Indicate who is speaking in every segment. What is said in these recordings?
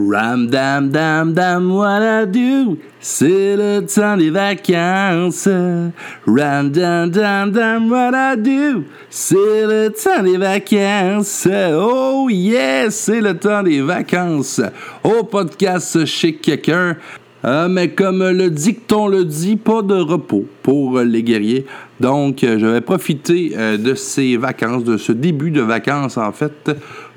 Speaker 1: Ram dam dam dam what I do C'est le temps des vacances Ram dam dam dam what I do C'est le temps des vacances Oh yes, c'est le temps des vacances Au podcast chez quelqu'un euh, mais comme le dicton le dit, pas de repos pour euh, les guerriers. Donc, euh, je vais profiter euh, de ces vacances, de ce début de vacances en fait,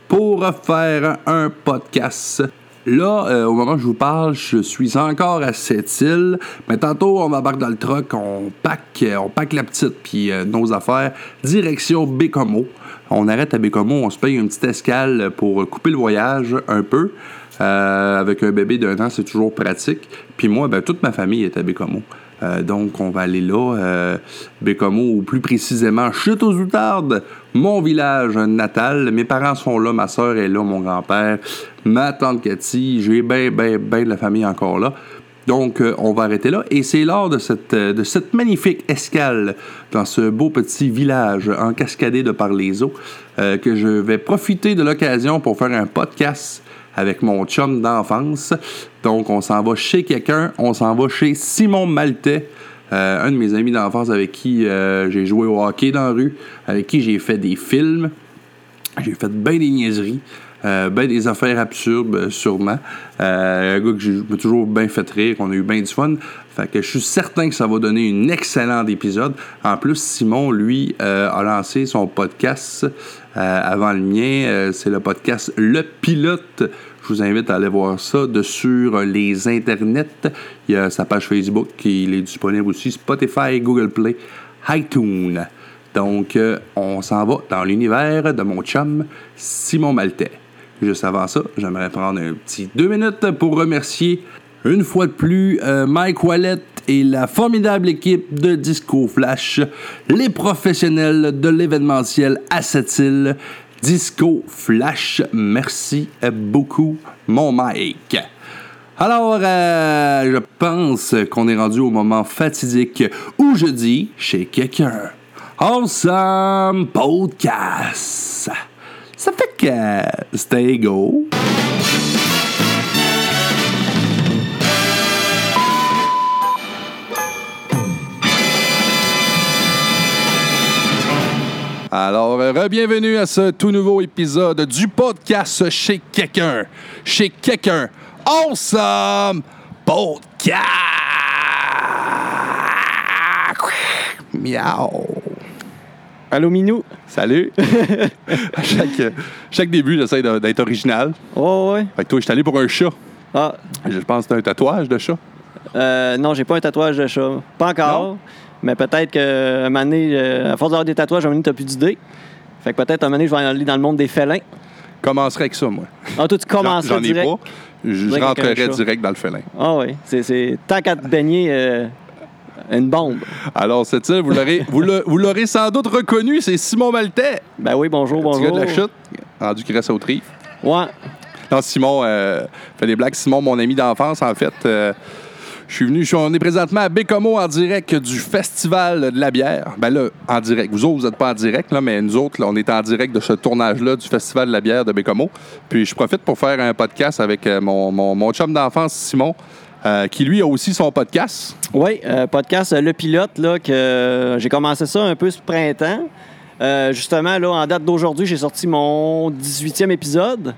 Speaker 1: pour faire un podcast. Là, euh, au moment où je vous parle, je suis encore à cette île, mais tantôt on embarque dans le truck, on pack, euh, on pack la petite, puis euh, nos affaires, direction Bécomo. On arrête à Bécomo, on se paye une petite escale pour couper le voyage un peu. Euh, avec un bébé d'un an, c'est toujours pratique. Puis moi, ben, toute ma famille est à Bécomo. Euh, donc, on va aller là, euh, Bécomo, ou plus précisément, chute aux outardes, mon village natal. Mes parents sont là, ma soeur est là, mon grand-père, ma tante Cathy. J'ai ben, ben, ben de la famille encore là. Donc, euh, on va arrêter là. Et c'est lors de cette, euh, de cette magnifique escale dans ce beau petit village en cascadé de par les eaux euh, que je vais profiter de l'occasion pour faire un podcast avec mon chum d'enfance. Donc, on s'en va chez quelqu'un. On s'en va chez Simon Maltais. euh, un de mes amis d'enfance avec qui euh, j'ai joué au hockey dans la rue, avec qui j'ai fait des films. J'ai fait bien des niaiseries, euh, bien des affaires absurdes, euh, sûrement. Euh, un gars que j'ai je me suis toujours bien fait rire, qu'on a eu bien du fun. Fait que je suis certain que ça va donner un excellent épisode. En plus, Simon, lui, euh, a lancé son podcast euh, avant le mien. Euh, C'est le podcast Le Pilote. Je vous invite à aller voir ça de sur euh, les internets. Il y a sa page Facebook qui il est disponible aussi, Spotify, Google Play, iTunes. Donc, euh, on s'en va dans l'univers de mon chum Simon Maltais. Juste avant ça, j'aimerais prendre un petit deux minutes pour remercier une fois de plus euh, Mike Wallet et la formidable équipe de Disco Flash, les professionnels de l'événementiel à cette île. Disco Flash, merci beaucoup, mon Mike. Alors, euh, je pense qu'on est rendu au moment fatidique où je dis chez quelqu'un. Awesome Podcast. Ça fait que c'était go. Alors, euh, re-bienvenue à ce tout nouveau épisode du podcast Chez quelqu'un. Chez quelqu'un. Awesome podcast. Miaou.
Speaker 2: Allô Minou?
Speaker 1: Salut. à chaque, euh, chaque début, j'essaie de- d'être original.
Speaker 2: Oh ouais.
Speaker 1: Fait que toi, je suis allé pour un chat.
Speaker 2: Ah,
Speaker 1: Je pense que t'as un tatouage de chat.
Speaker 2: euh, non, j'ai pas un tatouage de chat. Pas encore.
Speaker 1: Non?
Speaker 2: Mais peut-être que euh, un moment donné, euh, à force d'avoir des tatouages, un moment donné, t'as plus d'idées. Fait que peut-être un moment donné, je vais aller dans le monde des félins.
Speaker 1: Commencerai avec ça, moi.
Speaker 2: Ah, toi, tu
Speaker 1: J'en
Speaker 2: commences
Speaker 1: j'en ai
Speaker 2: direct.
Speaker 1: pas. Je, je
Speaker 2: Direct avec un
Speaker 1: rentrerai
Speaker 2: chat.
Speaker 1: direct dans le félin.
Speaker 2: Ah oui, c'est, c'est tant qu'à te baigner, euh, une bombe.
Speaker 1: Alors, cette île, vous l'aurez, vous le- vous l'aurez sans doute reconnu, c'est Simon Maltais.
Speaker 2: Ben oui, bonjour,
Speaker 1: Petit gars
Speaker 2: bonjour.
Speaker 1: de la chute, rendu qu'il reste au tri.
Speaker 2: Ouais.
Speaker 1: Non, Simon, euh, fait des blagues. Simon, mon ami d'enfance, en fait. euh, je suis venu, je suis- on est présentement à Bécomo en direct du Festival de la bière. Ben là, en direct. Vous autres, vous n'êtes pas en direct, là, mais nous autres, là, on est en direct de ce tournage-là du Festival de la bière de Bécomo. Puis je profite pour faire un podcast avec euh, mon, mon, mon chum d'enfance, Simon, euh, qui lui a aussi son podcast.
Speaker 2: Oui, euh, podcast euh, Le Pilote, là, que euh, j'ai commencé ça un peu ce printemps. Euh, justement, là, en date d'aujourd'hui, j'ai sorti mon 18e épisode.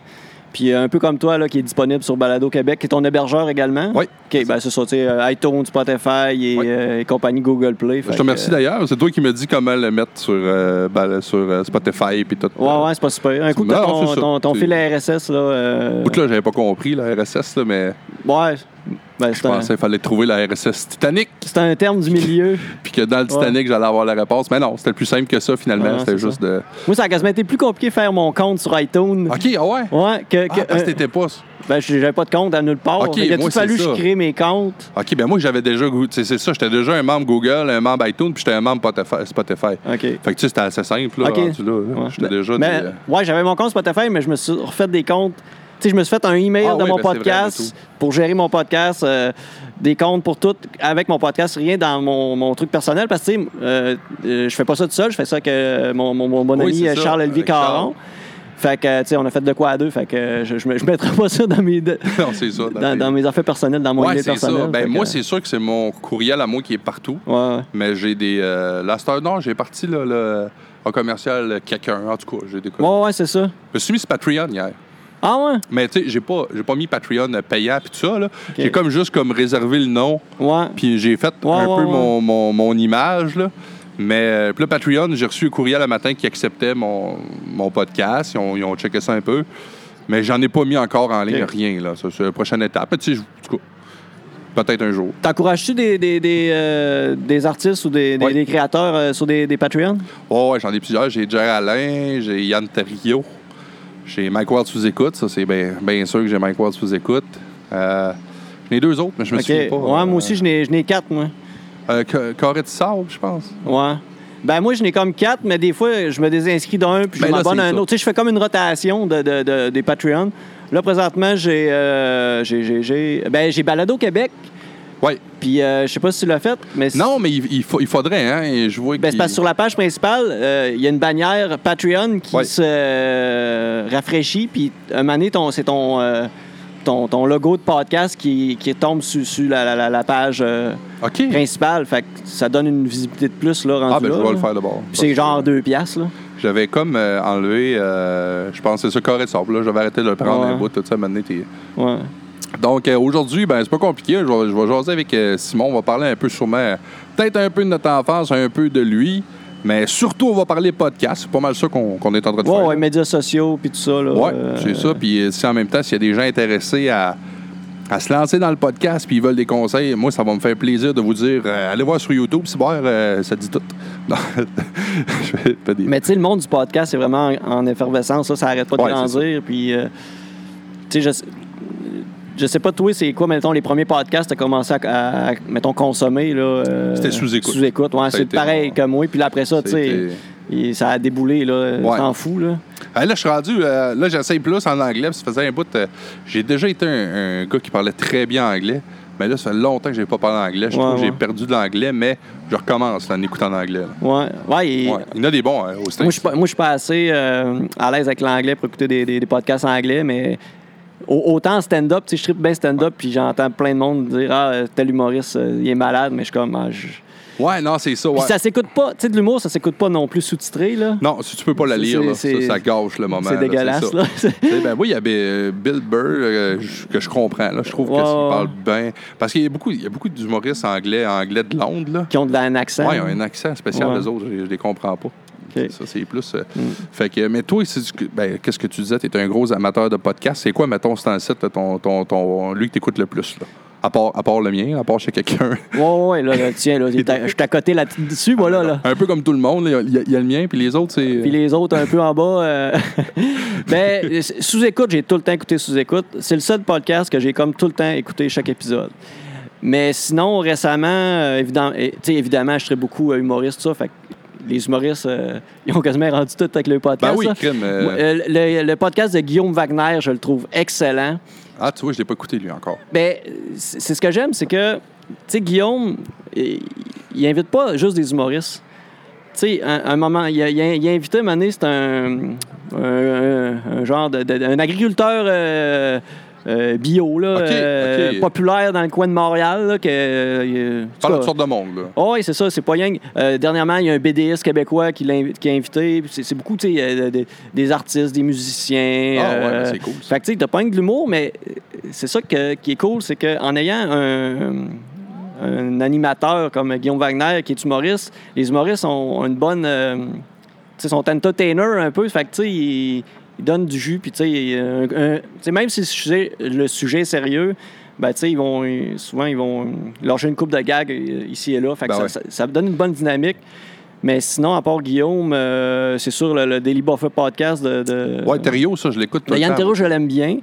Speaker 2: Puis euh, un peu comme toi, là, qui est disponible sur Balado Québec, qui est ton hébergeur également.
Speaker 1: Oui.
Speaker 2: OK, ben c'est ça, tu sais, euh, iTunes, Spotify et,
Speaker 1: Oui.
Speaker 2: euh, et compagnie Google Play.
Speaker 1: Je te remercie d'ailleurs. C'est toi qui me dis comment le mettre sur, euh, ben, sur euh, Spotify et tout.
Speaker 2: euh, Ouais, ouais, c'est pas super. Un coup que t'as
Speaker 1: Non,
Speaker 2: ton,
Speaker 1: c'est ça.
Speaker 2: ton, ton
Speaker 1: C'est-
Speaker 2: fil RSS, là... euh,
Speaker 1: Au bout de là, j'avais pas compris la RSS, là, mais
Speaker 2: ouais, ben,
Speaker 1: je
Speaker 2: c'est un,
Speaker 1: pensais qu'il fallait trouver la RSS Titanic.
Speaker 2: c'est un terme du milieu.
Speaker 1: puis que dans le Titanic, j'allais avoir la réponse. Mais non, c'était plus simple que ça, finalement.
Speaker 2: Ouais,
Speaker 1: c'était
Speaker 2: c'est
Speaker 1: juste de.
Speaker 2: Moi, ça a quasiment été plus compliqué de faire mon compte sur iTunes.
Speaker 1: OK, ah ouais.
Speaker 2: Ouais, que...
Speaker 1: Ah,
Speaker 2: que-
Speaker 1: parce
Speaker 2: euh,
Speaker 1: que t'étais pas.
Speaker 2: Ben, j'ai- j'avais pas de compte à nulle part.
Speaker 1: Ok,
Speaker 2: il a
Speaker 1: moi,
Speaker 2: tout fallu
Speaker 1: c'est
Speaker 2: que
Speaker 1: ça.
Speaker 2: je crée mes comptes.
Speaker 1: OK, ben moi, j'avais déjà. goût- tu sais, C'est ça, j'étais déjà un membre Google, un membre iTunes, puis j'étais un membre Spotify- Spotify.
Speaker 2: OK.
Speaker 1: Fait que tu sais, c'était assez simple, là.
Speaker 2: Ok.
Speaker 1: rendu là, là.
Speaker 2: Ouais. Ben,
Speaker 1: J'étais
Speaker 2: Mais-
Speaker 1: déjà.
Speaker 2: mais-
Speaker 1: des- euh,
Speaker 2: ouais, j'avais mon compte Spotify, mais je me suis refait des comptes. Tu sais, je me suis fait un email
Speaker 1: Ah
Speaker 2: de
Speaker 1: oui,
Speaker 2: mon
Speaker 1: ben, c'est vrai,
Speaker 2: podcast pour gérer mon podcast, euh, des comptes pour tout, avec mon podcast, rien dans mon, mon truc personnel, parce que tu sais, euh, euh, je fais pas ça tout seul, je fais ça avec euh, mon, mon, mon bon
Speaker 1: Oui,
Speaker 2: ami
Speaker 1: c'est
Speaker 2: euh,
Speaker 1: ça,
Speaker 2: Charles Olivier
Speaker 1: avec Charles.
Speaker 2: Caron. Fait que, tu sais, on a fait de quoi à deux. Fait que euh, je ne mettrai pas ça dans mes, de-
Speaker 1: Non, c'est ça.
Speaker 2: dans, dans mes affaires personnelles, dans mon
Speaker 1: Ouais,
Speaker 2: email
Speaker 1: c'est ça.
Speaker 2: personnel.
Speaker 1: Ben,
Speaker 2: Fait
Speaker 1: moi,
Speaker 2: que, euh,
Speaker 1: c'est sûr que c'est mon courriel à moi qui est partout.
Speaker 2: ouais, ouais.
Speaker 1: Mais j'ai des. Euh, la Star Nord, j'ai parti là, le, en commercial euh, quelqu'un. En tout cas, j'ai des
Speaker 2: Ouais, ouais, c'est ça.
Speaker 1: Je me suis mis sur Patreon hier.
Speaker 2: Ah ouais?
Speaker 1: Mais tu sais, j'ai pas, j'ai pas mis Patreon euh, payant puis tout ça. là. J'ai
Speaker 2: Ok.
Speaker 1: comme juste comme réservé le nom.
Speaker 2: Ouais.
Speaker 1: Puis j'ai fait
Speaker 2: Ouais,
Speaker 1: un
Speaker 2: ouais,
Speaker 1: peu
Speaker 2: ouais.
Speaker 1: Mon, mon, mon image. Là. Mais euh, puis là, Patreon, j'ai reçu un courriel le matin qui acceptait mon, mon podcast. Ils ont, ils ont checké ça un peu. Mais j'en ai pas mis encore en ligne,
Speaker 2: Ok.
Speaker 1: rien. Là. Ça, C'est la prochaine étape. Tu sais, je- en tout cas, peut-être un jour.
Speaker 2: T'encourages-tu des, des, des, euh, des artistes ou des, des,
Speaker 1: Ouais.
Speaker 2: des créateurs euh, sur des, des Patreons?
Speaker 1: Oh, ouais, j'en ai plusieurs. J'ai Jerry Alain, j'ai Yann Terrio, j'ai Mike Ward sous écoute. Ça, c'est bien bien sûr que j'ai Mike Ward sous écoute. Euh, j'en ai deux autres, mais je me
Speaker 2: Ok.
Speaker 1: souviens pas.
Speaker 2: ouais,
Speaker 1: Euh,
Speaker 2: moi aussi, je n'ai je n'ai quatre, moi.
Speaker 1: euh, Ca- Carré de sable, je pense.
Speaker 2: Ouais. Ben moi, je n'ai comme quatre, mais des fois, je me désinscris d'un, puis je
Speaker 1: Ben là,
Speaker 2: m'abonne à
Speaker 1: c'est
Speaker 2: un
Speaker 1: ça.
Speaker 2: autre. Tu sais, je fais comme une rotation de, de- de- des Patreons. Là, présentement, j'ai... euh, j'ai- j'ai- j'ai- ben, j'ai Balado Québec,
Speaker 1: Ouais.
Speaker 2: puis euh, je sais pas si tu l'as fait, mais... si-
Speaker 1: Non, mais il, il faut- il faudrait, hein. et je vois
Speaker 2: Ben, c'est
Speaker 1: qu'il-
Speaker 2: parce que sur la page principale, euh, il y a une bannière Patreon qui
Speaker 1: Ouais.
Speaker 2: se euh, rafraîchit, puis à un moment donné, ton- c'est ton, euh, ton, ton logo de podcast qui, qui tombe sur, sur la, la- la- la page euh,
Speaker 1: OK.
Speaker 2: principale. Fait que ça donne une visibilité de plus, là, rendu
Speaker 1: Ah, ben,
Speaker 2: là,
Speaker 1: je
Speaker 2: là.
Speaker 1: vais le faire d'abord.
Speaker 2: Puis c'est genre deux piastres, là.
Speaker 1: J'avais comme euh, enlevé, euh, je pense, c'est ça, Carré de sable. là. J'avais arrêté de le prendre
Speaker 2: Ouais.
Speaker 1: un bout, tout ça, maintenant, t'es-
Speaker 2: Ouais.
Speaker 1: Donc euh, aujourd'hui, ben c'est pas compliqué. Je vais, je vais jaser avec euh, Simon. On va parler un peu sûrement, euh, peut-être un peu de notre enfance, un peu de lui, mais surtout on va parler podcast. C'est pas mal ça qu'on qu'on est en train de
Speaker 2: Ouais,
Speaker 1: faire.
Speaker 2: ouais, médias sociaux, puis tout ça, là.
Speaker 1: Ouais,
Speaker 2: euh,
Speaker 1: c'est ça. Puis euh, si en même temps, s'il y a des gens intéressés à, à se lancer dans le podcast, puis ils veulent des conseils, moi ça va me faire plaisir de vous dire, euh, allez voir sur YouTube, Cyber, euh, ça dit tout. Non, je vais pas dire.
Speaker 2: Mais tu sais, le monde du podcast, c'est vraiment en, en effervescence. là, ça arrête pas de
Speaker 1: Ouais, c'est
Speaker 2: grandir. Puis, euh, tu sais, je, sais- je sais pas, toi, c'est quoi, mettons, les premiers podcasts, t'as commencé à, à, mettons, consommer, là. euh,
Speaker 1: C'était sous-écoute.
Speaker 2: Sous-écoute, ouais,
Speaker 1: Ça a
Speaker 2: c'est
Speaker 1: été
Speaker 2: pareil
Speaker 1: mon-
Speaker 2: comme moi. Puis là, après ça, tu sais,
Speaker 1: C'était-
Speaker 2: il- ça a déboulé, là.
Speaker 1: Ouais.
Speaker 2: T'en fous, là.
Speaker 1: Ah, là, je suis rendu. euh, là, j'essaye plus en anglais. puis Ça faisait un bout. de- j'ai déjà été un, un gars qui parlait très bien anglais. Mais là, ça fait longtemps que j'ai pas parlé anglais. Je
Speaker 2: Ouais,
Speaker 1: trouve que j'ai
Speaker 2: ouais.
Speaker 1: perdu de l'anglais, mais je recommence là, en écoutant l'anglais. là.
Speaker 2: Ouais. Ouais, et-
Speaker 1: Ouais. Il y en a des bons hein, au States.
Speaker 2: Moi, je suis pas- moi, je suis pas assez euh, à l'aise avec l'anglais pour écouter des, des- des podcasts en anglais, mais au- autant en stand-up, tu sais, je tripe bien stand-up, puis j'entends plein de monde dire Ah, euh, tel humoriste, euh, il est malade, mais je suis comme. Ah, je-
Speaker 1: Ouais, non, c'est ça.
Speaker 2: Puis
Speaker 1: Ouais.
Speaker 2: ça s'écoute pas, tu sais, de l'humour, ça s'écoute pas non plus sous-titré, là.
Speaker 1: Non, si tu peux pas la
Speaker 2: C'est-
Speaker 1: lire, là, ça,
Speaker 2: c'est-
Speaker 1: ça gâche le moment.
Speaker 2: c'est
Speaker 1: là,
Speaker 2: dégueulasse,
Speaker 1: ça.
Speaker 2: là.
Speaker 1: Tu sais, ben, moi, il y avait euh, Bill Burr euh, je- que je comprends. Là. Je trouve
Speaker 2: Ouais,
Speaker 1: que ça
Speaker 2: ouais.
Speaker 1: parle bien. Parce qu'il y a beaucoup, il y a beaucoup d'humoristes anglais, anglais de Londres. Là.
Speaker 2: qui ont de la- un accent.
Speaker 1: Ouais, ils ont un accent spécial,
Speaker 2: Ouais.
Speaker 1: les autres. Je, je les comprends pas.
Speaker 2: Ok. Mm.
Speaker 1: Ça, c'est plus. euh, Fait que, mais toi, c'est du- ben, qu'est-ce que tu disais? Tu es un gros amateur de podcast. C'est quoi, mettons, c'est un site, là, ton, ton, ton, lui que tu écoutes le plus? Là? À, part, à part le mien, à part chez quelqu'un.
Speaker 2: Ouais, ouais, ouais, là, là, tiens, là, il est à- je suis à côté là-dessus, moi, là, là.
Speaker 1: un peu comme tout le monde, là, il y, a- il y a le mien, puis les autres, c'est.
Speaker 2: Puis les autres un peu en bas. euh, ben, sous-écoute, j'ai tout le temps écouté sous-écoute. C'est le seul podcast que j'ai comme tout le temps écouté chaque épisode. Mais sinon, récemment, euh, évidemment, eh, tu sais, évidemment je serais beaucoup euh, humoriste, tout ça. Fait que les humoristes, euh, ils ont quasiment rendu tout avec le podcast.
Speaker 1: Ben oui,
Speaker 2: là.
Speaker 1: crime. euh,
Speaker 2: Moi, euh, le, le podcast de Guillaume Wagner, je le trouve excellent.
Speaker 1: Ah, tu vois, je l'ai pas écouté, lui, encore.
Speaker 2: Ben, c'est c'est ce que j'aime, c'est que, tu sais, Guillaume, il, il invite pas juste des humoristes. Tu sais, un, un moment, il a, il a- il a invité, à un moment donné, c'est un, un- un- un genre de, de- un agriculteur euh, euh, bio, là,
Speaker 1: Ok,
Speaker 2: euh,
Speaker 1: ok.
Speaker 2: populaire dans le coin de Montréal, là, que... euh, en tout
Speaker 1: Parle de
Speaker 2: cas,
Speaker 1: toutes sortes de monde, là.
Speaker 2: ah oui, c'est ça, c'est pas rien. Euh, dernièrement, il y a un BDS québécois qui l'a invi- qui a invité. C'est c'est beaucoup, tu sais, euh, des, des artistes, des musiciens.
Speaker 1: Ah, ouais,
Speaker 2: euh,
Speaker 1: ben, c'est cool, ça.
Speaker 2: Fait que, tu sais, t'as pas rien que de l'humour, mais euh, c'est ça que- qui est cool, c'est qu'en ayant un, un animateur comme Guillaume Wagner, qui est humoriste, les humoristes ont, ont une bonne. euh, tu sais, sont entertainers un peu. Fait que, tu sais, ils, ils donnent du jus. Puis, tu sais, il y a un- un- tu sais, même si le sujet, le sujet est sérieux, ben, tu sais, ils vont, ils- souvent, ils vont lâcher une coupe de gags euh, ici et là. Fait que
Speaker 1: Ben
Speaker 2: ça,
Speaker 1: ouais.
Speaker 2: ça, ça donne une bonne dynamique. Mais sinon, à part Guillaume, euh, c'est sûr, le, le Daily Buffer podcast de. de
Speaker 1: Ouais, Thériault, ça, je l'écoute. tout
Speaker 2: de
Speaker 1: le
Speaker 2: Yann
Speaker 1: temps.
Speaker 2: Terreau, je l'aime bien.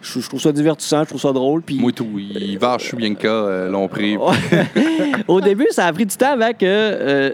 Speaker 2: Je, je trouve ça divertissant, je Oh, trouve ça drôle. Puis
Speaker 1: Moi, tout. Il va à Choubienka, euh, Lompré.
Speaker 2: au début, ça a pris du temps avant que, euh,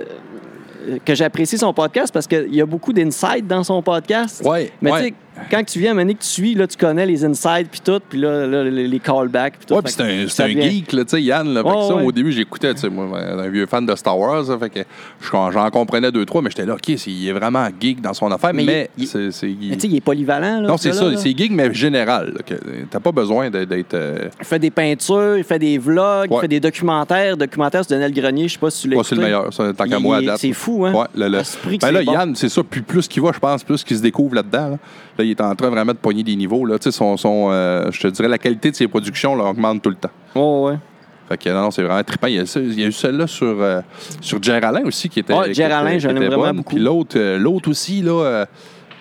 Speaker 2: que j'apprécie son podcast parce qu'il y a beaucoup d'insight dans son podcast.
Speaker 1: Ouais,
Speaker 2: Mais
Speaker 1: ouais.
Speaker 2: tu quand tu viens à un moment donné que tu suis, là, tu connais les insides puis tout, puis là, là, les les callbacks puis tout.
Speaker 1: Ouais,
Speaker 2: Fait
Speaker 1: puis
Speaker 2: que
Speaker 1: c'est un, c'est
Speaker 2: ça
Speaker 1: un
Speaker 2: devient-
Speaker 1: geek, là, tu sais, Yann. Là, fait que
Speaker 2: Ouais,
Speaker 1: ça,
Speaker 2: ouais.
Speaker 1: Au début, j'écoutais, tu sais, moi, un vieux fan de Star Wars, là, fait que je- j'en comprenais deux, trois, mais j'étais là, OK, c'est- il est vraiment geek dans son affaire,
Speaker 2: Mais
Speaker 1: mais,
Speaker 2: il- il-
Speaker 1: c'est... c'est- il-
Speaker 2: Mais tu sais, il est polyvalent. Là,
Speaker 1: non,
Speaker 2: ce
Speaker 1: c'est
Speaker 2: gars-là,
Speaker 1: ça,
Speaker 2: là.
Speaker 1: c'est geek, mais général. là, que T'as pas besoin de- d'être... euh,
Speaker 2: Il fait des peintures, il fait des vlogs, il
Speaker 1: Ouais.
Speaker 2: fait des documentaires. Documentaires sur Daniel Grenier, je sais pas si tu l'as
Speaker 1: Ouais, c'est le
Speaker 2: écouté.
Speaker 1: meilleur, ça, tant
Speaker 2: Il-
Speaker 1: qu'à moi, à
Speaker 2: il-
Speaker 1: date.
Speaker 2: c'est fou, hein?
Speaker 1: Ouais, le- le-
Speaker 2: À ce prix que
Speaker 1: Ben
Speaker 2: c'est
Speaker 1: là,
Speaker 2: bon.
Speaker 1: Yann, c'est ça. Puis plus qu'il va, je pense, plus qu'il se découvre là-dedans. Là. Là, il est en train vraiment de pogner des niveaux. Là. Tu sais, Son, son, euh, je te dirais, la qualité de ses productions là, augmente tout le temps.
Speaker 2: Ouais, ouais.
Speaker 1: Fait que non, non, c'est vraiment trippant. Il y a, ça- il y a eu celle-là sur, euh, sur Géraldin aussi qui était.
Speaker 2: Ouais,
Speaker 1: qui
Speaker 2: Géraldin,
Speaker 1: était-
Speaker 2: je
Speaker 1: qui
Speaker 2: l'aime
Speaker 1: était
Speaker 2: vraiment
Speaker 1: bonne.
Speaker 2: beaucoup.
Speaker 1: Puis l'autre euh, l'autre aussi, là. euh,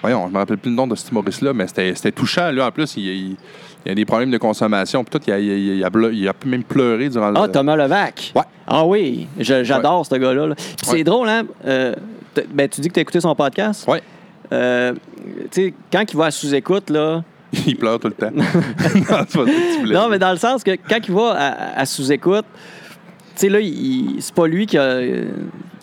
Speaker 1: voyons, je me rappelle plus le nom de ce humoriste-là, mais c'était c'était touchant. Là, en plus, il, il- il y a des problèmes de consommation. Puis tout, il a, il a- il a bleu- il a même pleuré durant le.
Speaker 2: Ah, Thomas Levac.
Speaker 1: euh, Ouais.
Speaker 2: Ah oui, je- j'adore ce gars-là. là. Puis c'est
Speaker 1: Ouais.
Speaker 2: drôle, hein? euh, t- ben, tu dis que tu as écouté son podcast.
Speaker 1: Ouais.
Speaker 2: Euh, tu sais, quand il va à sous-écoute, là.
Speaker 1: il pleure tout le temps. non, c'est pas ça que tu voulais
Speaker 2: Non,
Speaker 1: dire.
Speaker 2: mais dans le sens que quand il va à, à sous-écoute, tu sais, là, il- c'est pas lui qui a. euh, tu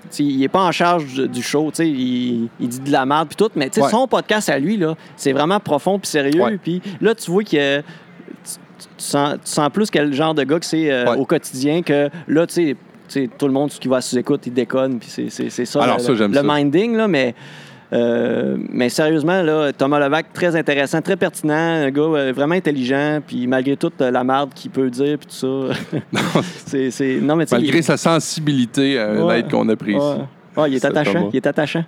Speaker 2: sais, il est pas en charge du- du show, tu sais, il, il dit de la merde puis tout, mais tu sais,
Speaker 1: Ouais.
Speaker 2: son podcast à lui, là, c'est vraiment profond puis sérieux.
Speaker 1: Ouais.
Speaker 2: Puis là, tu vois que tu, tu- tu sens, tu sens plus quel genre de gars que c'est euh,
Speaker 1: Ouais.
Speaker 2: au quotidien que là, tu sais, tu sais, tout le monde qui va à sous-écoute, il déconne, puis c'est- c'est c'est ça.
Speaker 1: Alors
Speaker 2: le,
Speaker 1: ça, j'aime
Speaker 2: le
Speaker 1: ça.
Speaker 2: minding, là, mais. Euh, mais sérieusement, là, Thomas Levac, très intéressant, très pertinent, un gars euh, vraiment intelligent, puis malgré toute euh, la marde qu'il peut dire, puis tout ça. c'est, c'est... Non, mais tu sais,
Speaker 1: Malgré
Speaker 2: il-
Speaker 1: sa sensibilité à
Speaker 2: Ouais.
Speaker 1: l'aide qu'on a prise.
Speaker 2: Ouais. Ouais, il est
Speaker 1: C'est
Speaker 2: attachant,
Speaker 1: Thomas.
Speaker 2: il est attachant.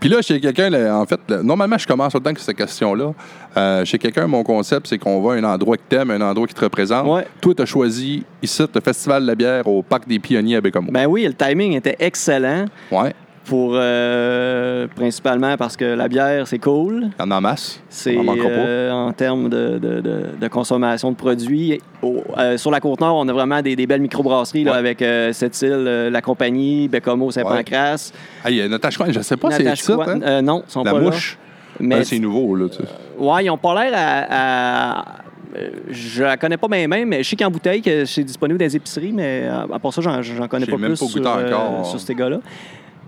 Speaker 1: Puis là, chez quelqu'un, là, en fait, là, normalement, je commence autant que cette question-là. Euh, chez quelqu'un, mon concept, c'est qu'on va à un endroit que t'aimes, un endroit qui te représente.
Speaker 2: Ouais.
Speaker 1: Toi, t'as choisi ici le Festival de la bière au Parc des Pionniers à Bécamo.
Speaker 2: Ben oui, le timing était excellent
Speaker 1: Ouais,
Speaker 2: pour euh, principalement parce que la bière, c'est cool.
Speaker 1: il y en a en masse.
Speaker 2: C'est
Speaker 1: On en manquera pas.
Speaker 2: euh, en termes de, de- de- de consommation de produits. Au- euh, sur la côte nord, on a vraiment des, des belles microbrasseries là,
Speaker 1: Ouais.
Speaker 2: avec euh, cette île, euh, la compagnie, Bécomo, Saint-Pancras.
Speaker 1: Ah, il y a Natasha Coin, je sais pas, c'est
Speaker 2: Natasha
Speaker 1: ça,
Speaker 2: Coin-
Speaker 1: hein?
Speaker 2: euh, non, ils sont
Speaker 1: La
Speaker 2: pas
Speaker 1: mouche.
Speaker 2: là. Mais
Speaker 1: Ben, c'est nouveau, là. tu sais.
Speaker 2: ouais, ils ont pas l'air à, à- euh, Je la connais pas bien, même, mais je sais qu'en bouteille, que c'est disponible dans les épiceries, mais à à part ça, j'en, j'en connais
Speaker 1: J'ai
Speaker 2: pas
Speaker 1: même
Speaker 2: plus
Speaker 1: pas
Speaker 2: sur, euh,
Speaker 1: goûté encore.
Speaker 2: sur ces gars-là.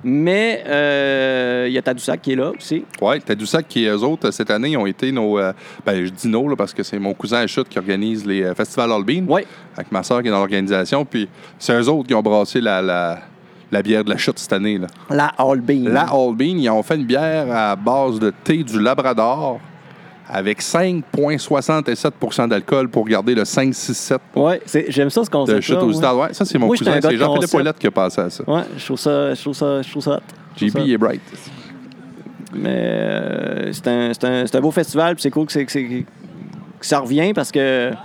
Speaker 2: Mais euh, il y a Tadoussac qui est là aussi.
Speaker 1: Oui, Tadoussac qui, eux autres, euh, cette année, ont été nos. euh, ben, je dis nos, là, parce que c'est mon cousin à Chute qui organise les euh, festivals All Bean.
Speaker 2: Ouais.
Speaker 1: Avec ma soeur qui est dans l'organisation. Puis c'est eux autres qui ont brassé la, la, la bière de la Chute cette année, là.
Speaker 2: La All Bean.
Speaker 1: La All Bean, ils ont fait une bière à base de thé du Labrador avec 5,67 d'alcool pour garder le 5,67
Speaker 2: Ouais, c'est- j'aime ça ce concept.
Speaker 1: de chute aux Italiens. Ouais, ça, c'est mon
Speaker 2: Moi, j'étais
Speaker 1: cousin.
Speaker 2: un gars
Speaker 1: C'est
Speaker 2: de
Speaker 1: Jean-Philippe
Speaker 2: concept.
Speaker 1: Ouellette qui a passé à ça.
Speaker 2: Ouais, je trouve ça, je trouve ça, je trouve ça hot. Je trouve
Speaker 1: JP
Speaker 2: ça hot.
Speaker 1: est bright.
Speaker 2: Mais euh, c'est un, c'est un- c'est un beau festival, puis c'est cool que, c'est- que c'est- que ça revient parce que. tu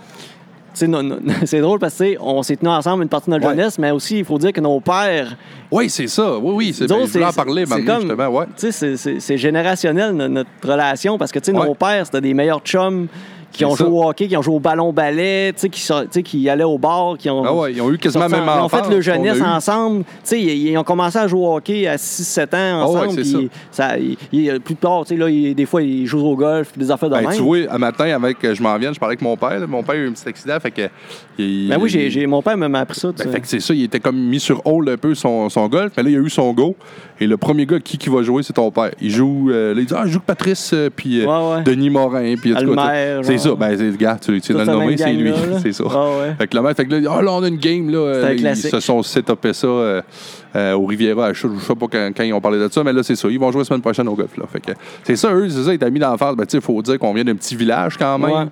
Speaker 2: sais, no- no- c'est drôle parce que tu sais, on s'est tenus ensemble une partie de notre
Speaker 1: Ouais.
Speaker 2: jeunesse, mais aussi, il faut dire que nos pères.
Speaker 1: Oui, c'est ça. Oui, oui. C'est,
Speaker 2: Nous
Speaker 1: ben,
Speaker 2: autres,
Speaker 1: je voulais en
Speaker 2: c'est-
Speaker 1: parler,
Speaker 2: c'est
Speaker 1: maintenant,
Speaker 2: comme-
Speaker 1: justement. Ouais.
Speaker 2: tu sais, c'est- c'est c'est générationnel no- notre relation parce que tu sais,
Speaker 1: Ouais.
Speaker 2: nos pères, c'était des meilleurs chums qui
Speaker 1: C'est
Speaker 2: ont joué
Speaker 1: ça.
Speaker 2: au hockey, qui ont joué au ballon-ballet, tu sais, qui, sont- tu sais, qui allaient au bar, qui ont.
Speaker 1: Ah ouais, ils ont eu quasiment
Speaker 2: sorti
Speaker 1: même
Speaker 2: en- ils ont
Speaker 1: enfance
Speaker 2: fait le
Speaker 1: qu'on a
Speaker 2: jeunesse
Speaker 1: eu.
Speaker 2: ensemble. Tu sais, ils, ils ont commencé à jouer au hockey à 6-7 ans
Speaker 1: Ah ouais,
Speaker 2: ensemble.
Speaker 1: c'est
Speaker 2: puis ça, ils- ils- plus tard, tu sais, là, ils- des fois, ils jouent au golf, puis des affaires de
Speaker 1: Ben,
Speaker 2: même.
Speaker 1: tu vois, un matin, avec, je m'en viens, je parlais avec mon père. là. Mon père a eu un petit accident, fait que... il-
Speaker 2: Ben oui, j'ai- j'ai- mon père m'a appris ça. tu
Speaker 1: Ben,
Speaker 2: sais.
Speaker 1: fait que c'est ça, il était comme mis sur hold un peu son, son golf, mais là, il a eu son go. Et le premier gars qui, qui va jouer, c'est ton père. Il joue, euh, là, il dit, ah, je joue avec Patrice, euh, puis euh,
Speaker 2: Ouais, ouais.
Speaker 1: Denis Morin, puis en tout cas,
Speaker 2: Almer,
Speaker 1: tu sais, C'est ça,
Speaker 2: genre.
Speaker 1: ben, c'est, regarde, tu, tu
Speaker 2: Toute
Speaker 1: l'as
Speaker 2: cette
Speaker 1: nommé,
Speaker 2: même
Speaker 1: c'est lui,
Speaker 2: gang-là, là.
Speaker 1: c'est ça.
Speaker 2: Ah ouais.
Speaker 1: Fait que le mec, fait que là, il dit, ah, là, on a une game, là.
Speaker 2: un
Speaker 1: Euh, Ils
Speaker 2: classique.
Speaker 1: se sont setupés ça euh, euh, au Riviera à Chute, je sais pas quand, quand ils ont parlé de ça, mais là, c'est ça. Ils vont jouer la semaine prochaine au golf, là. Fait que c'est ça, eux, c'est ça, ils étaient mis d'enfance. Ben, tu sais, faut dire qu'on vient d'un petit village quand même.
Speaker 2: Ouais.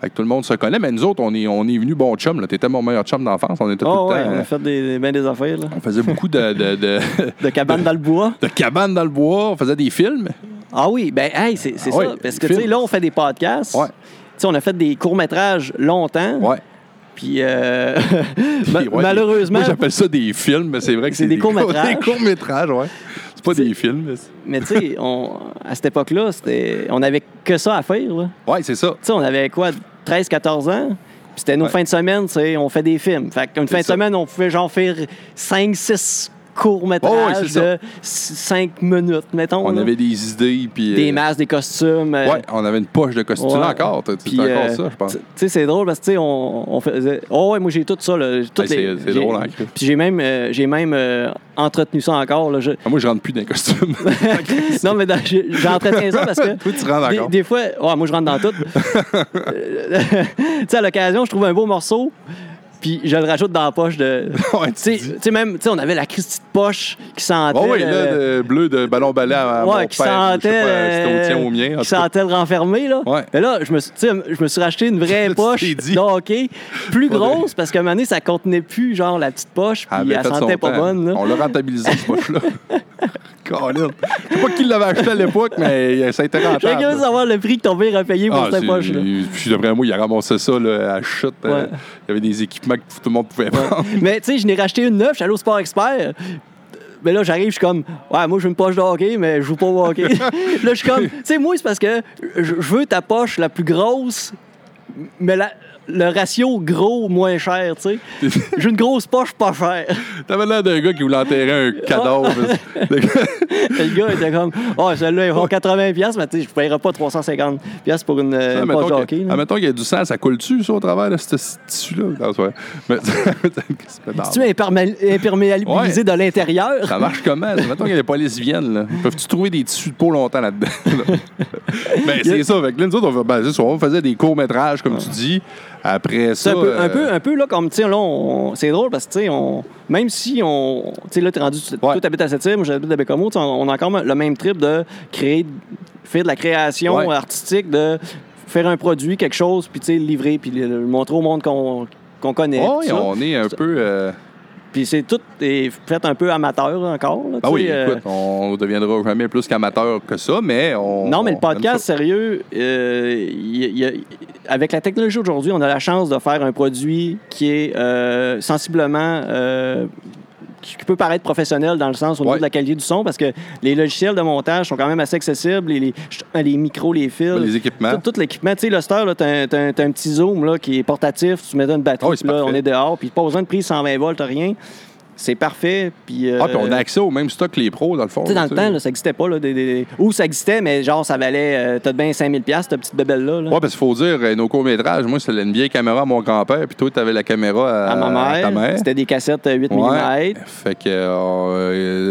Speaker 1: Fait que tout le monde se connaît, mais nous autres, on est, on est venus bon chum. Là. T'étais mon meilleur chum d'enfance. On était
Speaker 2: Ah
Speaker 1: tout le
Speaker 2: ouais,
Speaker 1: temps.
Speaker 2: on
Speaker 1: euh,
Speaker 2: a fait des, des- ben des affaires, là.
Speaker 1: on faisait beaucoup de, de, de,
Speaker 2: De cabane dans le bois.
Speaker 1: de cabanes dans le bois, on faisait des films.
Speaker 2: Ah oui, ben hey, c'est c'est
Speaker 1: Ah ouais,
Speaker 2: ça. Parce
Speaker 1: des
Speaker 2: que, tu sais,
Speaker 1: films.
Speaker 2: là, on fait des podcasts.
Speaker 1: Ouais.
Speaker 2: Tu sais, on a fait des courts-métrages longtemps.
Speaker 1: Ouais.
Speaker 2: Puis, euh, ma-
Speaker 1: Puis, ouais,
Speaker 2: malheureusement,
Speaker 1: Moi, j'appelle ça des films, mais c'est vrai que
Speaker 2: C'est
Speaker 1: c'est
Speaker 2: des
Speaker 1: Des
Speaker 2: courts-métrages.
Speaker 1: courts-métrages, ouais. C'est pas des films. mais c'est-
Speaker 2: mais tu sais, on- à cette époque-là, c'était- on avait que ça à faire, là.
Speaker 1: Ouais, c'est ça.
Speaker 2: Tu sais, on avait quoi, 13, 14 ans? Puis C'était nos
Speaker 1: Ouais.
Speaker 2: fins de semaine, tu sais, on fait des films. Fait qu'une fin de
Speaker 1: ça.
Speaker 2: semaine, on pouvait genre faire 5, 6 court-métrage
Speaker 1: Oh, ouais, c'est ça.
Speaker 2: de 5 minutes, mettons.
Speaker 1: On
Speaker 2: là.
Speaker 1: avait des idées, puis...
Speaker 2: des
Speaker 1: euh,
Speaker 2: masques, des costumes. euh,
Speaker 1: Ouais, on avait une poche de costume
Speaker 2: Ouais.
Speaker 1: Là encore. t'as-
Speaker 2: Puis,
Speaker 1: C'était encore
Speaker 2: euh,
Speaker 1: ça, je pense.
Speaker 2: Tu tu sais, c'est drôle parce que, tu sais, on, on faisait. Oh, ouais, moi, j'ai tout ça, là. j'ai toutes
Speaker 1: Hey,
Speaker 2: les-
Speaker 1: c'est- c'est
Speaker 2: j'ai-
Speaker 1: drôle, hein, Chris.
Speaker 2: Puis j'ai même, euh, j'ai même euh, entretenu ça encore, là. Je-
Speaker 1: Ah, moi, je rentre plus dans les costumes.
Speaker 2: non, mais dans- j'ai- j'entretiens ça parce que.
Speaker 1: Toi, tu rentres
Speaker 2: Des,
Speaker 1: encore.
Speaker 2: des fois, ouais, moi je rentre dans tout. Euh, tu sais, à l'occasion, je trouve un beau morceau, puis je le rajoute dans la poche de.
Speaker 1: Ouais,
Speaker 2: Tu sais-
Speaker 1: dis-
Speaker 2: tu sais, même, tu sais, on avait la Christie de poche qui sentait. euh,
Speaker 1: Ah ouais,
Speaker 2: le-
Speaker 1: là, de bleu de ballon balai à mon
Speaker 2: ouais,
Speaker 1: père.
Speaker 2: qui
Speaker 1: je sais pas,
Speaker 2: sentait. euh,
Speaker 1: c'était au tien ou au mien. en
Speaker 2: qui
Speaker 1: tout cas.
Speaker 2: sentait le renfermé, là.
Speaker 1: Ouais.
Speaker 2: Mais là, je me, suis- tu sais, je me suis racheté une vraie
Speaker 1: Tu
Speaker 2: poche
Speaker 1: t'es dit.
Speaker 2: de hockey, plus grosse, parce qu'à un moment donné, ça contenait plus, genre, la petite poche,
Speaker 1: Elle
Speaker 2: puis
Speaker 1: avait
Speaker 2: elle
Speaker 1: fait son
Speaker 2: sentait pas
Speaker 1: temps.
Speaker 2: bonne, là.
Speaker 1: On l'a rentabilisé, ce poche-là. Colin. Je sais pas qui l'avait acheté à l'époque, mais euh, ça a été
Speaker 2: J'ai
Speaker 1: rentable.
Speaker 2: curieux de savoir le prix que ton père a payé pour
Speaker 1: Ah,
Speaker 2: cette
Speaker 1: c'est-
Speaker 2: poche-là.
Speaker 1: Puis d'après moi, il a ramassé ça là, à chute. euh,
Speaker 2: Ouais.
Speaker 1: il y avait des équipements que tout le monde pouvait prendre.
Speaker 2: Mais tu sais, je n'ai racheté une neuve, je suis allé au Sport Expert. Mais là, j'arrive, je suis comme, ouais, moi, je veux une poche de hockey, mais je joue pas au hockey. là, je suis comme, tu sais, moi, c'est parce que je je veux ta poche la plus grosse, mais la- le ratio gros moins cher, tu sais. J'ai une grosse poche pas chère.
Speaker 1: T'avais l'air d'un gars qui voulait enterrer un cadavre. Le gars-
Speaker 2: le gars était comme, oh, celle-là, ils vont 80$, piastres, mais tu sais, je paierai pas 350$ pour une euh,
Speaker 1: Ah,
Speaker 2: poche de
Speaker 1: mettons
Speaker 2: hockey.
Speaker 1: que-
Speaker 2: là.
Speaker 1: ah, mettons qu'il y a du sang, ça coule-tu ça, au travers de ce ce tissu-là? Non, c'est vrai. Mais- c'est pas
Speaker 2: Tu es impermé- imperméabilisé
Speaker 1: Ouais.
Speaker 2: de l'intérieur.
Speaker 1: Ça marche comment? ça? Mettons que les polices viennent. Là. Peuvent-tu trouver des tissus de peau longtemps là-dedans? là? ben, c'est ça. Fait que là, nous autres, on, fait- ben, c'est ça, on faisait des courts-métrages, comme tu dis. Après ça.
Speaker 2: C'est un peu,
Speaker 1: euh,
Speaker 2: un peu, un peu là, comme, tu sais, là, on- c'est drôle parce que, tu sais, on- même si on, tu sais, là, t'es rendu, tu
Speaker 1: Ouais.
Speaker 2: toi, t'habites à Sept-Îles, moi, j'habite à Bécamo, tu sais, on, on a encore le même trip de créer, faire de la création
Speaker 1: Ouais.
Speaker 2: artistique, de faire un produit, quelque chose, puis, tu sais, le livrer, puis le, le montrer au monde qu'on qu'on connaît.
Speaker 1: ouais,
Speaker 2: tout ça.
Speaker 1: on est un peu. euh,
Speaker 2: Puis c'est tout est fait un peu amateur encore, là, tu
Speaker 1: Ben oui,
Speaker 2: sais, euh,
Speaker 1: écoute, on deviendra jamais plus qu'amateur que ça, mais on.
Speaker 2: Non, mais le
Speaker 1: on aime
Speaker 2: podcast,
Speaker 1: ça.
Speaker 2: sérieux, euh, il y a- il y a- avec la technologie aujourd'hui, on a la chance de faire un produit qui est euh, sensiblement. euh, qui qui peut paraître professionnel dans le sens au niveau
Speaker 1: Ouais.
Speaker 2: de la qualité du son, parce que les logiciels de montage sont quand même assez accessibles, les, les, les micros, les fils,
Speaker 1: Ben, les équipements.
Speaker 2: tout, tout l'équipement. Tu sais, le star, là, t'as un, t'as un- t'as un petit zoom là, qui est portatif, tu mets dans une batterie,
Speaker 1: Ah oui, c'est
Speaker 2: puis là, on
Speaker 1: parfait.
Speaker 2: est dehors, puis pas besoin de prise 120 volts, rien. C'est parfait, puis...
Speaker 1: Ah, puis on
Speaker 2: euh,
Speaker 1: a accès au même stock que les pros, dans le fond.
Speaker 2: tu sais, dans le
Speaker 1: tu
Speaker 2: temps, là, ça n'existait pas. Là, des, des- Ou ça existait, mais genre, ça valait. euh, T'as de bien 5000$, piastres, ta petite bébelle-là. là.
Speaker 1: Ouais, parce qu'il faut dire, euh, nos courts-métrages, moi, c'était une vieille caméra à mon grand-père, puis toi, t'avais la caméra à,
Speaker 2: à ma mère.
Speaker 1: euh, ta mère.
Speaker 2: C'était des cassettes euh, 8
Speaker 1: Ouais.
Speaker 2: mm.
Speaker 1: Fait que, euh,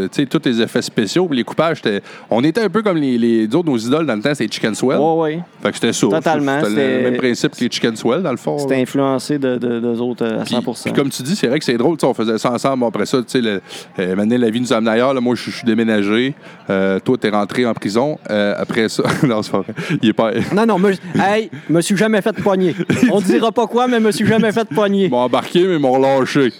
Speaker 1: euh, tu sais, tous les effets spéciaux, puis les coupages, c'était- on était un peu comme les, les autres, nos idoles dans le temps, c'était Chicken Swell.
Speaker 2: Ouais, ouais.
Speaker 1: Fait que c'était ça.
Speaker 2: Oh. Totalement,
Speaker 1: C'était le
Speaker 2: c'était-
Speaker 1: même principe que les Chicken Swell, dans le fond.
Speaker 2: C'était influencé de, de, d'eux autres euh, à
Speaker 1: Puis-
Speaker 2: 100%.
Speaker 1: Puis comme tu dis, c'est vrai que c'est drôle, tu sais, on faisait ça ensemble. Après ça, tu sais, le- euh, maintenant, la vie nous amène ailleurs. Là, moi, je je suis déménagé. Euh, toi, t'es rentré en prison. Euh, après ça, non, c'est pas vrai. Il est pas.
Speaker 2: Non, non, me... hey, me suis jamais fait poigner. On dira pas quoi, mais me suis jamais fait poigner.
Speaker 1: Ils m'ont embarqué, mais ils m'ont relâché.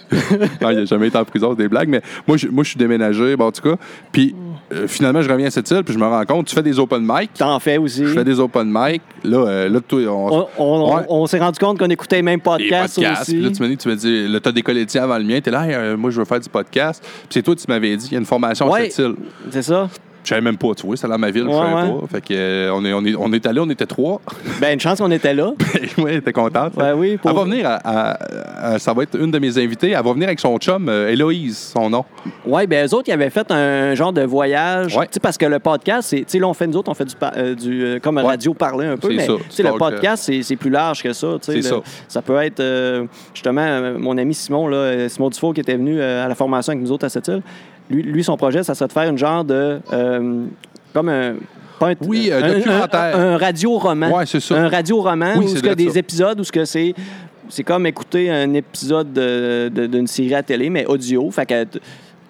Speaker 1: non, il n'a jamais été en prison, c'est des blagues, mais moi, je, moi, je suis déménagé, bon, en tout cas. Puis
Speaker 2: Mm.
Speaker 1: euh, finalement, je reviens à cette île, puis je me rends compte, tu fais des open mic.
Speaker 2: T'en fais aussi.
Speaker 1: Je fais des open mic. Là, euh, là toi, on.
Speaker 2: On, on-
Speaker 1: Ouais.
Speaker 2: on s'est rendu compte qu'on écoutait les mêmes
Speaker 1: des
Speaker 2: podcasts,
Speaker 1: podcasts.
Speaker 2: aussi.
Speaker 1: Puis là, tu me dis, tu me dis, là, t'as décollé le tien avant le mien. T'es là, Hey, euh, moi, je veux faire du podcast. Puis c'est toi, tu m'avais dit, il y a une formation à
Speaker 2: Ouais.
Speaker 1: cette île.
Speaker 2: C'est ça?
Speaker 1: Je savais même pas, tu vois, c'est dans ma ville, je
Speaker 2: Ouais,
Speaker 1: savais
Speaker 2: ouais.
Speaker 1: pas. Fait que, euh, on, est, on, est, on est allé, on était trois.
Speaker 2: Ben, une chance qu'on était là.
Speaker 1: ouais, elle était contente.
Speaker 2: Ouais, oui, pour-
Speaker 1: Elle va venir, à, à- à- ça va être une de mes invitées. Elle va venir avec son chum, euh, Héloïse, son nom.
Speaker 2: Oui, ben eux autres, ils avaient fait un genre de voyage.
Speaker 1: Ouais.
Speaker 2: Tu sais, Parce que le podcast, c'est. Tu sais, là, on fait nous autres, on fait du, par- euh, du euh, comme radio parler un peu.
Speaker 1: C'est
Speaker 2: Mais
Speaker 1: ça.
Speaker 2: tu
Speaker 1: Tu
Speaker 2: sais, le
Speaker 1: parles
Speaker 2: podcast, c'est- c'est plus large que ça. tu sais,
Speaker 1: C'est
Speaker 2: le-
Speaker 1: ça.
Speaker 2: peut être euh, justement euh, mon ami Simon, là, euh, Simon Dufour, qui était venu euh, à la formation avec nous autres à cette île. Lui, lui, son projet, ça serait de faire une genre de. euh, comme un. pas un-
Speaker 1: Oui, un documentaire.
Speaker 2: Un, radio-roman.
Speaker 1: Ouais, c'est ça.
Speaker 2: Un radio-roman
Speaker 1: Oui,
Speaker 2: où
Speaker 1: c'est
Speaker 2: ce que
Speaker 1: vrai,
Speaker 2: des
Speaker 1: ça.
Speaker 2: épisodes où ce que c'est. C'est comme écouter un épisode de- de- d'une série à télé, mais audio. Fait que t-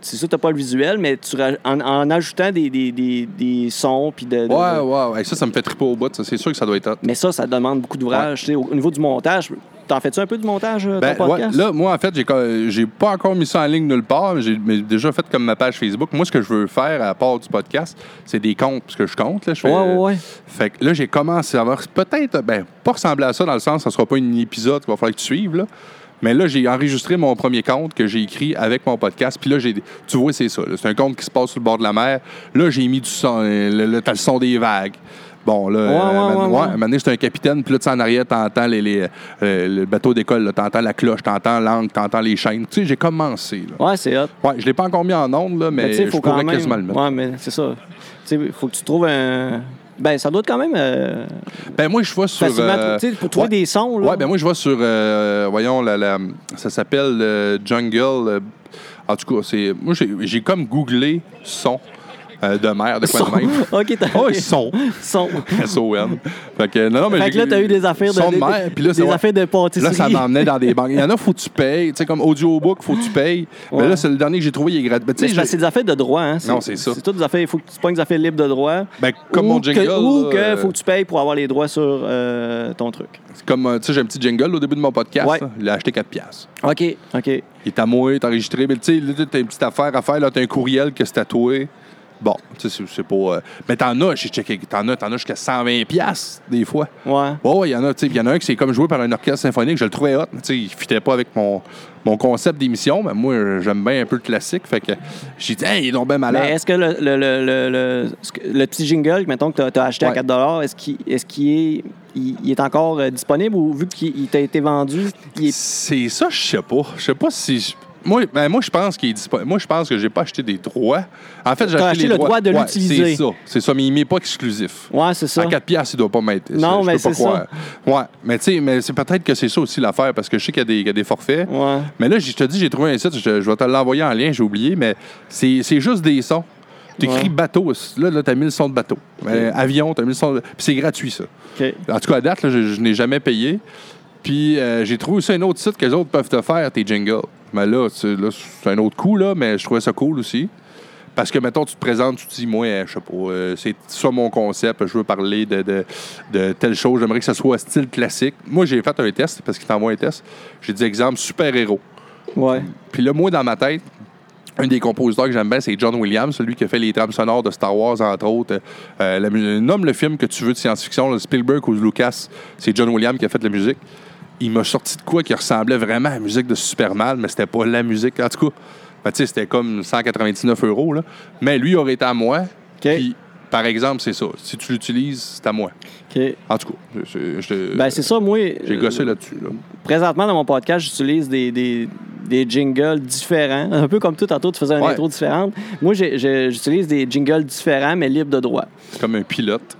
Speaker 2: c'est sûr, t'as pas le visuel, mais tu raj- en, en ajoutant des, des, des, des sons puis de, de-
Speaker 1: Ouais, ouais, ouais. Ça, ça me fait triper au bout. ça. C'est sûr que ça doit être hot.
Speaker 2: Mais ça, ça demande beaucoup d'ouvrage. Tu sais, Au, au niveau du montage, t'en fais-tu un peu du montage, euh,
Speaker 1: Ben,
Speaker 2: ton podcast?
Speaker 1: ouais, là, moi, en fait, j'ai co- j'ai pas encore mis ça en ligne nulle part, mais j'ai mais déjà fait comme ma page Facebook. Moi, ce que je veux faire à part du podcast, c'est des comptes, parce que je compte. Là, je fais-
Speaker 2: Ouais, ouais, ouais.
Speaker 1: Fait que là, j'ai commencé à avoir peut-être, ben, pas ressembler à ça dans le sens, ça sera pas un épisode qu'il va falloir que tu suives, là. Mais là, j'ai enregistré mon premier compte que j'ai écrit avec mon podcast. Puis là, j'ai, tu vois, c'est ça. là. C'est un compte qui se passe sur le bord de la mer. Là, j'ai mis du son, euh, le, le- t'as le son des vagues. Bon, là,
Speaker 2: Ouais,
Speaker 1: euh, man-
Speaker 2: ouais, ouais,
Speaker 1: ouais,
Speaker 2: ouais.
Speaker 1: un moment donné, j'étais un capitaine, puis là, tu sais, en arrière, t'entends les, les, euh, le bateau d'école, là, t'entends la cloche, t'entends l'angle, t'entends les chaînes. Tu sais, j'ai commencé, là.
Speaker 2: Ouais, c'est hot.
Speaker 1: Ouais, je l'ai pas encore mis en ondes, là, mais,
Speaker 2: tu sais,
Speaker 1: je pourrais quasiment le mettre.
Speaker 2: Ouais, mais c'est ça. Tu sais, faut que tu trouves un. Ben, ça doit être quand même. euh,
Speaker 1: Ben, moi, je vois sur...
Speaker 2: facilement.
Speaker 1: euh,
Speaker 2: tu sais, pour trouver
Speaker 1: ouais.
Speaker 2: des sons, là.
Speaker 1: Ouais, ben moi, je vois sur, euh, voyons, la, la- ça s'appelle euh, Jungle. euh, en tout cas, c'est, moi, j'ai, j'ai comme googlé son euh, de mer, de quoi
Speaker 2: Son.
Speaker 1: de même.
Speaker 2: OK, t'as.
Speaker 1: Oh, son.
Speaker 2: Son.
Speaker 1: S-O-N. Fait que, non, non, mais
Speaker 2: Fait que là, t'as eu des affaires de.
Speaker 1: Son de
Speaker 2: des-
Speaker 1: mer, puis là, c'est-
Speaker 2: Des
Speaker 1: ouais.
Speaker 2: affaires de pâtisserie.
Speaker 1: Là, ça m'emmenait dans des banques. Il y en a, faut que tu payes. Tu sais, comme audiobook, faut que tu payes. Mais
Speaker 2: Ouais.
Speaker 1: là, c'est le dernier que j'ai trouvé, il est gratuit. Ben, tu
Speaker 2: Mais
Speaker 1: sais,
Speaker 2: c'est parce
Speaker 1: j'ai-
Speaker 2: que c'est des affaires de droit, hein.
Speaker 1: Non, c'est ça.
Speaker 2: C'est toutes des affaires. Il faut que tu pognes des affaires libres de droit.
Speaker 1: ben, comme
Speaker 2: Ou
Speaker 1: mon
Speaker 2: que-
Speaker 1: jingle.
Speaker 2: Ou
Speaker 1: là,
Speaker 2: que
Speaker 1: euh,
Speaker 2: faut que tu payes pour avoir les droits sur euh, ton truc.
Speaker 1: c'est Comme, euh, tu sais, j'ai un petit jingle au début de mon podcast.
Speaker 2: Ouais.
Speaker 1: là. Il a acheté 4 piastres.
Speaker 2: OK. OK.
Speaker 1: Il est à moi, il est enregistré. Mais tu sais, là, t'as une petite affaire à faire. Là, t'as un courriel que c'est tatoué. Bon, tu sais, c'est- c'est pas. euh, Mais t'en as, j'ai checké. T'en as, t'en as jusqu'à 120 piastres, des fois.
Speaker 2: Ouais.
Speaker 1: Ouais, ouais, il y en a, tu sais, il y en a un qui c'est comme joué par un orchestre symphonique, je le trouvais hot, mais tu sais, il fitait pas avec mon, mon concept d'émission, mais moi euh, j'aime bien un peu le classique, fait que j'ai dit hey, il est donc bien
Speaker 2: Mais
Speaker 1: malade.
Speaker 2: est-ce que le, le, le, le, le- ce que- le petit jingle, mettons, que tu as, acheté
Speaker 1: Ouais.
Speaker 2: à 4 est-ce qu'il est, qu'il est, il, il est encore euh, disponible ou vu qu'il il t'a été vendu, il est...
Speaker 1: C'est ça, je sais pas, je sais pas si je- moi, ben, moi je pense qu'il est dispo- Moi je pense que j'ai pas acheté des droits. En fait, j'ai
Speaker 2: T'as
Speaker 1: acheté,
Speaker 2: acheté
Speaker 1: les
Speaker 2: le
Speaker 1: droits.
Speaker 2: droit de
Speaker 1: Ouais,
Speaker 2: l'utiliser.
Speaker 1: C'est ça, c'est ça, mais il m'est pas exclusif.
Speaker 2: Ouais, c'est ça.
Speaker 1: À 4 piastres, il doit pas m'être.
Speaker 2: Non,
Speaker 1: je
Speaker 2: mais
Speaker 1: peux pas
Speaker 2: c'est
Speaker 1: croire. Ouais, mais tu sais, mais c'est peut-être que c'est ça aussi l'affaire parce que je sais qu'il y a des- il y a des forfaits.
Speaker 2: Ouais.
Speaker 1: Mais là, je te dis, j'ai trouvé un site, je, je vais te l'envoyer en lien, j'ai oublié, mais c'est c'est juste des sons. Tu écris
Speaker 2: Ouais.
Speaker 1: bateau, là, là t'as mis le son de bateau. Euh, avion, t'as mis le son de... Puis c'est gratuit, ça.
Speaker 2: OK.
Speaker 1: En tout cas, à date, là, je, je n'ai jamais payé. Puis euh, j'ai trouvé aussi un autre site que les autres peuvent te faire, tes jingles. Mais là, c'est là, c'est un autre coup, là, mais je trouvais ça cool aussi. Parce que, mettons, tu te présentes, tu te dis, moi, euh, je sais pas, euh, c'est ça mon concept, je veux parler de, de- de telle chose, j'aimerais que ça soit style classique. Moi, j'ai fait un test, parce qu'il t'envoie un test. J'ai dit, exemple, super-héros.
Speaker 2: Ouais.
Speaker 1: Puis là, moi, dans ma tête, un des compositeurs que j'aime bien, c'est John Williams, celui qui a fait les trames sonores de Star Wars, entre autres. Euh, la mu- nomme le film que tu veux de science-fiction, là, Spielberg ou Lucas. C'est John Williams qui a fait la musique. Il m'a sorti de quoi qui ressemblait vraiment à la musique de Superman, mais c'était pas la musique. En tout cas, ben, tu sais, c'était comme 199 euros. Là. Mais lui, il aurait été à moi. Puis, par exemple, c'est ça. Si tu l'utilises, c'est à moi.
Speaker 2: OK.
Speaker 1: En tout cas, je- je- je-
Speaker 2: Ben, c'est ça, moi.
Speaker 1: j'ai
Speaker 2: euh,
Speaker 1: gossé là-dessus. là.
Speaker 2: Présentement, dans mon podcast, j'utilise des, des, des jingles différents. Un peu comme tout, tantôt, tu faisais une
Speaker 1: Ouais.
Speaker 2: intro différente. Moi, j'ai- j'ai- j'utilise des jingles différents, mais libres de droit.
Speaker 1: C'est comme un pilote.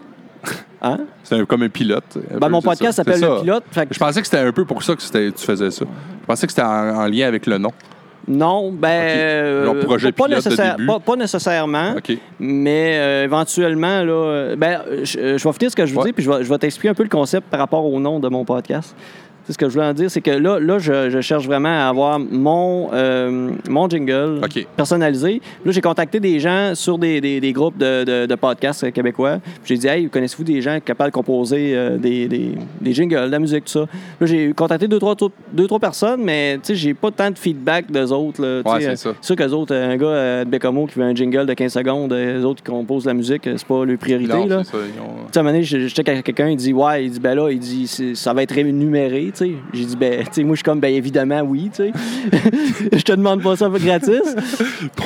Speaker 2: Hein?
Speaker 1: C'est un- comme un pilote. Un
Speaker 2: Ben,
Speaker 1: peu,
Speaker 2: mon
Speaker 1: c'est ça.
Speaker 2: podcast
Speaker 1: C'est
Speaker 2: s'appelle
Speaker 1: ça.
Speaker 2: Le Pilote. Fait que
Speaker 1: Je pensais que c'était un peu pour ça que c'était- tu faisais ça. Je pensais que c'était en, en lien avec le nom.
Speaker 2: Non, ben. euh,
Speaker 1: Leur projet
Speaker 2: pas,
Speaker 1: pilote de
Speaker 2: nécessaire-
Speaker 1: début.
Speaker 2: pas- pas nécessairement,
Speaker 1: OK.
Speaker 2: mais euh, éventuellement, là, euh, ben, euh, je, euh, je vais finir ce que je vous
Speaker 1: Ouais.
Speaker 2: dis, puis je vais, je vais t'expliquer un peu le concept par rapport au nom de mon podcast. C'est ce que je voulais en dire, c'est que là, là je, je cherche vraiment à avoir mon, euh, mon jingle
Speaker 1: OK.
Speaker 2: personnalisé. Là, j'ai contacté des gens sur des, des- des groupes de, de- de podcasts euh, québécois. Puis J'ai dit, hey, connaissez-vous des gens capables de composer euh, des, des- des jingles, de la musique, tout ça? Là, j'ai contacté deux, trois, tou- deux, trois personnes, mais tu sais, j'ai pas tant de feedback d'eux autres. là. Tu
Speaker 1: Ouais,
Speaker 2: sais,
Speaker 1: c'est
Speaker 2: euh,
Speaker 1: ça.
Speaker 2: sûr qu'eux autres, euh, un gars euh, de Bécamo qui veut un jingle de 15 secondes, euh, eux autres qui composent la musique, euh, c'est pas leur priorité.
Speaker 1: Non,
Speaker 2: là.
Speaker 1: c'est ça, ils ont-
Speaker 2: Tu sais, à un moment donné, je, je check avec quelqu'un, il dit Ouais, il dit Ben là, il dit c'est- ça va être rémunéré, tu sais. J'ai dit Ben, tu sais, moi, je suis comme Ben évidemment, oui, tu sais. je te demande pas ça gratis.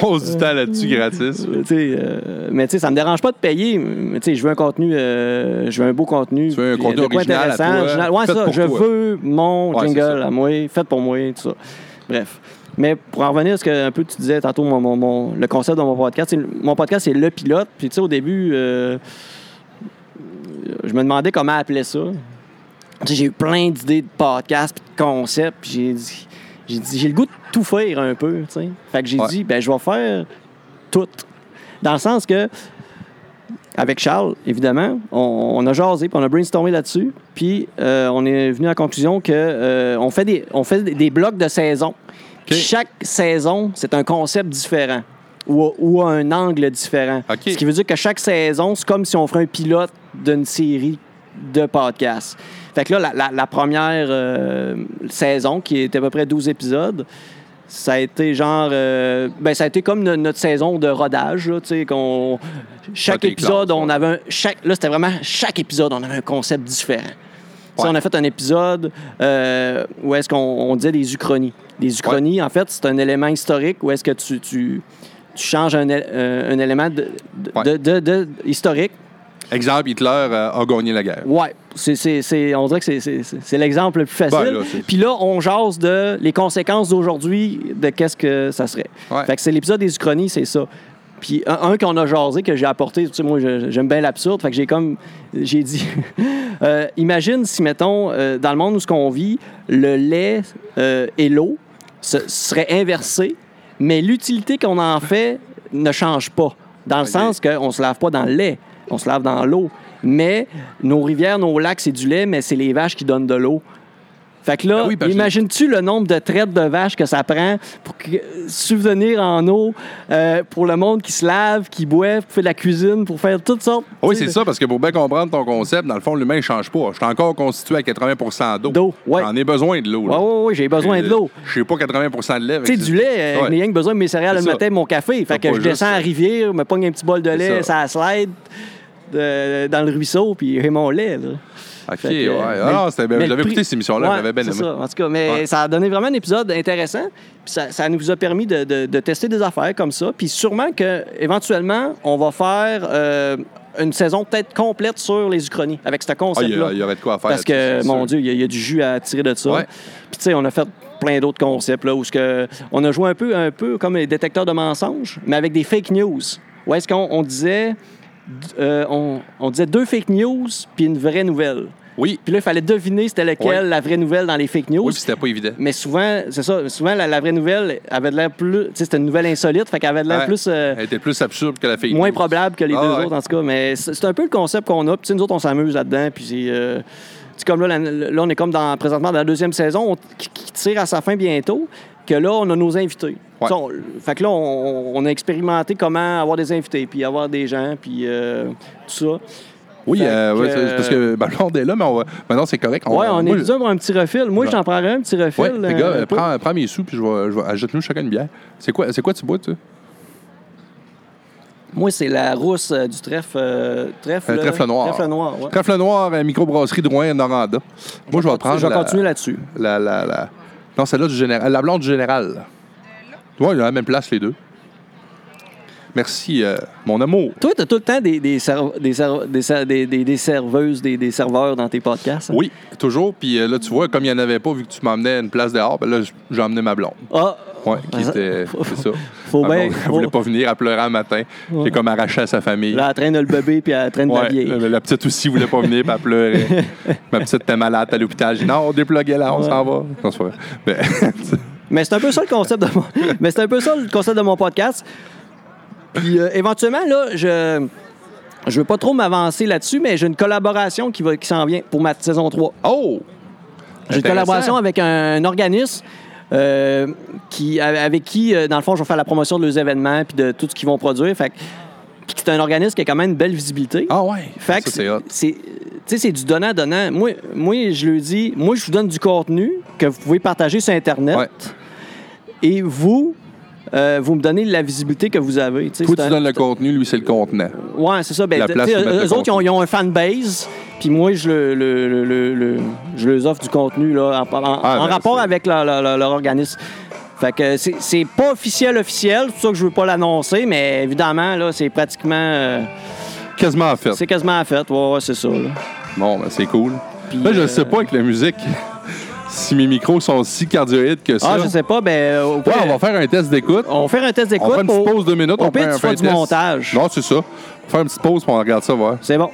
Speaker 1: Pose du temps là-dessus gratis.
Speaker 2: Tu sais, euh, mais tu sais, ça me dérange pas de payer. mais tu sais, je veux un contenu, euh, je veux un beau contenu.
Speaker 1: Tu veux un
Speaker 2: puis,
Speaker 1: contenu
Speaker 2: de quoi
Speaker 1: original à
Speaker 2: intéressant,
Speaker 1: toi,
Speaker 2: original. Ouais,
Speaker 1: fait
Speaker 2: ça,
Speaker 1: pour
Speaker 2: je
Speaker 1: toi.
Speaker 2: veux mon
Speaker 1: Ouais, c'est
Speaker 2: jingle
Speaker 1: ça.
Speaker 2: à moi, fait pour moi, tout ça. Bref. Mais pour en revenir à ce que un peu tu disais tantôt, mon, mon- mon- le concept de mon podcast, c'est- mon podcast, c'est le pilote. Puis tu sais, au début, euh, je me demandais comment appeler ça. Tu sais, j'ai eu plein d'idées de podcasts, puis de concepts, puis j'ai dit, j'ai dit, j'ai le goût de tout faire un peu, tu sais. Fait que j'ai
Speaker 1: Ouais.
Speaker 2: dit, ben je vais faire tout. Dans le sens que, avec Charles, évidemment, on, on a jasé, puis on a brainstormé là-dessus, puis euh, on est venu à la conclusion que euh, on fait des, on fait des- des blocs de saison. Puis Chaque saison, c'est un concept différent ou, ou un angle différent.
Speaker 1: OK.
Speaker 2: Ce qui veut dire que chaque saison, c'est comme si on ferait un pilote d'une série de podcasts. Fait que là, la, la- la première euh, saison, qui était à peu près 12 épisodes, ça a été genre. euh, ben, ça a été comme no- notre saison de rodage, là, tu sais, qu'on. Chaque
Speaker 1: Toutes les
Speaker 2: épisode,
Speaker 1: classes,
Speaker 2: on
Speaker 1: ouais.
Speaker 2: avait un. Chaque, là, c'était vraiment. Chaque épisode, on avait un concept différent. Tu sais,
Speaker 1: Ouais.
Speaker 2: On a fait un épisode euh, où est-ce qu'on on disait des uchronies. Les uchronies, en fait, c'est un élément historique où est-ce que tu, tu, tu changes un, él- euh, un élément de, de-
Speaker 1: Ouais.
Speaker 2: de- de- de- historique
Speaker 1: Exemple, Hitler euh, a gagné la guerre.
Speaker 2: Ouais, c'est, c'est- c'est- on dirait que c'est, c'est- c'est- c'est l'exemple le plus facile.
Speaker 1: Ben, là, c'est-
Speaker 2: Puis là, on jase de les conséquences d'aujourd'hui de qu'est-ce que ça serait.
Speaker 1: Ouais.
Speaker 2: Fait que c'est l'épisode des uchronies, c'est ça. Puis un, un qu'on a jasé, que j'ai apporté, tu sais, moi, je- j'aime bien l'absurde, fait que j'ai comme, j'ai dit, euh, imagine si, mettons, euh, dans le monde où ce qu'on vit, le lait euh, et l'eau se- seraient inversés, mais l'utilité qu'on en fait ne change pas. Dans le
Speaker 1: Ok.
Speaker 2: sens qu'on se lave pas dans le lait, on se lave dans l'eau. Mais nos rivières, nos lacs, c'est du lait, mais c'est les vaches qui donnent de l'eau. Fait que là,
Speaker 1: Ah oui, parce que-
Speaker 2: imagines-tu le nombre de traites de vaches que ça prend pour que- subvenir en eau euh, pour le monde qui se lave, qui boit, pour faire de la cuisine, pour faire toutes sortes.
Speaker 1: Ah Oui,
Speaker 2: tu sais,
Speaker 1: c'est ça, parce que pour bien comprendre ton concept, dans le fond, l'humain ne change pas. Je suis encore constitué à 80 d'eau.
Speaker 2: D'eau, ouais.
Speaker 1: J'en ai besoin de l'eau.
Speaker 2: Ouais,
Speaker 1: là. Euh,
Speaker 2: ouais, ouais, j'ai besoin de l'eau.
Speaker 1: Je suis pas 80 de lait.
Speaker 2: Tu sais, du lait, euh,
Speaker 1: Ouais.
Speaker 2: j'ai rien que besoin de mes céréales
Speaker 1: C'est
Speaker 2: le
Speaker 1: ça.
Speaker 2: matin, mon café. Fait
Speaker 1: T'as
Speaker 2: que
Speaker 1: pas
Speaker 2: je
Speaker 1: juste,
Speaker 2: descends à la
Speaker 1: euh,
Speaker 2: rivière, me pogne un petit bol de lait, ça,
Speaker 1: ça.
Speaker 2: slide euh, dans le ruisseau, puis j'ai mon lait. là.
Speaker 1: OK,
Speaker 2: Fait que,
Speaker 1: ouais.
Speaker 2: euh, mais-
Speaker 1: Ah, c'était bien.
Speaker 2: mais
Speaker 1: J'avais
Speaker 2: le prix-
Speaker 1: écouté cette émission-là,
Speaker 2: Ouais,
Speaker 1: j'avais bien
Speaker 2: c'est
Speaker 1: aimé.
Speaker 2: ça. En tout cas, mais
Speaker 1: Ouais.
Speaker 2: ça a donné vraiment un épisode intéressant. Puis ça, ça nous a permis de, de- de tester des affaires comme ça. Puis sûrement que éventuellement, on va faire euh, une saison peut-être complète sur les Uchronies avec ce
Speaker 1: Ah, il y,
Speaker 2: concept-là.
Speaker 1: a- il y aurait de quoi à faire.
Speaker 2: Parce que,
Speaker 1: là-dessus, c'est
Speaker 2: mon
Speaker 1: sûr.
Speaker 2: Dieu, il y, a- il y a du jus à tirer de ça.
Speaker 1: Ouais.
Speaker 2: Puis, tu sais, on a fait plein d'autres concepts, là, où ce que, on a joué un peu, un peu comme les détecteurs de mensonges, mais avec des fake news. Où est-ce qu'on on disait, euh, on, on disait deux fake news puis une vraie nouvelle.
Speaker 1: Oui,
Speaker 2: Puis là, il fallait deviner c'était lequel,
Speaker 1: Ouais.
Speaker 2: la vraie nouvelle dans les fake news.
Speaker 1: oui, puis c'était pas évident.
Speaker 2: mais souvent, c'est ça, souvent la, la vraie nouvelle avait de l'air plus. Tu sais, c'était une nouvelle insolite, fait qu'elle avait de l'air
Speaker 1: Ouais.
Speaker 2: plus. euh,
Speaker 1: Elle était plus absurde que la fille.
Speaker 2: moins probable que les
Speaker 1: Ah,
Speaker 2: deux
Speaker 1: ouais.
Speaker 2: autres, en tout cas. Mais c'est c'est un peu le concept qu'on a. Puis, tu sais, nous autres, on s'amuse là-dedans. Puis, c'est. euh, c'est comme là, la- là, on est comme dans, présentement dans la deuxième saison, on- qui, qui tire à sa fin bientôt, que là, on a nos invités.
Speaker 1: Ouais.
Speaker 2: Tu sais, on- fait que là, on, on a expérimenté comment avoir des invités, puis avoir des gens, puis euh, tout ça.
Speaker 1: Oui,
Speaker 2: Fait
Speaker 1: euh, ouais,
Speaker 2: que-
Speaker 1: c'est- parce que ben, là, on est là, mais on va- maintenant, c'est correct.
Speaker 2: ouais, on
Speaker 1: moi,
Speaker 2: est dû pour un petit refil. Moi,
Speaker 1: Ouais.
Speaker 2: j'en prendrais un petit refil.
Speaker 1: Ouais, les gars,
Speaker 2: euh,
Speaker 1: euh,
Speaker 2: pour-
Speaker 1: prends, prends mes sous, puis je vais, je vais- ajoute-nous chacun une bière. C'est quoi, c'est quoi tu bois, tu?
Speaker 2: Moi, c'est la rousse euh, du trèfle, euh, trèfle,
Speaker 1: Euh, trèfle noir.
Speaker 2: Trèfle noir, ouais.
Speaker 1: Trèfle noir, euh, microbrasserie Drouin, Noranda. Moi, je vais prendre
Speaker 2: Je vais
Speaker 1: la-
Speaker 2: continuer là-dessus.
Speaker 1: la, la, la... Non, celle-là du général. La blonde du général. Ouais, il a la même place, les deux. Merci, euh, mon amour.
Speaker 2: Toi, t'as tout le temps des, des, serve- des, serve- des, ser- des- des- des serveuses, des, des serveurs dans tes podcasts. hein?
Speaker 1: Oui, toujours. Puis euh, là, tu vois, comme il n'y en avait pas, vu que tu m'emmenais à une place dehors, ben là, j- j'ai emmené ma blonde.
Speaker 2: Ah,
Speaker 1: Ouais, qui était. C'est ça.
Speaker 2: faut
Speaker 1: Ma
Speaker 2: bien.
Speaker 1: blonde, elle voulait pas venir, elle pleurait un matin. J'ai comme arraché à sa famille.
Speaker 2: Là, elle traîne le bébé puis elle traîne la
Speaker 1: Ouais,
Speaker 2: vieille.
Speaker 1: la, la petite aussi voulait pas venir, puis elle pleurait. Ma petite était malade à l'hôpital. J'ai dit non, on dépluguait là, on s'en va. Non, c'est pas vrai. Ben, Mais,
Speaker 2: Mais c'est un peu ça le concept de mon, mais c'est un peu ça le concept de mon podcast. Puis euh, éventuellement là, je je veux pas trop m'avancer là-dessus, mais j'ai une collaboration qui va qui s'en vient pour ma saison 3.
Speaker 1: oh!
Speaker 2: J'ai une
Speaker 1: Intéressant.
Speaker 2: collaboration avec un, organisme euh, qui, avec qui, euh, dans le fond, je vais faire la promotion de leurs événements puis de tout ce qu'ils vont produire. Fait que- puis c'est un organisme qui a quand même une belle visibilité.
Speaker 1: Ah ouais!
Speaker 2: Fait que
Speaker 1: ça, c'est hot.
Speaker 2: c'est- tu sais, c'est du donnant-donnant. Moi, moi, je le dis, moi, je vous donne du contenu que vous pouvez partager sur Internet.
Speaker 1: Ouais.
Speaker 2: Et vous, euh, vous me donnez la visibilité que vous avez. Tu sais,
Speaker 1: Toi,
Speaker 2: c'est
Speaker 1: tu
Speaker 2: un-
Speaker 1: donnes le contenu, lui, c'est le contenant.
Speaker 2: Ouais, c'est ça. Ben,
Speaker 1: La
Speaker 2: tu
Speaker 1: place
Speaker 2: sais,
Speaker 1: pour mettre
Speaker 2: eux
Speaker 1: le
Speaker 2: autres, ils ont,
Speaker 1: contenu.
Speaker 2: ils ont un fanbase. Puis moi, je, le, le- le- le- le- je les offre du contenu là, en, en-
Speaker 1: Ah,
Speaker 2: en
Speaker 1: ben,
Speaker 2: rapport
Speaker 1: c'est-
Speaker 2: avec leur, leur- leur- leur organisme. Fait que c'est- c'est pas officiel, officiel. C'est pour ça que je veux pas l'annoncer. Mais évidemment, là, c'est pratiquement... euh,
Speaker 1: Quasiment fait.
Speaker 2: c'est quasiment fait. Ouais, ouais, c'est ça. là.
Speaker 1: Bon, ben, c'est cool. Là,
Speaker 2: euh,
Speaker 1: je sais pas avec la musique si mes micros sont si cardioïdes que ça.
Speaker 2: Ah, je sais pas, ben, au
Speaker 1: Ouais,
Speaker 2: pire,
Speaker 1: on va faire un test d'écoute.
Speaker 2: on va faire un test
Speaker 1: On fait
Speaker 2: d'écoute.
Speaker 1: une petite
Speaker 2: pour-
Speaker 1: pause de minutes.
Speaker 2: au
Speaker 1: on
Speaker 2: pire,
Speaker 1: fait un,
Speaker 2: tu fais
Speaker 1: un
Speaker 2: du
Speaker 1: test.
Speaker 2: montage.
Speaker 1: Non, c'est ça. On fait une petite pause, puis on regarde ça, voir.
Speaker 2: C'est bon.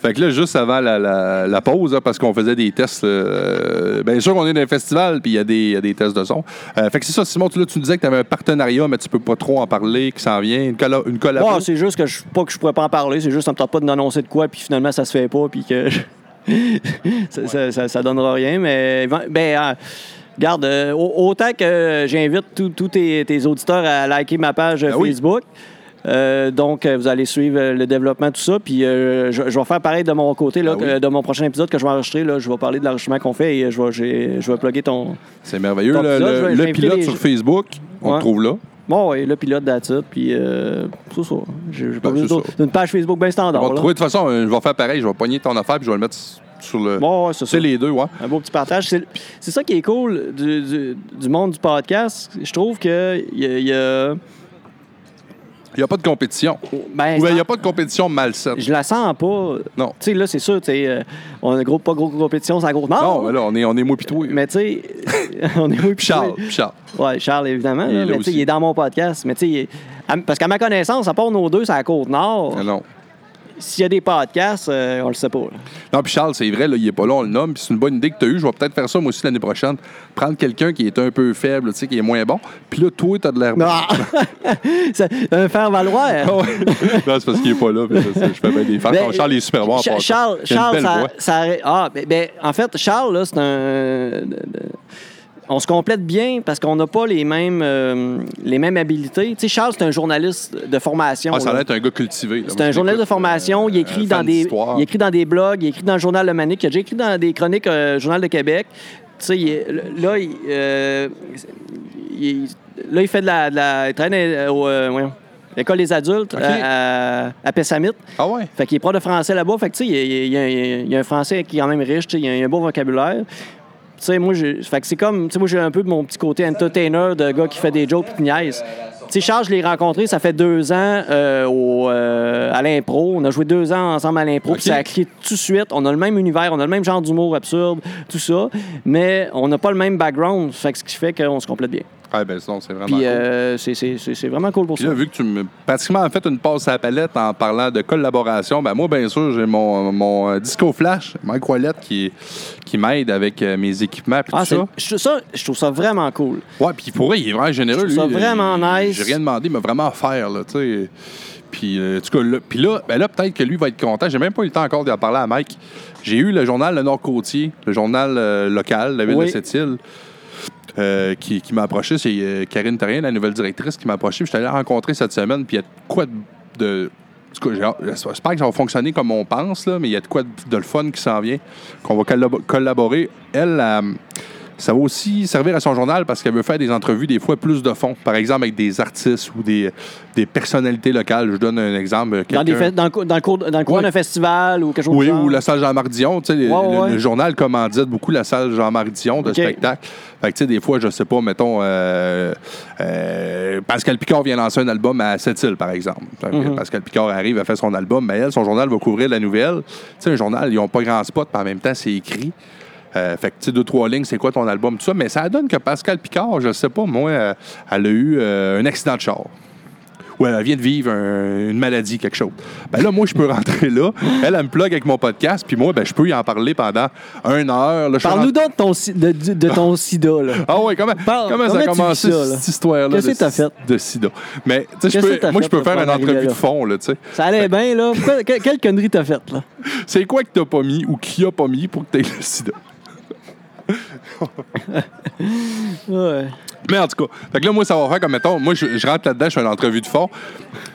Speaker 1: Fait que là, juste avant la, la- la pause, hein, parce qu'on faisait des tests, euh, bien sûr, on est dans un festival, puis il y, a des- il y a des tests de son. Euh, fait que c'est ça, Simon, tu, là, tu nous disais que tu avais un partenariat, mais tu peux pas trop en parler, qui s'en vient, une, colla- une collabo.
Speaker 2: Bon, c'est juste que je pas que je pourrais pas en parler, c'est juste ça me tente pas de n'annoncer de quoi, puis finalement ça se fait pas, puis que je- ça, ça, ça- ça donnera rien. Mais ben, euh, regarde, euh, au- autant que euh, j'invite tous tous tes, tes auditeurs à liker ma page euh,
Speaker 1: Ben oui.
Speaker 2: Facebook. euh, donc, euh, vous allez suivre euh, le développement, tout ça. Puis, euh, je, je vais faire pareil de mon côté, là,
Speaker 1: Ben
Speaker 2: que-
Speaker 1: oui.
Speaker 2: de mon prochain épisode que je vais enregistrer. Là, je vais parler de l'enregistrement qu'on fait et euh, je vais, j'ai- je vais plugger ton,
Speaker 1: c'est merveilleux.
Speaker 2: Ton
Speaker 1: Le,
Speaker 2: épisode, je
Speaker 1: le-
Speaker 2: vais- je vais
Speaker 1: le
Speaker 2: inviter
Speaker 1: pilote
Speaker 2: les
Speaker 1: sur
Speaker 2: gens.
Speaker 1: Facebook, on
Speaker 2: Ouais. Ben,
Speaker 1: te trouve là.
Speaker 2: Bon, oui, le pilote d'attitude, puis euh, c'est ça. J'ai j'ai pas
Speaker 1: Ben,
Speaker 2: besoin
Speaker 1: c'est
Speaker 2: d'autre-
Speaker 1: ça.
Speaker 2: d'une page Facebook bien standard.
Speaker 1: On va te
Speaker 2: là.
Speaker 1: trouver. De toute façon, euh, je vais faire pareil, je vais pogner ton affaire, puis je vais le mettre s- sur le.
Speaker 2: Bon, ouais, c'est
Speaker 1: c'est
Speaker 2: ça.
Speaker 1: les deux, ouais.
Speaker 2: Un beau petit partage. C'est c'est ça qui est cool du, du- du monde du podcast. Je trouve que il y a- il y a-
Speaker 1: Il n'y a pas de compétition.
Speaker 2: Ben,
Speaker 1: Ou bien, il n'y a pas de compétition malsaine.
Speaker 2: Je la sens pas.
Speaker 1: Non.
Speaker 2: Tu sais, là, c'est sûr, tu sais, euh, on a gros, pas gros compétition, c'est la grosse mort.
Speaker 1: Non, mais là, on est, on est moi pis toi.
Speaker 2: Mais tu sais, on est où
Speaker 1: Pis Charles, pis Charles.
Speaker 2: Oui, Charles, évidemment.
Speaker 1: Il est
Speaker 2: là,
Speaker 1: là
Speaker 2: mais tu sais,
Speaker 1: aussi.
Speaker 2: il est dans mon podcast. Mais tu sais, il est- à- parce qu'à ma connaissance, à part nos deux, c'est la Côte-Nord.
Speaker 1: Ah Non.
Speaker 2: S'il y a des podcasts, euh, on le sait pas. là.
Speaker 1: Non, puis Charles, c'est vrai, là, il est pas là, on le nomme, puis c'est une bonne idée que tu as eue. Je vais peut-être faire ça moi aussi l'année prochaine. Prendre quelqu'un qui est un peu faible, tu sais, qui est moins bon, puis là, toi, t'as de l'air bon.
Speaker 2: C'est un faire valoir.
Speaker 1: Ah ouais. non, c'est parce qu'il est pas là, puis je, je fais bien des farces.
Speaker 2: Ben,
Speaker 1: Non, Charles est super bon. à
Speaker 2: Cha-
Speaker 1: part ça.
Speaker 2: Charles,
Speaker 1: Il a une
Speaker 2: Charles,
Speaker 1: belle
Speaker 2: ça,
Speaker 1: voix.
Speaker 2: ça aurait- ah, ben, ben, en fait, Charles, là, c'est un. euh, On se complète bien parce qu'on n'a pas les mêmes, euh, les mêmes habilités. Tu sais, Charles, c'est un journaliste de formation.
Speaker 1: Ah, ça a
Speaker 2: là.
Speaker 1: l'air d'être un gars cultivé. là.
Speaker 2: C'est
Speaker 1: Moi,
Speaker 2: un
Speaker 1: je
Speaker 2: journaliste de
Speaker 1: l'écoute,
Speaker 2: formation.
Speaker 1: euh,
Speaker 2: Il écrit,
Speaker 1: fan
Speaker 2: dans des,
Speaker 1: d'histoire.
Speaker 2: il écrit dans des blogs, il écrit dans le journal Le Manic. Il a déjà écrit dans des chroniques euh, Journal de Québec. Tu sais, il est- là, il, euh, il- là, il fait de la. de la- il travaille dans- au, euh, voyons, l'école des adultes
Speaker 1: Ok.
Speaker 2: à, à, à Pessamit.
Speaker 1: Ah ouais?
Speaker 2: Fait qu'il est prof de français là-bas. Fait que, tu sais, il, y a- il y a- il y a- il y a un français qui est quand même riche. tu sais, Il y a, il y a un beau vocabulaire. Tu sais, moi, j'ai- fait que c'est comme. Tu sais, moi, j'ai un peu de mon petit côté entertainer de gars qui fait des jokes et qui niaise. Tu sais, Charles, je l'ai rencontré, ça fait deux ans euh, au, euh, à l'impro. On a joué deux ans ensemble à l'impro. puis
Speaker 1: Ok.
Speaker 2: Ça a cliqué tout de suite. On a le même univers, on a le même genre d'humour absurde, tout ça. Mais on n'a pas le même background. Fait que ce qui fait qu'on se complète bien.
Speaker 1: Ah, ben sinon, c'est vraiment.
Speaker 2: Puis
Speaker 1: cool.
Speaker 2: euh, c'est- c'est c'est- c'est vraiment cool pour
Speaker 1: Puis
Speaker 2: ça.
Speaker 1: là, vu que tu me pratiquement as fait une passe à la palette en parlant de collaboration, ben moi, bien sûr, j'ai mon, mon euh, Disco Flash, Mike Wallet, qui, qui m'aide avec euh, mes équipements. Puis
Speaker 2: Ah,
Speaker 1: tout
Speaker 2: c'est-
Speaker 1: ça.
Speaker 2: je- ça, je trouve ça vraiment cool.
Speaker 1: Ouais, puis pour vrai, il est vraiment généreux,
Speaker 2: Je
Speaker 1: lui.
Speaker 2: trouve ça vraiment
Speaker 1: Il-
Speaker 2: nice.
Speaker 1: J'ai rien demandé, il m'a vraiment offert, là, tu sais. Puis, euh, en tout cas, là, puis là, ben là peut-être que lui va être content. J'ai même pas eu le temps encore d'en parler à Mike. J'ai eu le journal Le Nord-Côtier, le journal euh, local, la ville
Speaker 2: Oui.
Speaker 1: de Sept-Îles, euh, qui, qui m'a approché. C'est euh, Karine Terrien, la nouvelle directrice, qui m'a approché. Puis Je suis allé la rencontrer cette semaine, puis il y a de quoi de. de- en tout cas, j'ai hâte- j'espère que ça va fonctionner comme on pense, là, mais il y a de quoi de, de le fun qui s'en vient, qu'on va collabo- collaborer. Elle, euh, ça va aussi servir à son journal parce qu'elle veut faire des entrevues des fois plus de fond, par exemple avec des artistes ou des, des personnalités locales. Je donne un exemple. euh,
Speaker 2: Dans, des
Speaker 1: quelqu'un-
Speaker 2: fêtes- dans, le cou- dans le cours, dans le courant
Speaker 1: Ouais.
Speaker 2: d'un festival ou quelque chose
Speaker 1: oui,
Speaker 2: comme ça.
Speaker 1: ou la salle Jean-Marc Dion. Tu sais, le,
Speaker 2: Ouais, ouais.
Speaker 1: le journal commandite beaucoup la salle Jean-Marc Dion de
Speaker 2: Ok.
Speaker 1: spectacle. Fait que, tu sais, des fois, je sais pas, mettons, euh, euh, Pascal Picard vient lancer un album à Sept-Îles, par exemple. Fait que
Speaker 2: Mhm.
Speaker 1: Pascal Picard arrive, a fait son album, mais elle, son journal va couvrir la nouvelle. Tu sais, un journal, ils ont pas grand spot, mais en même temps, c'est écrit. Euh, fait que, tu sais, deux, trois lignes, c'est quoi ton album, tout ça. Mais ça donne que Pascal Picard, je sais pas, moi, euh, elle a eu euh, un accident de char ou elle vient de vivre un- une maladie, quelque chose. Ben là, moi, je peux rentrer là. Elle, elle me plug avec mon podcast, puis moi, ben, je peux y en parler pendant une heure. Là, je suis rentré-
Speaker 2: Parle-nous donc de ton, si- de, de- de ton sida, là.
Speaker 1: Ah ouais, comment,
Speaker 2: Parle-
Speaker 1: comment ça
Speaker 2: comment
Speaker 1: a
Speaker 2: tu
Speaker 1: commencé,
Speaker 2: vis ça, là?
Speaker 1: cette histoire-là
Speaker 2: Qu'est-ce
Speaker 1: de,
Speaker 2: que t'as
Speaker 1: si- de sida? Mais, tu sais, je
Speaker 2: Qu'est-ce
Speaker 1: peux-
Speaker 2: que t'as
Speaker 1: moi,
Speaker 2: fait
Speaker 1: je peux
Speaker 2: pour
Speaker 1: faire une
Speaker 2: en arriver
Speaker 1: entrevue
Speaker 2: là?
Speaker 1: de fond, là, tu sais.
Speaker 2: Ça allait
Speaker 1: Ben,
Speaker 2: bien, là. Pourquoi- que- quelle connerie t'as faite, là?
Speaker 1: C'est quoi que t'as pas mis ou qui a pas mis pour que t'aies le sida?
Speaker 2: Ouais.
Speaker 1: Mais en tout cas, fait que là, moi, ça va faire comme, mettons, moi, je, je rentre là-dedans, je fais une entrevue de fond,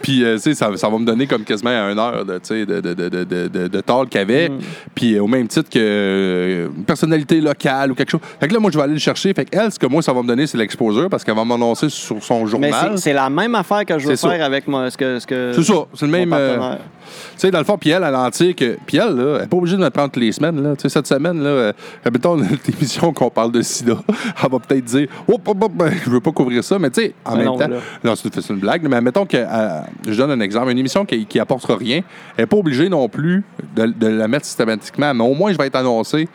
Speaker 1: puis, euh, tu sais, ça, ça va me donner comme quasiment une heure de, tu sais, de, de, de, de, de, de, de talk avec,
Speaker 2: Mm.
Speaker 1: puis euh, au même titre que euh, une personnalité locale ou quelque chose. Fait que là, moi, je vais aller le chercher. Fait que elle, ce que moi, ça va me donner, c'est l'exposure, parce qu'elle va m'annoncer sur son
Speaker 2: Mais
Speaker 1: journal.
Speaker 2: c'est- c'est la même affaire que je veux
Speaker 1: C'est ça.
Speaker 2: faire avec moi. Ce que, ce que
Speaker 1: C'est ça, c'est le
Speaker 2: mon
Speaker 1: même, euh,
Speaker 2: partenaire.
Speaker 1: Tu sais, dans le fond, puis elle, elle en tire que. Puis elle, là, elle n'est pas obligée de me prendre toutes les semaines, là. Tu sais, cette semaine, là, euh, mettons notre émission qu'on parle de sida, elle va peut-être dire, oh, oh, oh, ben, je veux pas couvrir ça, mais tu sais, en
Speaker 2: Mais
Speaker 1: même
Speaker 2: non,
Speaker 1: temps.
Speaker 2: là.
Speaker 1: Non, c'est une- c'est une blague, mais mettons que. euh, je donne un exemple. Une émission qui, qui apporte rien, elle n'est pas obligée non plus de, de la mettre systématiquement, mais au moins, je vais être annoncé.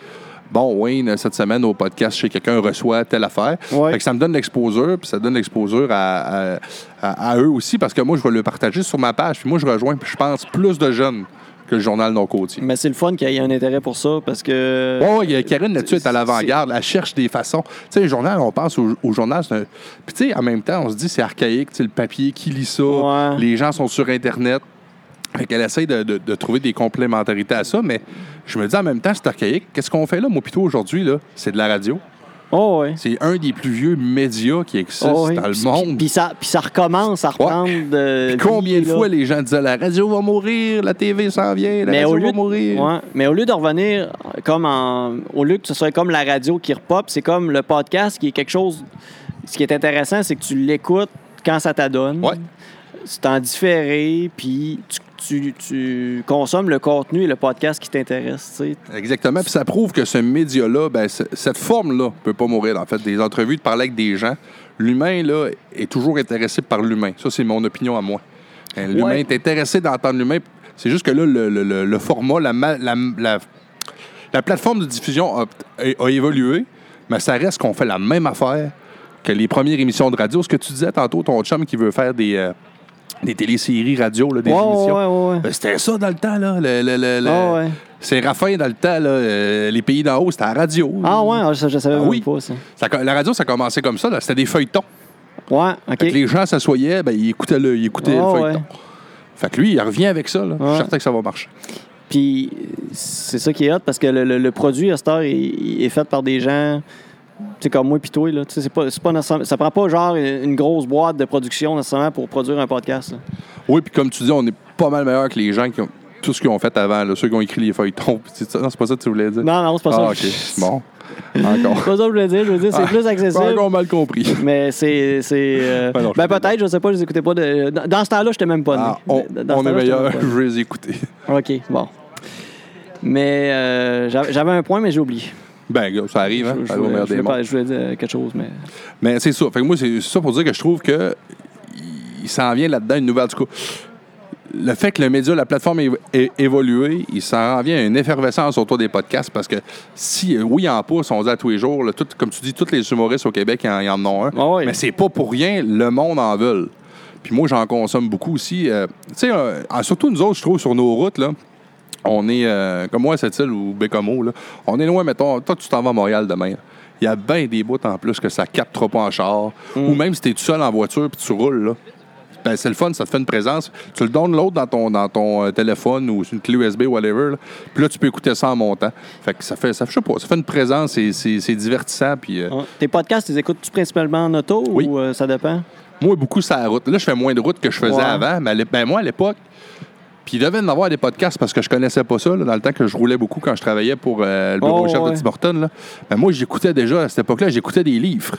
Speaker 1: Bon, Wayne, cette semaine au podcast, chez quelqu'un reçoit telle affaire.
Speaker 2: Ouais.
Speaker 1: Fait que ça me donne l'exposure, puis ça donne l'exposure à, à- à- à eux aussi, parce que moi, je vais le partager sur ma page. Puis moi, je rejoins, je pense, plus de jeunes que le journal non-côtier.
Speaker 2: Mais c'est le fun qu'il y ait un intérêt pour ça parce que.
Speaker 1: Oui, oui, Karine là-dessus est à l'avant-garde. Elle cherche des façons. Tu sais, le journal, on pense au, au journal. c'est Un... Puis, tu sais, en même temps, on se dit c'est archaïque. Tu sais, le papier, qui lit ça?
Speaker 2: Ouais.
Speaker 1: Les gens sont sur Internet. Fait qu'elle essaie de, de- de trouver des complémentarités à ça, mais je me dis en même temps, c'est archaïque. Qu'est-ce qu'on fait là, moi, plutôt aujourd'hui, là? C'est de la radio.
Speaker 2: Oh, ouais.
Speaker 1: C'est un des plus vieux médias qui existe
Speaker 2: Oh, ouais.
Speaker 1: dans le
Speaker 2: Puis-
Speaker 1: monde.
Speaker 2: Puis, puis ça, puis ça recommence à reprendre. de-
Speaker 1: Puis combien de
Speaker 2: vie, euh, là.
Speaker 1: fois les gens disaient la radio va mourir, la TV s'en vient, la
Speaker 2: mais
Speaker 1: radio
Speaker 2: au lieu
Speaker 1: va
Speaker 2: de,
Speaker 1: mourir.
Speaker 2: ouais, mais au lieu de revenir comme en, au lieu que ce soit comme la radio qui repop, c'est comme le podcast qui est quelque chose. Ce qui est intéressant, c'est que tu l'écoutes quand ça t'adonne.
Speaker 1: Ouais.
Speaker 2: C'est en différé, puis tu, tu- tu consommes le contenu et le podcast qui t'intéresse. tu sais.
Speaker 1: Exactement. Puis ça prouve que ce média-là, ben, c- cette forme-là peut pas mourir. En fait, des entrevues, de parler avec des gens, l'humain là est toujours intéressé par l'humain. Ça, c'est mon opinion à moi. Hein, L'humain,
Speaker 2: Ouais.
Speaker 1: t'es intéressé d'entendre l'humain. C'est juste que là, le, le- le- le format, la, ma- la- la- la plateforme de diffusion a, a- a évolué, mais ça reste qu'on fait la même affaire que les premières émissions de radio. Ce que tu disais tantôt, ton chum qui veut faire des, euh, des téléséries radio, là, des
Speaker 2: Ouais, ouais,
Speaker 1: émissions.
Speaker 2: ouais, ouais, ouais.
Speaker 1: Ben, C'était ça dans le temps, là. Le, le- le- le-
Speaker 2: Ah, ouais.
Speaker 1: C'est Raffin dans le temps, là. euh, les pays d'en haut, c'était à la radio.
Speaker 2: Ah ouais, ah, ça, je savais
Speaker 1: Ah
Speaker 2: même
Speaker 1: oui.
Speaker 2: pas ça.
Speaker 1: Ça co- la radio, ça commençait comme ça, là. C'était des feuilletons.
Speaker 2: Ouais, OK.
Speaker 1: Fait que les gens s'assoyaient, ben, ils écoutaient le, ils écoutaient
Speaker 2: Ah,
Speaker 1: le feuilleton.
Speaker 2: ouais.
Speaker 1: Fait que lui, il revient avec ça. Là. Je
Speaker 2: Ouais.
Speaker 1: suis certain que ça va marcher.
Speaker 2: Puis c'est ça qui est hot parce que le, le- le produit à cette heure, il, il est fait par des gens tu sais, comme moi puis toi. Là. Tu sais, C'est pas, c'est pas nécessairement- ça prend pas genre une une grosse boîte de production nécessairement pour produire un podcast. là.
Speaker 1: Oui, puis comme tu dis, on est pas mal meilleur que les gens qui ont tout ce qu'ils ont fait avant, là, ceux qui ont écrit les feuilletons. pis c'est ça. Non, c'est pas ça que tu voulais dire.
Speaker 2: Non, non, c'est pas
Speaker 1: ah,
Speaker 2: ça.
Speaker 1: OK. Bon. Encore.
Speaker 2: C'est pas ça que je voulais dire. Je veux dire, c'est plus
Speaker 1: Pas
Speaker 2: accessible.
Speaker 1: encore mal compris.
Speaker 2: Mais c'est. c'est euh,
Speaker 1: Ben non, je
Speaker 2: ben
Speaker 1: comprends.
Speaker 2: peut-être, je sais pas, je les écoutais pas. De, dans, dans ce temps-là, j'étais même pas né.
Speaker 1: Ah, on
Speaker 2: Dans- dans ce
Speaker 1: on est
Speaker 2: temps-là, j'étais
Speaker 1: meilleur.
Speaker 2: même pas
Speaker 1: Je
Speaker 2: né.
Speaker 1: vais les écouter.
Speaker 2: OK, bon. Mais euh, j'avais j'avais un point, mais j'ai oublié.
Speaker 1: Ben, gars, ça arrive, hein?
Speaker 2: Je- je,
Speaker 1: Ça arrive au
Speaker 2: voulais-
Speaker 1: meilleur
Speaker 2: je
Speaker 1: des
Speaker 2: voulais
Speaker 1: mondes.
Speaker 2: pas- je voulais dire quelque chose, mais.
Speaker 1: Mais c'est ça. Fait que moi, c'est ça pour dire que je trouve que il- il s'en vient là-dedans une nouvelle. Du coup, le fait que le média, la plateforme ait ait évolué, il s'en revient à une effervescence autour des podcasts parce que si, euh, oui, en pousse, on dit à tous les jours, là, tout- comme tu dis, tous les humoristes au Québec en, en ont un.
Speaker 2: Ah oui.
Speaker 1: Mais c'est pas pour rien, le monde en veut. Puis moi, j'en consomme beaucoup aussi. euh, tu sais, euh, en- surtout nous autres, je trouve, sur nos routes, là, on est, euh, comme moi, cette île ou Bécomo, là, on est loin, mettons, toi, tu t'en vas à Montréal demain. Il y a bien des bouts en plus que ça captera pas en char. Ou même si t'es tout seul en voiture puis tu roules, là. Ben, c'est le fun, ça te fait une présence. Tu le donnes l'autre dans ton, dans ton euh, téléphone ou sur une clé USB, whatever. là. Puis là, tu peux écouter ça en montant. Fait que ça fait, ça, je sais pas, ça fait une présence, c'est- c'est c'est divertissant. Puis, euh,
Speaker 2: Ouais. Tes podcasts, les écoutes-tu principalement en auto
Speaker 1: Oui.
Speaker 2: ou euh, ça dépend?
Speaker 1: Moi, beaucoup, c'est la route. Là, je fais moins de route que je faisais
Speaker 2: Ouais.
Speaker 1: avant, mais à l'é- ben, moi, à l'époque, puis il devait en avoir des podcasts parce que je connaissais pas ça, là, dans le temps que je roulais beaucoup quand je travaillais pour euh, le bureau
Speaker 2: Oh,
Speaker 1: chef
Speaker 2: ouais.
Speaker 1: de Tim Hortons, là. Ben, moi, j'écoutais déjà, à cette époque-là, j'écoutais des livres.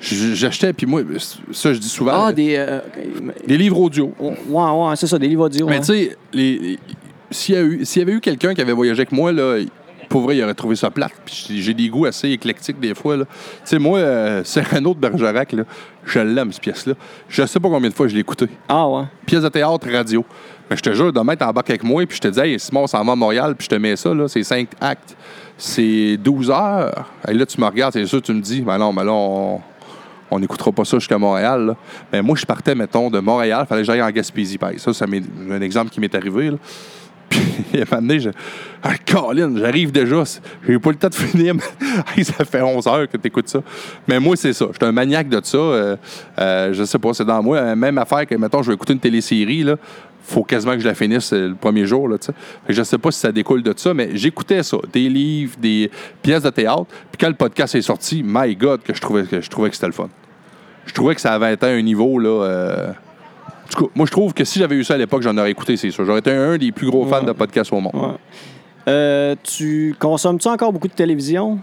Speaker 1: J- J'achetais, puis moi, ben, ça, je dis souvent,
Speaker 2: Ah,
Speaker 1: euh, des...
Speaker 2: des. euh,
Speaker 1: livres audio.
Speaker 2: ouais, ouais, c'est ça, des livres audio.
Speaker 1: Mais
Speaker 2: ouais.
Speaker 1: tu sais, les- les- s'il y, a eu- s'il y avait eu quelqu'un qui avait voyagé avec moi, là, pour vrai, il aurait trouvé ça plate. Puis j'ai- j'ai des goûts assez éclectiques des fois. là. Tu sais, moi, euh, Cyrano de Bergerac, là, je l'aime, cette pièce-là. Je sais pas combien de fois je l'ai écoutée
Speaker 2: Ah, ouais.
Speaker 1: pièce de théâtre radio. Mais je te jure, demain, t'embarques avec moi, puis je te dis, hey, Simon, on s'en va à Montréal, puis je te mets ça, là, c'est 5 actes. C'est 12 heures. Et là, tu me regardes, c'est sûr, tu me dis, ben non, ben là, on. On n'écoutera pas ça jusqu'à Montréal. là. Ben moi, je partais, mettons, de Montréal, fallait que j'aille en Gaspésie. Ben, ça, c'est un exemple qui m'est arrivé. là. Puis, il m'a amené, je. Ah, Colin, j'arrive déjà. c'est- J'ai pas le temps de finir. mais- Hey, ça fait 11 heures que t'écoutes ça. Mais moi, c'est ça. Je suis un maniaque de ça. Euh, euh, je sais pas, c'est dans moi. Euh, Même affaire que, mettons, je vais écouter une télésérie, là. Faut quasiment que je la finisse euh, le premier jour, là, tu sais. Fait que Je sais pas si ça découle de ça, mais j'écoutais ça. Des livres, des pièces de théâtre. Puis quand le podcast est sorti, my God, que je trouvais que, je trouvais que c'était le fun. Je trouvais que ça avait atteint un niveau, là. euh, en tout cas, moi, je trouve que si j'avais eu ça à l'époque, j'en aurais écouté, c'est sûr. J'aurais été un des plus gros fans de podcasts au monde.
Speaker 2: ouais. Euh, tu consommes-tu encore beaucoup de télévision?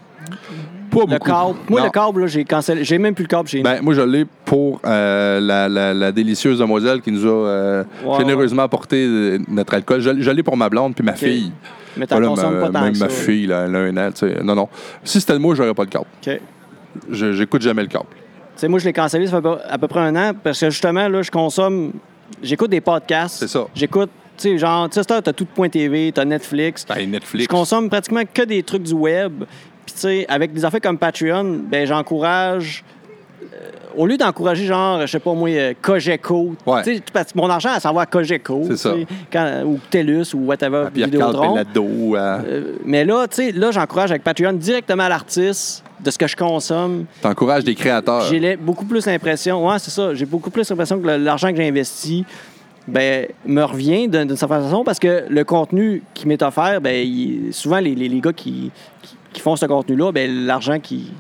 Speaker 1: Pas
Speaker 2: Le
Speaker 1: beaucoup.
Speaker 2: câble. Moi,
Speaker 1: Non.
Speaker 2: le câble, là, j'ai cancellé. J'ai même plus le câble chez nous.
Speaker 1: Ben, moi, je l'ai pour euh, la, la- la délicieuse demoiselle qui nous a euh,
Speaker 2: Ouais,
Speaker 1: généreusement apporté euh, notre alcool. Je, je l'ai pour ma blonde puis ma fille.
Speaker 2: mais t'en
Speaker 1: Voilà,
Speaker 2: consommes
Speaker 1: ma-
Speaker 2: pas tant
Speaker 1: même
Speaker 2: que
Speaker 1: ma
Speaker 2: ça.
Speaker 1: fille, là, elle a un an. tu sais. Non, non. Si c'était moi, j'aurais pas le câble.
Speaker 2: OK.
Speaker 1: Je- J'écoute jamais le câble.
Speaker 2: Tu sais, moi, je l'ai cancellé, ça fait à peu- à peu près un an, parce que justement, là, je consomme. J'écoute des podcasts.
Speaker 1: C'est ça.
Speaker 2: J'écoute, tu sais, genre, tu sais, cette heure, t'as tout point TV, t'as Netflix.
Speaker 1: Ben, Netflix.
Speaker 2: Je consomme pratiquement que des trucs du web. Puis, tu sais, avec des affaires comme Patreon, ben, j'encourage. euh, Au lieu d'encourager, genre, je sais pas moi, euh, Cogeco,
Speaker 1: Ouais.
Speaker 2: tu sais, tout- parce que mon argent, elle s'en va à Cogeco,
Speaker 1: C'est ça. Ah,
Speaker 2: tu sais, quand- ou Telus, ou whatever,
Speaker 1: à Pierre-Carl
Speaker 2: Vidéotron.
Speaker 1: Pelado, à-
Speaker 2: Euh, mais là, tu sais, là, j'encourage avec Patreon directement l'artiste de ce que je consomme.
Speaker 1: T'encourages des créateurs.
Speaker 2: J'ai la- beaucoup plus l'impression, ouais, c'est ça, j'ai beaucoup plus l'impression que le- l'argent que j'ai investi ben, me revient d'une d'une certaine façon parce que le contenu qui m'est offert, ben, il- souvent les, les- les gars qui, qui, qui font ce contenu-là, ben, l'argent qui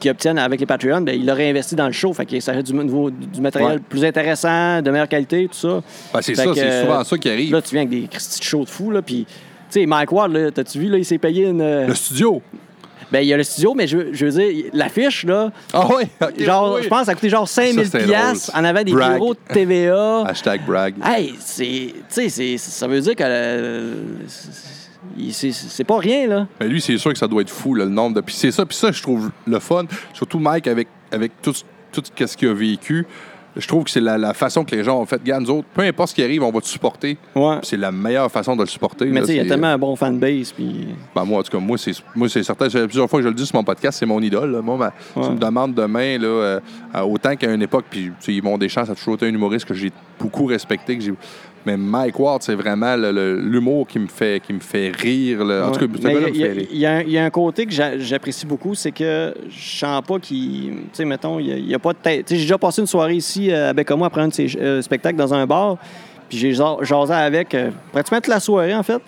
Speaker 2: qu'ils obtiennent avec les Patreons, ben, ils l'ont réinvesti dans le show. Fait qu'ils s'achètent du, nouveau- du matériel
Speaker 1: Ouais.
Speaker 2: plus intéressant, de meilleure qualité, tout ça.
Speaker 1: Ben, c'est
Speaker 2: Fait
Speaker 1: ça,
Speaker 2: que,
Speaker 1: c'est souvent ça qui arrive.
Speaker 2: Là, tu viens avec des Christy de show de fou, là, puis... Tu sais, Mike Ward, là, t'as-tu vu, là, il s'est payé une... euh,
Speaker 1: Le studio.
Speaker 2: Ben, il y a le studio, mais je, veux- je veux dire, l'affiche, là,
Speaker 1: Ah oui, ok,
Speaker 2: genre,
Speaker 1: oui.
Speaker 2: je pense que ça a coûté genre
Speaker 1: Ça,
Speaker 2: 5000
Speaker 1: c'est
Speaker 2: pièces
Speaker 1: drôle.
Speaker 2: en avant des
Speaker 1: Brag.
Speaker 2: bureaux de TVA.
Speaker 1: Hashtag brag.
Speaker 2: hey, c'est... Tu sais, c'est- ça veut dire que... euh, c'est- c'est- c'est pas rien, là.
Speaker 1: Mais Ben, lui, c'est sûr que ça doit être fou, là, le nombre de. Puis c'est ça, puis ça, je trouve le fun. Surtout Mike, avec, avec tout, tout ce qu'il a vécu. je trouve que c'est la, la façon que les gens ont fait. Regarde, nous autres, peu importe ce qui arrive, on va te supporter.
Speaker 2: Ouais.
Speaker 1: Puis C'est la meilleure façon de le supporter. là,
Speaker 2: Mais tu sais, il y a
Speaker 1: c'est-
Speaker 2: tellement un bon fanbase. Puis...
Speaker 1: Ben, moi, en tout cas, moi, c'est, moi, c'est certain. C'est la plusieurs fois que je le dis sur mon podcast, c'est mon idole. là. Moi, ma-
Speaker 2: Ouais.
Speaker 1: tu me demandes demain, là, euh, à- autant qu'à une époque, puis tu sais, Yvon Deschamps, ça a toujours été un humoriste que j'ai beaucoup respecté. Que j'ai... Mais Mike Ward, c'est vraiment le- le- l'humour qui me fait, qui me fait rire. là. En tout
Speaker 2: Ouais.
Speaker 1: cas, ce
Speaker 2: Mais
Speaker 1: gars-là me
Speaker 2: il y, a-
Speaker 1: fait rire.
Speaker 2: il y a un- il y a un côté que j'a- j'apprécie beaucoup, c'est que je sens pas qu'il. Tu sais, mettons, il y a- il y a, pas de tête. Tu sais, j'ai déjà passé une soirée ici euh, à Bécamo après un de ses euh, spectacles dans un bar, puis j'ai ja- jasé avec euh, pratiquement toute la soirée, en fait.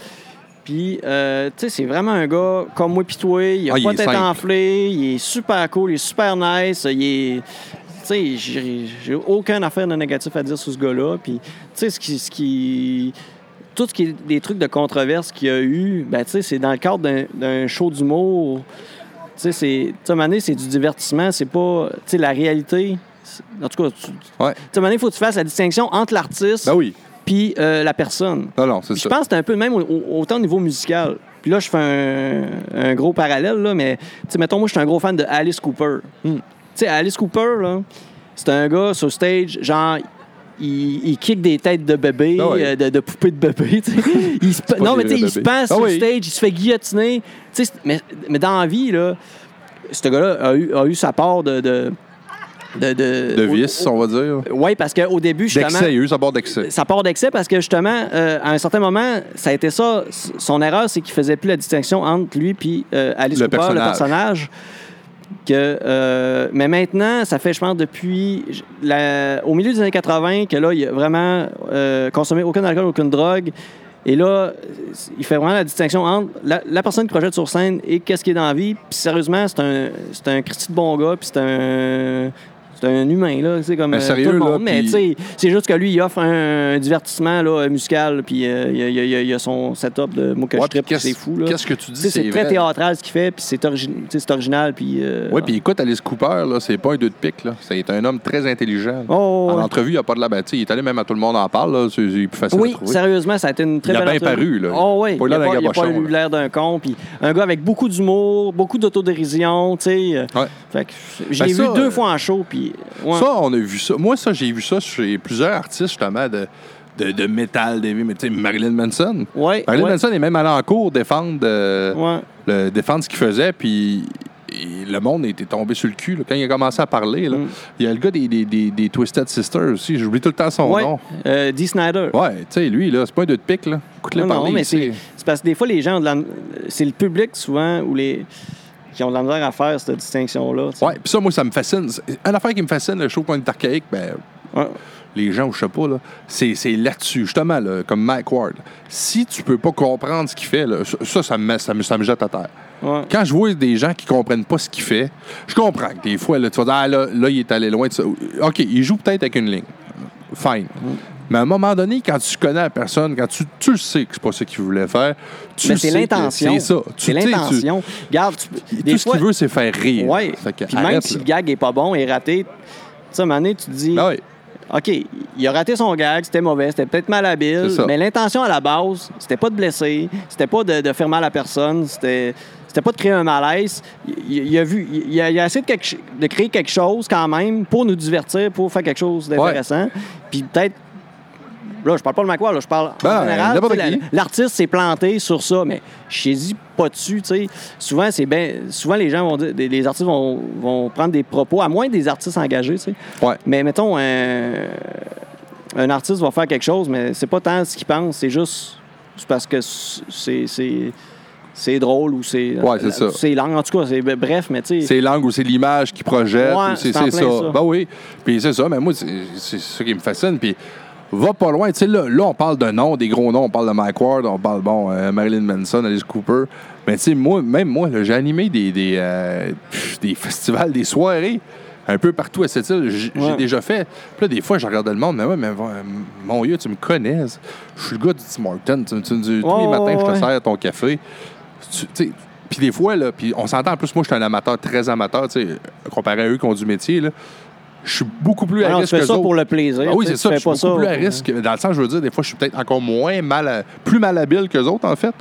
Speaker 2: Puis, euh, tu sais, c'est vraiment un gars comme moi, pitoué. Il a
Speaker 1: Ah, il
Speaker 2: pas
Speaker 1: est
Speaker 2: tête
Speaker 1: simple.
Speaker 2: enflée, il est super cool, il est super nice, il est. Tu sais, j'ai j'ai aucun affaire de négatif à dire sur ce gars-là. Puis, tu sais, ce qui. Ce qui tout ce qui est des trucs de controverse qu'il y a eu, ben, tu sais, c'est dans le cadre d'un- d'un show d'humour. Tu sais, c'est. Tu sais, à un moment donné, c'est du divertissement, c'est pas. Tu sais, la réalité. c'est- En tout cas, tu tu sais,
Speaker 1: Ouais.
Speaker 2: à un moment donné, il faut que tu fasses la distinction entre l'artiste
Speaker 1: Ben oui.
Speaker 2: puis euh, la personne.
Speaker 1: Non, non, c'est
Speaker 2: Puis
Speaker 1: ça.
Speaker 2: Je pense que c'est un peu le même au- au- autant au niveau musical. Puis là, je fais un, un gros parallèle, là, mais tu sais, mettons, moi, je suis un gros fan de Alice Cooper.
Speaker 1: Hmm.
Speaker 2: Tu sais, Alice Cooper, là, c'est un gars sur stage, genre, il, il kick des têtes de bébés,
Speaker 1: Ah oui.
Speaker 2: euh, de, de poupées de bébés. tu sais. Il se pa-
Speaker 1: pas
Speaker 2: non,
Speaker 1: des
Speaker 2: mais tu sais,
Speaker 1: vrais
Speaker 2: il se
Speaker 1: bébés.
Speaker 2: passe
Speaker 1: Ah
Speaker 2: sur
Speaker 1: oui.
Speaker 2: stage, il se fait guillotiner. Tu sais, c'est- mais, mais dans la vie, là, ce gars-là a eu, a eu sa part de. de de, de-
Speaker 1: De vice, on va dire.
Speaker 2: Oui, parce qu'au début, justement
Speaker 1: D'excès, il y a eu sa barre d'excès.
Speaker 2: ça part d'excès parce que justement, euh, à un certain moment, ça a été ça. S- Son erreur, c'est qu'il faisait plus la distinction entre lui puis euh, Alice
Speaker 1: Le
Speaker 2: Cooper, le personnage. Que, euh, mais maintenant, ça fait, je pense, depuis j- la- au milieu des années 80 que là, il a vraiment euh, consommé aucun alcool, aucune drogue. Et là, c- il fait vraiment la distinction entre la, la personne qui projette sur scène et qu'est-ce qui est dans la vie. Puis sérieusement, c'est un, c'est un Christy de bon gars, puis c'est un, c'est un humain, là. C'est comme
Speaker 1: Mais
Speaker 2: euh,
Speaker 1: sérieux,
Speaker 2: tout le
Speaker 1: là,
Speaker 2: monde. mais
Speaker 1: puis-
Speaker 2: tu sais, et C'est juste que lui, il offre un, un divertissement là, musical, puis euh, il y a- il y, a- il y a- il y a son setup de moi que
Speaker 1: Ouais,
Speaker 2: je trippe,
Speaker 1: puis
Speaker 2: c'est
Speaker 1: qu'est-ce-
Speaker 2: fou. là.
Speaker 1: Qu'est-ce que tu
Speaker 2: Tu
Speaker 1: dis?
Speaker 2: sais, C'est très
Speaker 1: vrai.
Speaker 2: théâtral ce qu'il fait, puis c'est origi- tu sais, c'est original, puis. euh,
Speaker 1: Oui, puis écoute, Alice Cooper, là, c'est pas un deux de pique. là. C'est un homme très intelligent.
Speaker 2: Oh,
Speaker 1: En
Speaker 2: ouais.
Speaker 1: entrevue, il a pas de la bâtie. Il est allé même à tout le monde en parle. là. C'est c'est plus facile à
Speaker 2: Oui,
Speaker 1: trouver.
Speaker 2: sérieusement, ça a été une très
Speaker 1: Il a
Speaker 2: belle
Speaker 1: bien
Speaker 2: entrevue.
Speaker 1: paru, là.
Speaker 2: Oh, ouais.
Speaker 1: Pas
Speaker 2: il
Speaker 1: l'air
Speaker 2: a
Speaker 1: d'un
Speaker 2: pas, il a pas
Speaker 1: gabochon,
Speaker 2: eu
Speaker 1: là.
Speaker 2: l'air d'un con. Puis un gars avec beaucoup d'humour, beaucoup d'autodérision, tu sais. euh,
Speaker 1: Ouais.
Speaker 2: Fait que je
Speaker 1: Ben,
Speaker 2: l'ai
Speaker 1: ça,
Speaker 2: vu deux
Speaker 1: euh,
Speaker 2: fois en show, puis. ouais.
Speaker 1: Ça, on a vu ça. Moi, ça, j'ai vu ça chez plusieurs artistes, justement, de, de, de métal, des mais tu sais, Marilyn Manson.
Speaker 2: Ouais,
Speaker 1: Marilyn
Speaker 2: ouais,
Speaker 1: Manson est même allé en cours défendre, euh,
Speaker 2: ouais.
Speaker 1: le- défendre ce qu'il faisait, puis et le monde était tombé sur le cul. là. Quand il a commencé à parler, là,
Speaker 2: Mm.
Speaker 1: il y a le gars des, des, des- des Twisted Sisters aussi, j'oublie tout le temps son
Speaker 2: Ouais,
Speaker 1: nom.
Speaker 2: euh, Dee Snyder.
Speaker 1: Ouais, tu sais, lui, là, c'est pas un deux de pique, là. Écoute-le
Speaker 2: Non, non,
Speaker 1: parler.
Speaker 2: mais
Speaker 1: tu sais.
Speaker 2: C'est parce que des fois, les gens ont de la- C'est le public, souvent, ou les... qui ont de la misère à faire cette distinction-là. tu sais.
Speaker 1: Ouais, puis ça, moi, ça me fascine. C'est- Une affaire qui me fascine, là, je trouve qu'on est archaïque, ben,
Speaker 2: Ouais.
Speaker 1: les gens, ou je sais pas, là, c'est, c'est là-dessus, justement, là, comme Mike Ward. Si tu peux pas comprendre ce qu'il fait, là, ça, ça, ça me, met- ça, me, ça me jette à terre.
Speaker 2: Ouais.
Speaker 1: Quand je vois des gens qui comprennent pas ce qu'il fait, je comprends que des fois, là, tu vas dire, ah, là, là, il est allé loin. de ça. OK, il joue peut-être avec une ligne. Fine. Mais à un moment donné, quand tu connais la personne, quand tu, tu le sais que c'est pas ça qu'il voulait faire, tu
Speaker 2: Mais
Speaker 1: sais
Speaker 2: c'est
Speaker 1: que
Speaker 2: l'intention.
Speaker 1: C'est ça. Tu-
Speaker 2: C'est
Speaker 1: tu sais, tu-
Speaker 2: l'intention. Garde, tu...
Speaker 1: Tout ce qu'il veut, c'est faire rire.
Speaker 2: Ouais.
Speaker 1: Fait que
Speaker 2: Puis même
Speaker 1: arrête,
Speaker 2: si
Speaker 1: là.
Speaker 2: le gag est pas bon et raté, tu sais, à un moment donné, tu te dis,
Speaker 1: Ah ouais.
Speaker 2: OK, il a raté son gag, c'était mauvais, c'était peut-être malhabile,
Speaker 1: C'est ça.
Speaker 2: mais l'intention à la base, c'était pas de blesser, c'était pas de, de faire mal à personne, c'était. C'était pas de créer un malaise. Il, il a vu, il a, il a essayé de, quelque ch- de créer quelque chose quand même pour nous divertir, pour faire quelque chose d'intéressant. Puis peut-être, là, je parle pas de Macquarie, là, je parle
Speaker 1: Ben,
Speaker 2: en général.
Speaker 1: n'importe
Speaker 2: tu sais, la-
Speaker 1: qui.
Speaker 2: L'artiste s'est planté sur ça, mais je t'ai dit pas dessus, tu sais. Souvent, c'est ben, souvent les gens vont dire, des- les artistes vont, vont prendre des propos, à moins des artistes engagés, tu sais.
Speaker 1: Ouais.
Speaker 2: Mais mettons, un, un artiste va faire quelque chose, mais c'est pas tant ce qu'il pense, c'est juste c'est parce que c'est, c'est, c'est drôle ou c'est.
Speaker 1: Ouais, c'est ça.
Speaker 2: C'est langue, en tout cas, c'est bref, mais tu sais.
Speaker 1: C'est langue ou c'est l'image qui projette.
Speaker 2: Ouais,
Speaker 1: ou c'est
Speaker 2: c'est en
Speaker 1: c'est ça.
Speaker 2: plein ça.
Speaker 1: Ben oui. Puis c'est ça. Mais moi, c'est c'est ça qui me fascine. Puis va pas loin. Tu sais, là, là, on parle de noms, des gros noms. On parle de Mike Ward, on parle, bon, euh, Marilyn Manson, Alice Cooper. Mais tu sais, moi, même moi, là, j'ai animé des, des, euh, pff, des festivals, des soirées. Un peu partout à cette île, J- j'ai
Speaker 2: Ouais.
Speaker 1: déjà fait. Puis là, des fois, je regardais le monde, mais ouais, mais euh, mon Dieu, tu me connais. Je suis le gars du Tim Hortons. Tu, tu- tu- tous les
Speaker 2: Ouais,
Speaker 1: matins, je te
Speaker 2: ouais.
Speaker 1: sers ton café. Tu- tu sais, Puis des fois, là, puis on s'entend en plus, moi, je suis un amateur très amateur, tu sais, comparé à eux qui ont du métier, là. Je suis beaucoup plus à
Speaker 2: Alors, Ah
Speaker 1: risque
Speaker 2: tu fais
Speaker 1: que
Speaker 2: ça
Speaker 1: eux
Speaker 2: pour
Speaker 1: autres.
Speaker 2: le plaisir.
Speaker 1: Ah oui,
Speaker 2: tu
Speaker 1: c'est
Speaker 2: sais,
Speaker 1: ça.
Speaker 2: tu
Speaker 1: Je
Speaker 2: fais
Speaker 1: suis
Speaker 2: pas
Speaker 1: beaucoup
Speaker 2: ça.
Speaker 1: plus à risque. Dans le sens, je veux dire, des fois, je suis peut-être encore moins mal, à- plus malhabile que autres, en fait.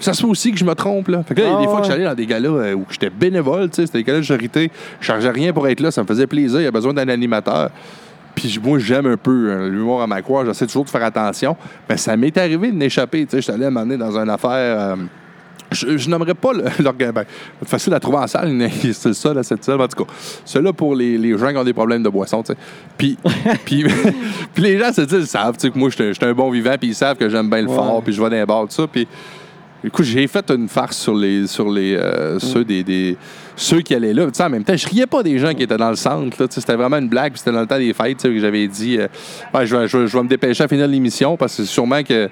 Speaker 1: Ça se peut aussi que je me trompe, là. Fait que là, il y a des
Speaker 2: Ah,
Speaker 1: fois que
Speaker 2: ouais.
Speaker 1: j'allais dans des galas euh, où j'étais bénévole, tu sais, c'était des galas de charité, je chargeais rien pour être là, ça me faisait plaisir, il y a besoin d'un animateur. Puis je- moi, j'aime un peu hein, l'humour à ma croix. J'essaie toujours de faire attention. Mais ça m'est arrivé de m'échapper. Tu sais, je suis allé m'amener dans une affaire. euh, je, je nommerai pas le- l'organe. Ben, c'est facile à trouver en salle, mais c'est le seul à cette salle. En tout cas, celui-là pour les, les gens qui ont des problèmes de boisson, tu sais. Puis, puis, puis les gens se disent, ils savent, tu sais, que moi, je suis un- je suis un bon vivant, puis ils savent que j'aime bien le
Speaker 2: Ouais.
Speaker 1: fort, puis je vais dans les bars, tout ça. Puis, écoute, j'ai fait une farce sur les, sur les, euh, ceux, des, des- ceux qui allaient là. Tu sais, en même temps, je riais pas des gens qui étaient dans le centre, là, tu sais, C'était vraiment une blague, puis c'était dans le temps des fêtes, tu sais, que j'avais dit, euh, Ouais, je, vais, je vais- je vais me dépêcher à finir l'émission, parce que sûrement que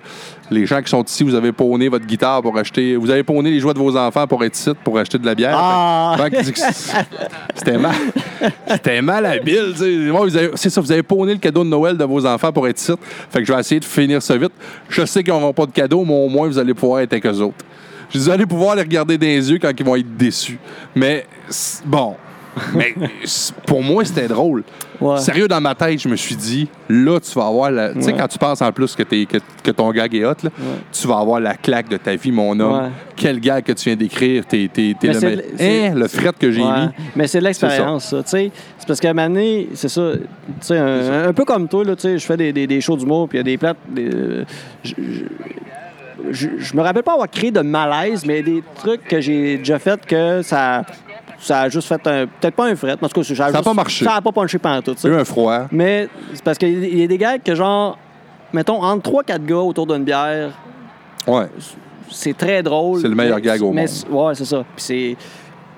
Speaker 1: les gens qui sont ici, vous avez pawné votre guitare pour acheter. Vous avez pawné les joies de vos enfants pour être ici, pour acheter de la bière.
Speaker 2: Ah!
Speaker 1: Fait que- fait que c'est- C'était mal. C'était mal habile. tu sais. Moi, vous avez- C'est ça, vous avez pawné le cadeau de Noël de vos enfants pour être ici. Fait que je vais essayer de finir ça vite. Je sais qu'ils n'auront pas de cadeau, mais au moins, vous allez pouvoir être avec eux autres. Je dis, Vous allez pouvoir les regarder dans les yeux quand ils vont être déçus. Mais c'est- bon. Mais c'est- pour moi, c'était drôle.
Speaker 2: Ouais.
Speaker 1: Sérieux, dans ma tête, je me suis dit, là, tu vas avoir la. Tu sais,
Speaker 2: Ouais.
Speaker 1: quand tu penses en plus que, t'es- que, que ton gag est hot, là, tu vas avoir la claque de ta vie, mon homme.
Speaker 2: Ouais.
Speaker 1: Quel gag que tu viens d'écrire. T'es, t'es- t'es
Speaker 2: Mais
Speaker 1: le,
Speaker 2: c'est
Speaker 1: me-
Speaker 2: de- c'est-
Speaker 1: Hein, le fret que j'ai
Speaker 2: Ouais.
Speaker 1: mis.
Speaker 2: Mais c'est de l'expérience, ça. tu sais. C'est parce qu'à un moment donné, c'est ça. tu sais, Un, un peu comme toi, là, tu sais, je fais des, des, des shows d'humour, puis il y a des plates. des- euh, je- je- je je me rappelle pas avoir créé de malaise, mais des trucs que j'ai déjà fait que ça, ça a juste fait un. Peut-être pas un fret, mais en tout cas, ça a
Speaker 1: Ça a
Speaker 2: juste-
Speaker 1: pas marché.
Speaker 2: Ça a pas punché pendant tout.
Speaker 1: J'ai eu un froid.
Speaker 2: Mais c'est parce qu'il y a- il y a des gars que, genre, mettons, entre 3-4 gars autour d'une bière,
Speaker 1: Ouais.
Speaker 2: c'est très drôle.
Speaker 1: C'est le meilleur
Speaker 2: Mais-
Speaker 1: gag au
Speaker 2: mais-
Speaker 1: monde.
Speaker 2: Ouais, c'est ça. Puis c'est-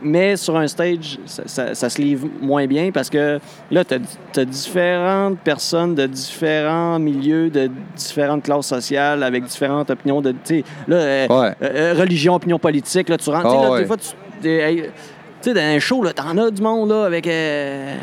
Speaker 2: Mais sur un stage, ça, ça- ça se livre moins bien parce que là, tu as, différentes personnes de différents milieux, de différentes classes sociales, avec différentes opinions. De, tu sais, là, euh,
Speaker 1: Ouais.
Speaker 2: euh, euh, religion, opinion politique, là, tu rentres. tu sais,
Speaker 1: Ah
Speaker 2: là,
Speaker 1: ouais.
Speaker 2: Des fois, tu t'es- hey, tu sais, dans un show, là, t'en as du monde là, avec. euh,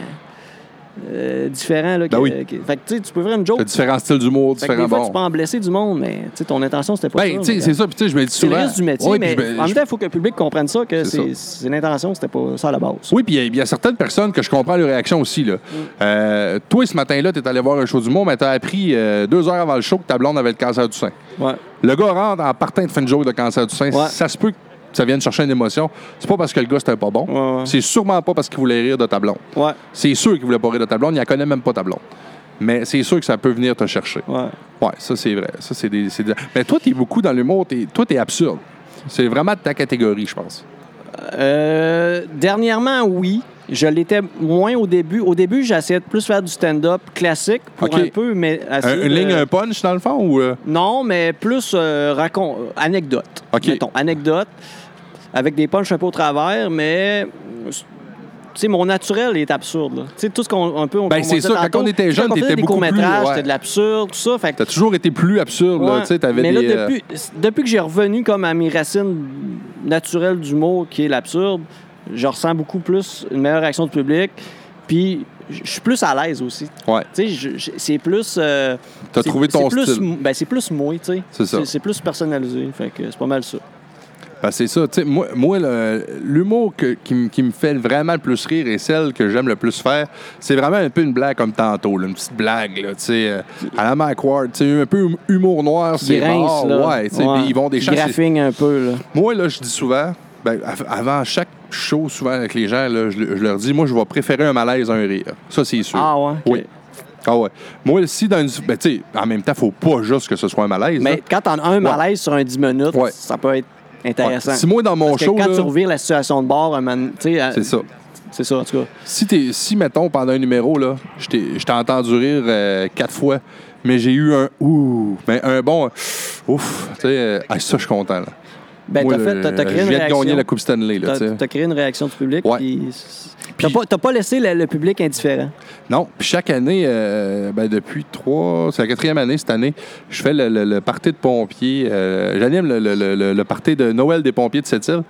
Speaker 2: euh, différents. Là,
Speaker 1: Ben
Speaker 2: que-
Speaker 1: oui.
Speaker 2: que- fait que tu sais, tu peux faire une joke.
Speaker 1: T'as différents styles d'humour,
Speaker 2: Fait que des
Speaker 1: différents
Speaker 2: fois, tu
Speaker 1: bons.
Speaker 2: peux en blesser du monde, mais tu sais, ton intention, c'était pas
Speaker 1: Ben,
Speaker 2: ça.
Speaker 1: tu sais,
Speaker 2: mais-
Speaker 1: c'est ça. Puis, tu sais, je me dis
Speaker 2: c'est le
Speaker 1: souvent.
Speaker 2: risque du métier,
Speaker 1: Ouais, puis
Speaker 2: mais
Speaker 1: je me-
Speaker 2: en
Speaker 1: je-
Speaker 2: même temps, il faut que le public comprenne ça, que
Speaker 1: C'est
Speaker 2: c'est c'est l'intention, c'était pas ça à la base.
Speaker 1: Oui, puis il y a- il y, a certaines personnes que je comprends leur réaction aussi. Là.
Speaker 2: Mm.
Speaker 1: Euh, toi, ce matin-là, tu es allé voir un show du monde, mais tu as appris euh, deux heures avant le show que ta blonde avait le cancer du sein.
Speaker 2: Ouais.
Speaker 1: Le gars rentre en partant de fin de jour de cancer du sein.
Speaker 2: Ouais.
Speaker 1: Ça se peut que ça vienne chercher une émotion. C'est pas parce que le gars, c'était pas bon.
Speaker 2: Ouais, ouais.
Speaker 1: C'est sûrement pas parce qu'il voulait rire de ta blonde.
Speaker 2: Ouais,
Speaker 1: C'est sûr qu'il voulait pas rire de ta blonde. Il la connaît même pas ta blonde. Mais c'est sûr que ça peut venir te chercher.
Speaker 2: ouais.
Speaker 1: Ouais, ça, c'est vrai. Ça, c'est des, c'est des- Mais toi, t'es beaucoup dans l'humour. T'es... Toi, t'es absurde. C'est vraiment de ta catégorie, je pense.
Speaker 2: Euh, dernièrement, oui. Je l'étais moins au début. Au début, j'essayais de plus faire du stand-up classique pour
Speaker 1: Ok.
Speaker 2: un peu, mais...
Speaker 1: Un-
Speaker 2: essayer
Speaker 1: une
Speaker 2: de-
Speaker 1: ligne, un punch, dans le fond, ou... euh?
Speaker 2: Non, mais plus euh, racon- euh, anecdote.
Speaker 1: OK.
Speaker 2: Mettons, anecdote, avec des punches un peu au travers, mais... euh, Tu sais, mon naturel est absurde. là. Tu sais, tout ce qu'on un peu... on-
Speaker 1: Ben,
Speaker 2: on
Speaker 1: c'est
Speaker 2: disait
Speaker 1: ça, quand
Speaker 2: tantôt,
Speaker 1: on était
Speaker 2: tu sais,
Speaker 1: jeune,
Speaker 2: on faisait
Speaker 1: t'étais
Speaker 2: des
Speaker 1: beaucoup plus,
Speaker 2: courts-métrages,
Speaker 1: ouais.
Speaker 2: C'était de l'absurde, tout ça. Fait que
Speaker 1: T'as toujours été plus absurde, là.
Speaker 2: Ouais.
Speaker 1: Tu sais, t'avais
Speaker 2: mais
Speaker 1: des...
Speaker 2: là,
Speaker 1: euh,
Speaker 2: depuis, depuis que j'ai revenu comme à mes racines naturelles du mot, qui est l'absurde, je ressens beaucoup plus une meilleure réaction du public. Puis, je je suis plus à l'aise aussi.
Speaker 1: euh, Ouais.
Speaker 2: Tu sais, je- je- c'est plus. euh,
Speaker 1: T'as
Speaker 2: c'est-
Speaker 1: trouvé ton
Speaker 2: c'est plus
Speaker 1: style.
Speaker 2: mou- ben, c'est plus moi, tu sais.
Speaker 1: C'est ça.
Speaker 2: C'est plus personnalisé. Fait que c'est pas mal ça.
Speaker 1: Ben, c'est ça. Tu sais, moi, moi le- l'humour que- qui, me- qui me fait vraiment le plus rire et celle que j'aime le plus faire, c'est vraiment un peu une blague comme tantôt, là, une petite blague, là, tu sais, euh, à la Mike Ward, tu sais, un peu hum- humour noir,
Speaker 2: Qui
Speaker 1: c'est
Speaker 2: rince,
Speaker 1: rare.
Speaker 2: là.
Speaker 1: Ouais, tu sais, puis ils vont des
Speaker 2: Qui
Speaker 1: chances.
Speaker 2: graffigne un peu, là.
Speaker 1: Moi, là, je dis souvent, ben, av- avant chaque show, souvent avec les gens, là, je, le- je leur dis, moi, je vais préférer un malaise à un rire. Ça, c'est sûr.
Speaker 2: Ah, ouais. OK.
Speaker 1: Oui. Ah ouais. Moi, si dans une... Ben, tu sais, en même temps, faut pas juste que ce soit un malaise. là.
Speaker 2: Mais quand t'en as un malaise sur un 10 minutes,
Speaker 1: Ouais.
Speaker 2: ça peut être intéressant.
Speaker 1: Ouais. Si moi, dans mon
Speaker 2: Parce que
Speaker 1: show,
Speaker 2: quand
Speaker 1: là-
Speaker 2: tu revires la situation de bord, un moment- tu sais, euh,
Speaker 1: C'est ça.
Speaker 2: C'est ça, en tout cas.
Speaker 1: Si, t'es- si, mettons, pendant un numéro, là, je t'ai je t'ai entendu rire euh, quatre fois, mais j'ai eu un ouh, ben, un bon euh, ouf, tu sais, euh, ah, ça, je suis content. Là.
Speaker 2: Ben,
Speaker 1: Moi,
Speaker 2: t'as fait, t'as- t'as
Speaker 1: euh,
Speaker 2: créé une
Speaker 1: Je viens de
Speaker 2: réaction.
Speaker 1: gagner la Coupe Stanley, là,
Speaker 2: T'as-
Speaker 1: tu sais.
Speaker 2: t'as créé une réaction du public.
Speaker 1: Ouais.
Speaker 2: puis c'est- T'as pas, t'as pas laissé le, le public indifférent.
Speaker 1: Non, puis chaque année, euh, ben, depuis trois, c'est la quatrième année cette année, je fais le, le- le party de pompiers, euh, j'anime le, le, le- le- le party de Noël des pompiers de cette île.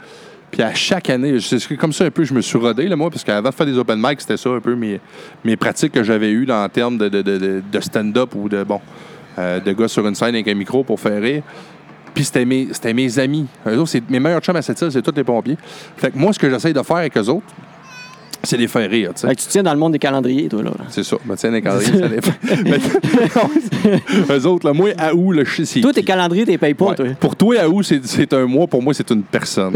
Speaker 1: Puis à chaque année, je- c'est comme ça un peu, je me suis rodé, là, moi, parce qu'avant de faire des open mic, c'était ça un peu mes, mes pratiques que j'avais eues là, en termes de, de- de- de- de stand-up ou de, bon, euh, de gars sur une scène avec un micro pour faire rire. Puis c'était mes, c'était mes amis. Eux autres, c'est mes meilleurs chums à cette île, c'est tous les pompiers. Fait que moi, ce que j'essaye de faire avec eux autres, c'est les faire rire, tu sais.
Speaker 2: Fait que tu te tiens dans le monde des calendriers, toi, là.
Speaker 1: C'est ça. Me tiens un calendrier, ça dépend. Mais- Eux autres, là, moi, à où, le je sais c'est
Speaker 2: Toi,
Speaker 1: qui.
Speaker 2: tes calendriers, t'es payes pas,
Speaker 1: Ouais.
Speaker 2: toi.
Speaker 1: Pour toi, à où, c'est c'est un mois. Pour moi, c'est une personne.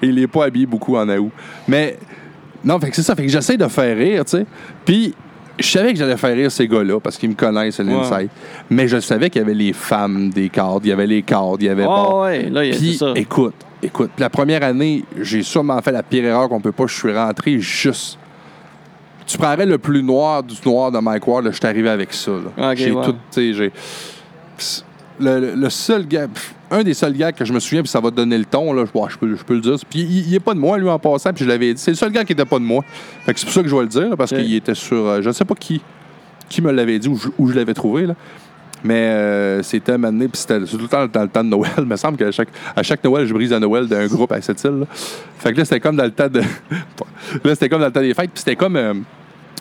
Speaker 1: il n'est pas habillé beaucoup en août. Mais Non, fait que c'est ça. Fait que j'essaie de faire rire, tu sais. Puis, je savais que j'allais faire rire ces gars-là parce qu'ils me connaissent, c'est l'insight.
Speaker 2: Ouais.
Speaker 1: Mais je savais qu'il y avait les femmes des cadres, il y avait les cadres, il y avait.
Speaker 2: Ah
Speaker 1: bon.
Speaker 2: ouais, là, il y a-
Speaker 1: Puis,
Speaker 2: c'est ça.
Speaker 1: écoute, écoute, la première année, j'ai sûrement fait la pire erreur qu'on peut pas. Je suis rentré juste. Tu prendrais le plus noir du noir de Mike Ward, là, je suis arrivé avec ça. là.
Speaker 2: Ah, Ok,
Speaker 1: j'ai
Speaker 2: ouais.
Speaker 1: tout, tu sais, j'ai. Pss, Le, le- le seul gars, pff, un des seuls gars que je me souviens, puis ça va te donner le ton, là, je, ouais, je peux, je peux le dire. Puis il, il est pas de moi, lui, en passant, puis je l'avais dit. C'est le seul gars qui était pas de moi. Fait que c'est pour ça que je vais le dire, là, parce
Speaker 2: Ok.
Speaker 1: qu'il était sur. euh, je ne sais pas qui, qui me l'avait dit ou je, où je l'avais trouvé, là. Mais euh, c'était amené, puis c'était c'est tout le temps dans le temps de Noël. Il me semble qu'à chaque, à chaque Noël, je brise un Noël d'un groupe à cette île. là. Fait que là, c'était comme dans le temps de. là, c'était comme dans le temps des fêtes, puis c'était comme. euh,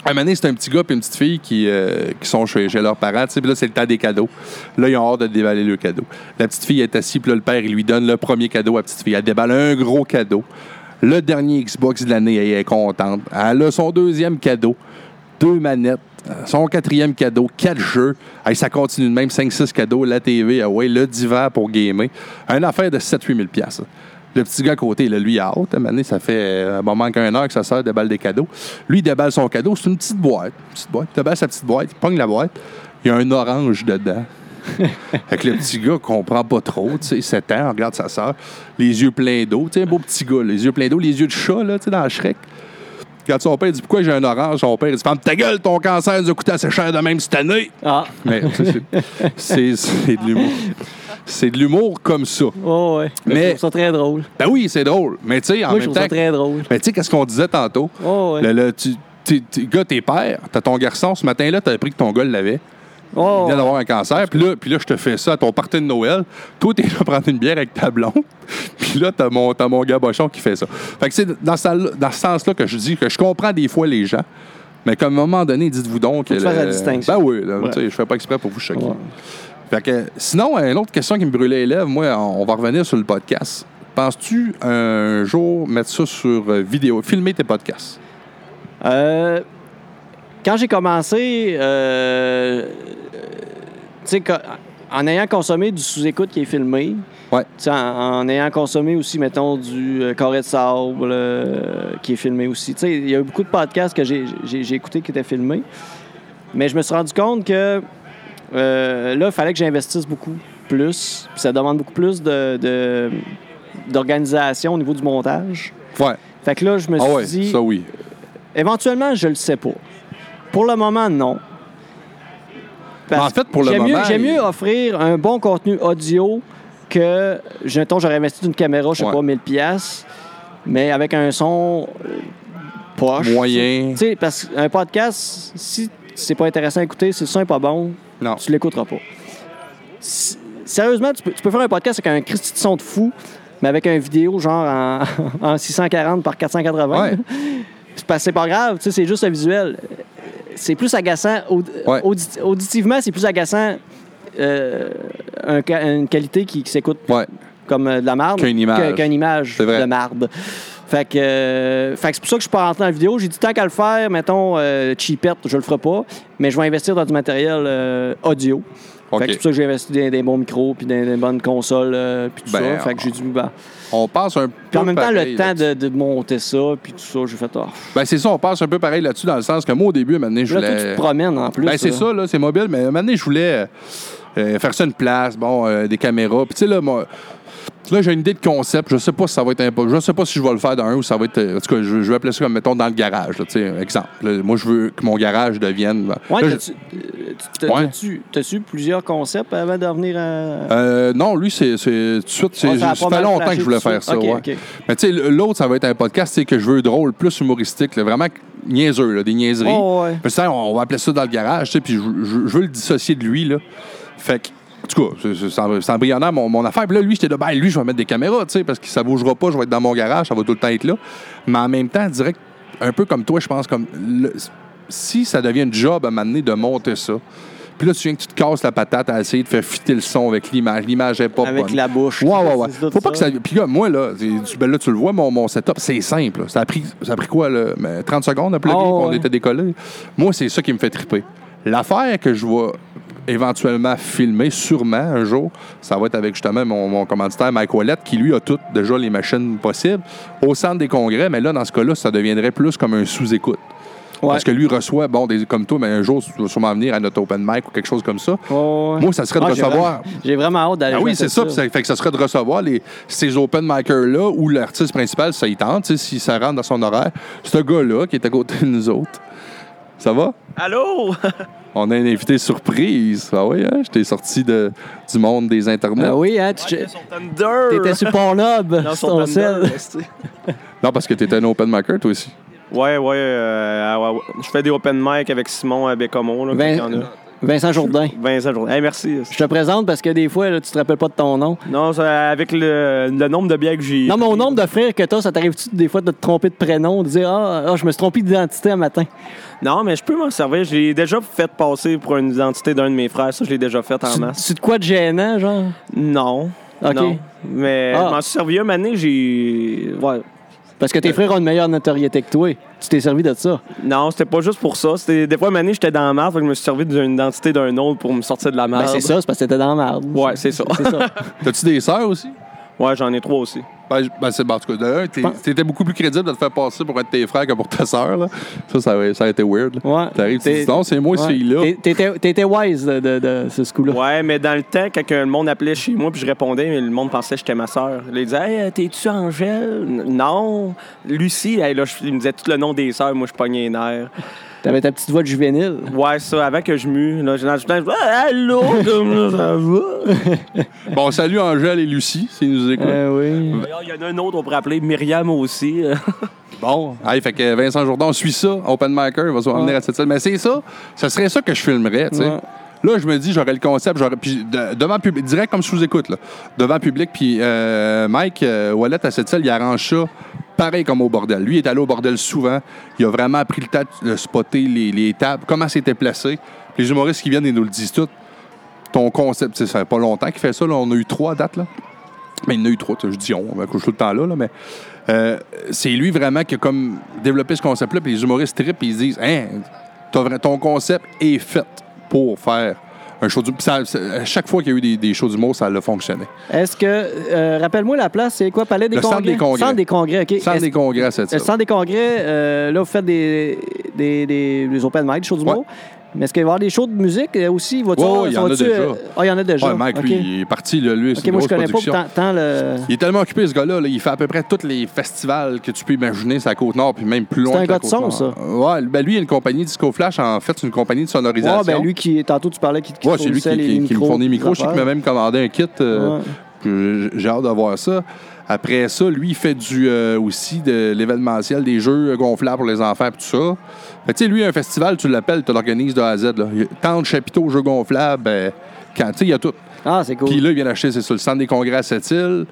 Speaker 1: à un moment donné, c'est un petit gars et une petite fille qui, euh, qui sont chez, chez leurs parents, tu sais, puis là, c'est le temps des cadeaux. Là, ils ont hâte de déballer le cadeau. La petite fille est assise, puis là, le père, il lui donne le premier cadeau à la petite fille. Elle déballe un gros cadeau. Le dernier Xbox de l'année, elle est contente. Elle a son deuxième cadeau, deux manettes, euh, son quatrième cadeau, quatre jeux. Hey, ça continue de même, 5-6 cadeaux, la TV, ah ouais, le divan pour gamer. Une affaire de 7-8 000 piastres. Le petit gars à côté, là, lui, il a hâte. À un moment donné, ça fait euh, un moment qu'un heure que sa sœur déballe des cadeaux. Lui, il déballe son cadeau. C'est une petite boîte. Une petite boîte. Il déballe sa petite boîte. Il pogne la boîte. Il y a un orange dedans. Fait que le petit gars comprend pas trop, tu sais, 7 ans, regarde sa sœur, les yeux pleins d'eau, tu sais, un beau petit gars, les yeux pleins d'eau, les yeux de chat, là, tu sais, dans Shrek. Quand son père dit pourquoi j'ai un orange, son père dit Ferme ta gueule, ton cancer nous a coûté assez cher de même cette année.
Speaker 2: Ah,
Speaker 1: Mais tu sais, c'est c'est- c'est de l'humour. C'est de l'humour comme ça.
Speaker 2: oh, ouais.
Speaker 1: Mais-
Speaker 2: Je trouve ça très drôle.
Speaker 1: Ben oui, c'est drôle, mais tu sais, en
Speaker 2: Moi, je
Speaker 1: même
Speaker 2: trouve ça
Speaker 1: temps.
Speaker 2: très drôle.
Speaker 1: Mais tu sais, qu'est-ce qu'on disait tantôt?
Speaker 2: Oh, ouais.
Speaker 1: Le, le- tu, t'es- t'es- gars, t'es père, t'as ton garçon, ce matin-là, t'as appris que ton gars l'avait. Il
Speaker 2: Oh,
Speaker 1: vient d'avoir un cancer. Puis là, puis là, je te fais ça à ton party de Noël. Toi, t'es là prendre une bière avec ta blonde. Puis là, t'as mon, t'as mon gars bochon qui fait ça. Fait que c'est dans, ça- dans ce sens-là que je dis que je comprends des fois les gens. Mais comme à un moment donné, dites-vous donc.
Speaker 2: Faut
Speaker 1: que
Speaker 2: faire
Speaker 1: le-
Speaker 2: la distinction.
Speaker 1: Ben oui, là,
Speaker 2: Ouais.
Speaker 1: tu sais, je fais pas exprès pour vous choquer. Fait que, sinon, une autre question qui me brûlait les lèvres, moi, on on va revenir sur le podcast. Penses-tu un jour mettre ça sur euh, vidéo, filmer tes podcasts?
Speaker 2: Euh, quand j'ai commencé, euh, euh, tu sais, co- en ayant consommé du sous-écoute qui est filmé,
Speaker 1: Ouais.
Speaker 2: tu sais, en, en ayant consommé aussi, mettons, du euh, carré de sable euh, qui est filmé aussi. Tu sais, il y a eu beaucoup de podcasts que j'ai- j'ai j'ai écoutés qui étaient filmés. Mais je me suis rendu compte que euh, là, il fallait que j'investisse beaucoup plus. Puis ça demande beaucoup plus de- de- d'organisation au niveau du montage.
Speaker 1: Ouais.
Speaker 2: Fait que là, je me
Speaker 1: Ah
Speaker 2: suis
Speaker 1: ouais,
Speaker 2: dit,
Speaker 1: ça oui.
Speaker 2: Éventuellement, je le sais pas. Pour le moment, non.
Speaker 1: Mais en fait, pour le
Speaker 2: j'aime
Speaker 1: moment,
Speaker 2: mieux- J'aime
Speaker 1: il-
Speaker 2: mieux offrir un bon contenu audio que, mettons, j'aurais investi d'une caméra, je sais
Speaker 1: Ouais.
Speaker 2: pas, 1000 pièces, mais avec un son euh, poche.
Speaker 1: Moyen.
Speaker 2: Tu sais, parce qu'un podcast, si c'est pas intéressant à écouter, si le son est pas bon,
Speaker 1: Non.
Speaker 2: tu l'écouteras pas. S- Sérieusement, tu peux, tu peux faire un podcast avec un Christy de son de fou, mais avec un vidéo genre en, en 640 par 480.
Speaker 1: Ouais.
Speaker 2: C'est pas- C'est pas grave, tu sais, c'est juste le visuel. C'est plus agaçant. aud-
Speaker 1: Ouais.
Speaker 2: audi- auditivement, c'est plus agaçant euh, un ca- une qualité qui, qui s'écoute
Speaker 1: Ouais.
Speaker 2: comme euh, de la marde.
Speaker 1: Qu'une image.
Speaker 2: que- qu'une image
Speaker 1: C'est vrai.
Speaker 2: de marde. Fait que, euh, fait que c'est pour ça que je suis pas rentré dans la vidéo. J'ai dit tant qu'à le faire, mettons, euh, cheapette, je le ferai pas, mais je vais investir dans du matériel euh, audio.
Speaker 1: OK.
Speaker 2: Fait que c'est pour ça que j'ai investi dans des bons micros, puis dans des bonnes consoles, euh, puis tout
Speaker 1: Ben,
Speaker 2: ça. Fait que j'ai dû. bah,
Speaker 1: On passe un peu.
Speaker 2: Puis en même temps,
Speaker 1: pareil
Speaker 2: le temps
Speaker 1: là-dessus.
Speaker 2: de, de monter ça, puis tout ça, j'ai fait. Oh,
Speaker 1: Ben, c'est ça, on passe un peu pareil là-dessus, dans le sens que moi, au début, maintenant, je
Speaker 2: Là, toi,
Speaker 1: voulais.
Speaker 2: tu te promènes en plus.
Speaker 1: Ben, c'est
Speaker 2: là.
Speaker 1: ça, là, c'est mobile, mais maintenant, je voulais euh, euh, faire ça une place, bon, euh, des caméras. Puis, tu sais, là, moi, là, j'ai une idée de concept. Je sais pas si ça va être impo- Je sais pas si je vais le faire dans un ou ça va être. euh, En tout cas, je, je vais appeler ça comme, mettons, dans le garage, là, tu sais, exemple. Là, moi, je veux que mon garage devienne. ben,
Speaker 2: Ouais,
Speaker 1: là, je-
Speaker 2: t'as-tu- euh, t'as-
Speaker 1: Ouais.
Speaker 2: t'as-tu t'as-tu plusieurs concepts avant de revenir à.
Speaker 1: Euh, non, lui, c'est c'est- tout de suite. c'est-
Speaker 2: Ouais, ça a
Speaker 1: Ça
Speaker 2: pas
Speaker 1: fait
Speaker 2: mal
Speaker 1: longtemps
Speaker 2: flashé
Speaker 1: que je voulais
Speaker 2: tout de
Speaker 1: faire ça.
Speaker 2: suite.
Speaker 1: ouais.
Speaker 2: Ok, ok.
Speaker 1: Mais tu sais, l'autre, ça va être un podcast c'est que je veux drôle, plus humoristique, là, vraiment niaiseux, là, des niaiseries.
Speaker 2: Oh, ouais.
Speaker 1: Mais ça, on va appeler ça dans le garage, tu sais, puis je, je- je veux le dissocier de lui, là. Fait que, en tout cas, c'est- c'est- c'est embry- c'est embryonnaire, mon, mon affaire. Puis là, lui, j'étais là, ben lui, je vais mettre des caméras, tu sais, parce que ça bougera pas, je vais être dans mon garage, ça va tout le temps être là. Mais en même temps, direct, un peu comme toi, je pense, comme le- si ça devient une job à m'amener de monter ça, puis là, tu viens que tu te casses la patate à essayer de faire fitter le son avec l'image. L'image est pas
Speaker 2: Avec
Speaker 1: bonne.
Speaker 2: la bouche.
Speaker 1: Ouais, ouais, ouais.
Speaker 2: C'est tout
Speaker 1: Faut pas
Speaker 2: ça.
Speaker 1: que ça. Puis là, moi, là, c'est- ben là, tu le vois, mon, mon setup, c'est simple. là. Ça a pris, ça a pris quoi, là? Mais 30 secondes à plugger,
Speaker 2: Ah,
Speaker 1: puis on
Speaker 2: ouais.
Speaker 1: était décollé. Moi, c'est ça qui me fait triper. L'affaire que je vois éventuellement filmer, sûrement un jour. Ça va être avec justement mon, mon commanditaire Mike Wallet, qui lui a toutes déjà les machines possibles au centre des congrès. Mais là, dans ce cas-là, ça deviendrait plus comme un sous-écoute.
Speaker 2: Ouais.
Speaker 1: Parce que lui reçoit, bon, des, comme toi, mais un jour, tu vas sûrement venir à notre open mic ou quelque chose comme ça.
Speaker 2: Ouais, ouais.
Speaker 1: Moi, ça serait de
Speaker 2: Ah, j'ai
Speaker 1: recevoir.
Speaker 2: vraiment- J'ai vraiment, hâte d'aller
Speaker 1: Ah
Speaker 2: jouer à
Speaker 1: oui, c'est ça. Puis
Speaker 2: ça.
Speaker 1: ça fait que ça serait de recevoir les, ces open micers-là où l'artiste principal, ça y tente, tu sais, si ça rentre dans son horaire. Ce gars-là qui est à côté de nous autres. Ça va?
Speaker 2: Allô?
Speaker 1: On a un invité surprise. Ah oui, hein? je t'ai sorti de, du monde des internets.
Speaker 2: Ah oui, hein? Tu,
Speaker 3: Sur Thunder!
Speaker 2: t'étais sur Pornhub, sur ton sel.
Speaker 1: Non, parce que t'étais un open micer, toi aussi.
Speaker 3: Ouais, ouais, euh, ah ouais, ouais. Je fais des open mic avec Simon à Bécomo. Là,
Speaker 2: Vin-
Speaker 3: quand il y en a.
Speaker 2: Vincent Jourdain.
Speaker 3: Vincent Jourdain. Hey, merci.
Speaker 2: Je te présente parce que des fois, là, tu te rappelles pas de ton nom.
Speaker 3: Non, ça, avec le, le nombre de bières que j'ai.
Speaker 2: Non, mais au nombre de frères que t'as, ça t'arrive-tu des fois de te tromper de prénom, de dire Ah, ah, je me suis trompé d'identité un matin
Speaker 3: Non, mais je peux m'en servir. Je l'ai déjà fait passer pour une identité d'un de mes frères. Ça, je l'ai déjà fait en
Speaker 2: Tu-
Speaker 3: masse.
Speaker 2: C'est de quoi de gênant, genre
Speaker 3: Non.
Speaker 2: Ok.
Speaker 3: Non. Mais
Speaker 2: Ah.
Speaker 3: je m'en suis servi une année, j'ai. Ouais.
Speaker 2: Parce que tes frères ont une meilleure notoriété que toi. Tu t'es servi de ça.
Speaker 3: Non, c'était pas juste pour ça. C'était des fois une année, j'étais dans la merde, fait que je me suis servi d'une identité d'un autre pour me sortir de la
Speaker 2: Ben,
Speaker 3: merde.
Speaker 2: c'est ça, c'est parce que t'étais dans la merde.
Speaker 3: Ouais, c'est ça.
Speaker 2: C'est ça.
Speaker 1: T'as-tu des sœurs aussi?
Speaker 3: Ouais, j'en ai trois aussi.
Speaker 1: Ben, je- ben, c'est ben, en tout cas, de un, t'es-
Speaker 2: Pen-
Speaker 1: t'étais beaucoup plus crédible de te faire passer pour être tes frères que pour ta sœur. là. Ça, ça, a- ça a été weird. là.
Speaker 2: Ouais.
Speaker 1: T'arrives, tu
Speaker 2: T'es-
Speaker 1: dis non, c'est moi,
Speaker 2: Ouais.
Speaker 1: c'est là.
Speaker 2: T'es- T'étais t'étais wise de, de- de ce coup-là.
Speaker 3: Ouais, mais dans le temps, quand que le monde appelait chez moi, puis je répondais, mais le monde pensait que j'étais ma sœur. Ils disaient, hey, euh, t'es-tu Angèle? N- Non. Lucie, hey, là, je, ils me disaient tout le nom des sœurs, moi, je pognais les nerfs.
Speaker 2: T'avais ta petite voix de juvénile.
Speaker 3: Ouais, ça, avant que je mue, là, j'ai dans le temps, je dis, Ah, allô, comme ça, ça va?
Speaker 1: Bon, salut Angèle et Lucie, si nous écoutent.
Speaker 2: Euh, oui.
Speaker 3: D'ailleurs, il y en a un autre, on pourrait appeler Myriam aussi.
Speaker 1: Bon, hey, fait que Vincent Jourdan, on suit ça, Open Micer, il va se revenir à cette salle. Mais c'est ça, ce serait ça que je filmerais, tu sais.
Speaker 2: Ouais.
Speaker 1: Là, je me dis, j'aurais le concept, j'aurais. Puis de- devant public, direct comme sous-écoute, là. Devant public, puis euh, Mike euh, Wallet à cette salle, il arrange ça pareil comme au bordel. Lui, il est allé au bordel souvent. Il a vraiment pris le temps de spotter les, les tables, comment c'était placé. Puis les humoristes qui viennent, ils nous le disent tout. Ton concept, tu sais, ça fait pas longtemps qu'il fait ça, là. On a eu trois dates, là. Mais il y en a eu trois, tu sais, je dis on, ben, je suis tout le temps là, là, mais euh, c'est lui vraiment qui a comme développé ce concept-là, puis les humoristes trippent, puis ils disent Hein, t'as vra- ton concept est fait pour faire un show du. Puis ça- ça- à chaque fois qu'il y a eu des, des shows d'humour, ça a fonctionné.
Speaker 2: Est-ce que. euh, Rappelle-moi la place, c'est quoi Palais des
Speaker 1: Le
Speaker 2: Congrès
Speaker 1: Centre des Congrès.
Speaker 2: Centre des Congrès, OK.
Speaker 1: Sans
Speaker 2: Est-ce-
Speaker 1: des congrès à cette
Speaker 2: Le
Speaker 1: salle.
Speaker 2: centre des congrès, euh, là, vous faites des, des, des, des open mic, des shows du
Speaker 1: Ouais.
Speaker 2: mot. Mais est-ce qu'il va y avoir des shows de musique euh, aussi? Va-tu
Speaker 1: Ouais,
Speaker 2: avoir-
Speaker 1: ouais, il y en a
Speaker 2: va-tu,
Speaker 1: déjà.
Speaker 2: euh, Ah, il y en a déjà.
Speaker 1: Ouais, Mike,
Speaker 2: OK.
Speaker 1: lui, il est parti, là, lui,
Speaker 2: OK,
Speaker 1: c'est une
Speaker 2: moi, je
Speaker 1: grosse
Speaker 2: connais
Speaker 1: production.
Speaker 2: pas tant, tant le...
Speaker 1: Il est tellement occupé, ce gars-là. là. Il fait à peu près tous les festivals que tu peux imaginer sur la Côte-Nord, puis même plus loin.
Speaker 2: C'est un
Speaker 1: que la
Speaker 2: gars de son,
Speaker 1: Côte-Nord.
Speaker 2: ça.
Speaker 1: Ouais, ben lui, il a une compagnie Disco Flash. En fait, c'est une compagnie de sonorisation.
Speaker 2: Ouais, ben lui, qui, tantôt, tu parlais qu'il te
Speaker 1: Ouais, c'est lui qui,
Speaker 2: fournissait les-
Speaker 1: qui-
Speaker 2: les
Speaker 1: qui me
Speaker 2: micros,
Speaker 1: fournit les micros.
Speaker 2: les
Speaker 1: Je sais qu'il m'a
Speaker 2: affaires.
Speaker 1: même commandé un kit. euh,
Speaker 2: Ouais.
Speaker 1: que j- J'ai hâte de voir ça. Après ça, lui, il fait du, euh, aussi de l'événementiel, des jeux gonflables pour les enfants et tout ça. Fait que, tu sais, lui, un festival, tu l'appelles, tu l'organises de A à Z. Là. Il y a Tant de chapiteaux, jeux gonflables, euh, quand, tu sais, il y a tout.
Speaker 2: Ah, c'est cool.
Speaker 1: Puis là, il vient d'acheter, c'est sur le centre des congrès à Sept-Îles.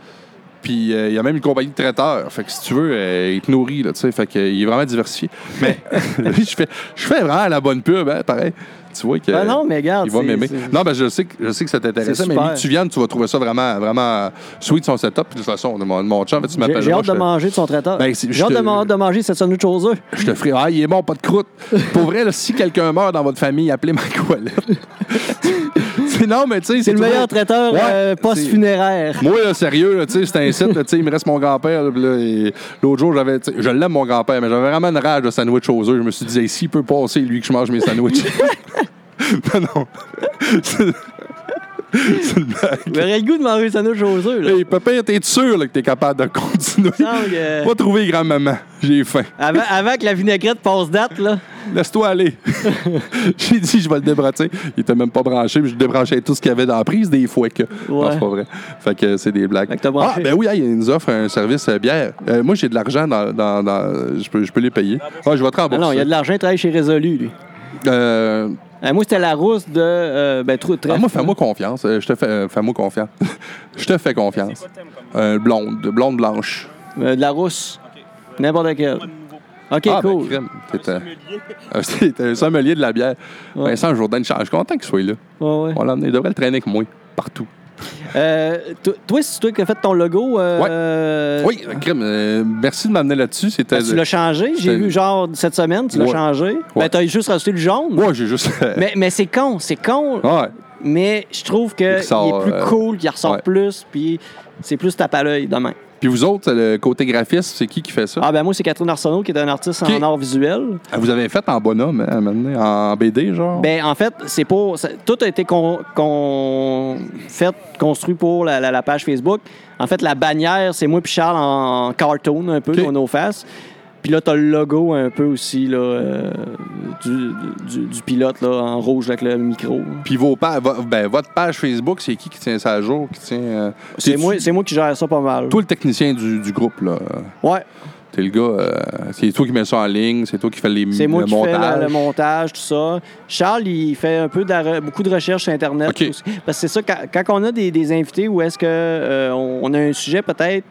Speaker 1: Puis euh, il y a même une compagnie de traiteurs. Fait que si tu veux, euh, il te nourrit, là, tu sais. Fait que, euh, il est vraiment diversifié. Mais lui, je fais, je fais vraiment la bonne pub, hein, pareil. Tu vois que...
Speaker 2: Ben non, mais regarde,
Speaker 1: Il va
Speaker 2: c'est-
Speaker 1: m'aimer.
Speaker 2: c'est-
Speaker 1: Non, ben je sais que, je sais que ça t'intéressait,
Speaker 2: C'est
Speaker 1: mais
Speaker 2: super.
Speaker 1: lui, que tu viennes, tu vas trouver ça vraiment, vraiment sweet son setup. Puis de toute façon, de mon, de mon chum, tu
Speaker 2: J'ai-
Speaker 1: m'appelles.
Speaker 2: J'ai
Speaker 1: moi,
Speaker 2: hâte de
Speaker 1: je te-
Speaker 2: manger de son traiteur.
Speaker 1: Ben, c'est-
Speaker 2: J'ai
Speaker 1: je
Speaker 2: hâte
Speaker 1: te-
Speaker 2: de, ma- de manger cette sandwich aux œufs.
Speaker 1: Je te ferai. Ah, il est bon, pas de croûte. Pour vrai, là, si quelqu'un meurt dans votre famille, appelez Mike Wallet. C'est- non, mais tu sais,
Speaker 2: C'est le
Speaker 1: toujours-
Speaker 2: meilleur traiteur
Speaker 1: Ouais,
Speaker 2: euh,
Speaker 1: c'est-
Speaker 2: post-funéraire.
Speaker 1: Moi, là, sérieux, là, tu sais, c'est un site, là, tu sais, il me reste mon grand-père. là, puis là, et L'autre jour, j'avais, tu sais, je l'aime, mon grand-père, mais j'avais vraiment une rage de sandwich aux œufs. Je me suis dit, Hey, s'il peut passer, lui, que je mange mes sandwichs. non, non. C'est- c'est une blague.
Speaker 2: J'aurais le goût de manger une sandwich aux œufs. là.
Speaker 1: Hey, papa, t'es sûr là, que t'es capable de continuer?
Speaker 2: Il semble que-
Speaker 1: Va trouver grand-maman. J'ai faim.
Speaker 2: Avant, avant que la vinaigrette passe date, là.
Speaker 1: Laisse-toi aller. J'ai dit, je vais le débrancher. Il était même pas branché, puis je débranchais tout ce qu'il y avait dans la prise des fois que. Non, c'est pas vrai. Fait que euh, c'est des blagues.
Speaker 2: Fait que t'as
Speaker 1: ah,
Speaker 2: branché.
Speaker 1: ben oui, hey, il nous offre un service euh, bière. Euh, moi, j'ai de l'argent dans. dans- dans- je, peux, je peux les payer. Ah, je vais te
Speaker 2: Ah
Speaker 1: rembourser.
Speaker 2: non, il y a de l'argent, il travaille chez Résolu, lui.
Speaker 1: Euh,
Speaker 2: Euh, moi, c'était la rousse de. euh, ben, trou-
Speaker 1: ah,
Speaker 2: trèfle.
Speaker 1: moi, fais-moi confiance. Euh, je te fais. euh, fais-moi confiance. je te fais confiance. Euh, blonde, blonde blanche.
Speaker 2: Euh, de la rousse. N'importe laquelle. OK,
Speaker 1: ah, ben,
Speaker 2: cool.
Speaker 1: crème. T'es, euh, euh, t'es un sommelier de la bière.
Speaker 2: Ouais.
Speaker 1: Vincent Jourdain, je suis content qu'il soit là.
Speaker 2: Ouais, ouais.
Speaker 1: On l'a emmené. Il devrait le traîner avec moi, partout.
Speaker 2: Euh, to- toi, c'est toi qui as fait ton logo. euh, ben,
Speaker 1: Oui, crime, euh, merci de m'amener là-dessus. C'était.
Speaker 2: Tu l'as changé. J'ai
Speaker 1: C'était-
Speaker 2: vu, genre, cette semaine, tu l'as
Speaker 1: Ouais.
Speaker 2: changé. Ben,
Speaker 1: Ouais.
Speaker 2: t'as juste rajouté le jaune.
Speaker 1: Ouais, j'ai juste. euh,
Speaker 2: Mais, mais c'est con, c'est con.
Speaker 1: Ouais.
Speaker 2: Mais je trouve que il
Speaker 1: Il ressort,
Speaker 2: est plus
Speaker 1: euh,
Speaker 2: cool, qu'il ressort
Speaker 1: ouais.
Speaker 2: plus, puis c'est plus tape à l'œil demain.
Speaker 1: Puis vous autres, le côté graphiste, c'est qui qui fait ça?
Speaker 2: Ah ben moi, c'est Catherine Arsenault qui est un artiste
Speaker 1: Qui-
Speaker 2: en art visuel.
Speaker 1: Ah, Vous avez fait en bonhomme, hein, à un moment donné, en BD, genre?
Speaker 2: Ben, en fait, c'est pour. ça- tout a été con- con- fait, construit pour la, la- la page Facebook. En fait, la bannière, c'est moi puis Charles en cartoon, un peu,
Speaker 1: OK.
Speaker 2: sur nos faces. Puis là, t'as le logo un peu aussi, là, euh, du, du- du pilote, là, en rouge avec le micro.
Speaker 1: Puis vos pa- vo- ben, votre page Facebook, c'est qui qui tient ça à jour? Qui tient, euh,
Speaker 2: C'est
Speaker 1: t'es-tu-
Speaker 2: moi, c'est moi qui gère ça pas mal.
Speaker 1: Toi, le technicien du, du groupe, là.
Speaker 2: Ouais,
Speaker 1: T'es le gars. euh, c'est toi qui mets ça en ligne, c'est toi qui fais les
Speaker 2: c'est moi
Speaker 1: le
Speaker 2: qui
Speaker 1: montage.
Speaker 2: fais le- le, montage, tout ça. Charles, il fait un peu de la re- beaucoup de recherches sur Internet.
Speaker 1: OK.
Speaker 2: aussi. Parce que c'est ça, quand, quand on a des, des invités où est-ce que euh, on, on a un sujet peut-être,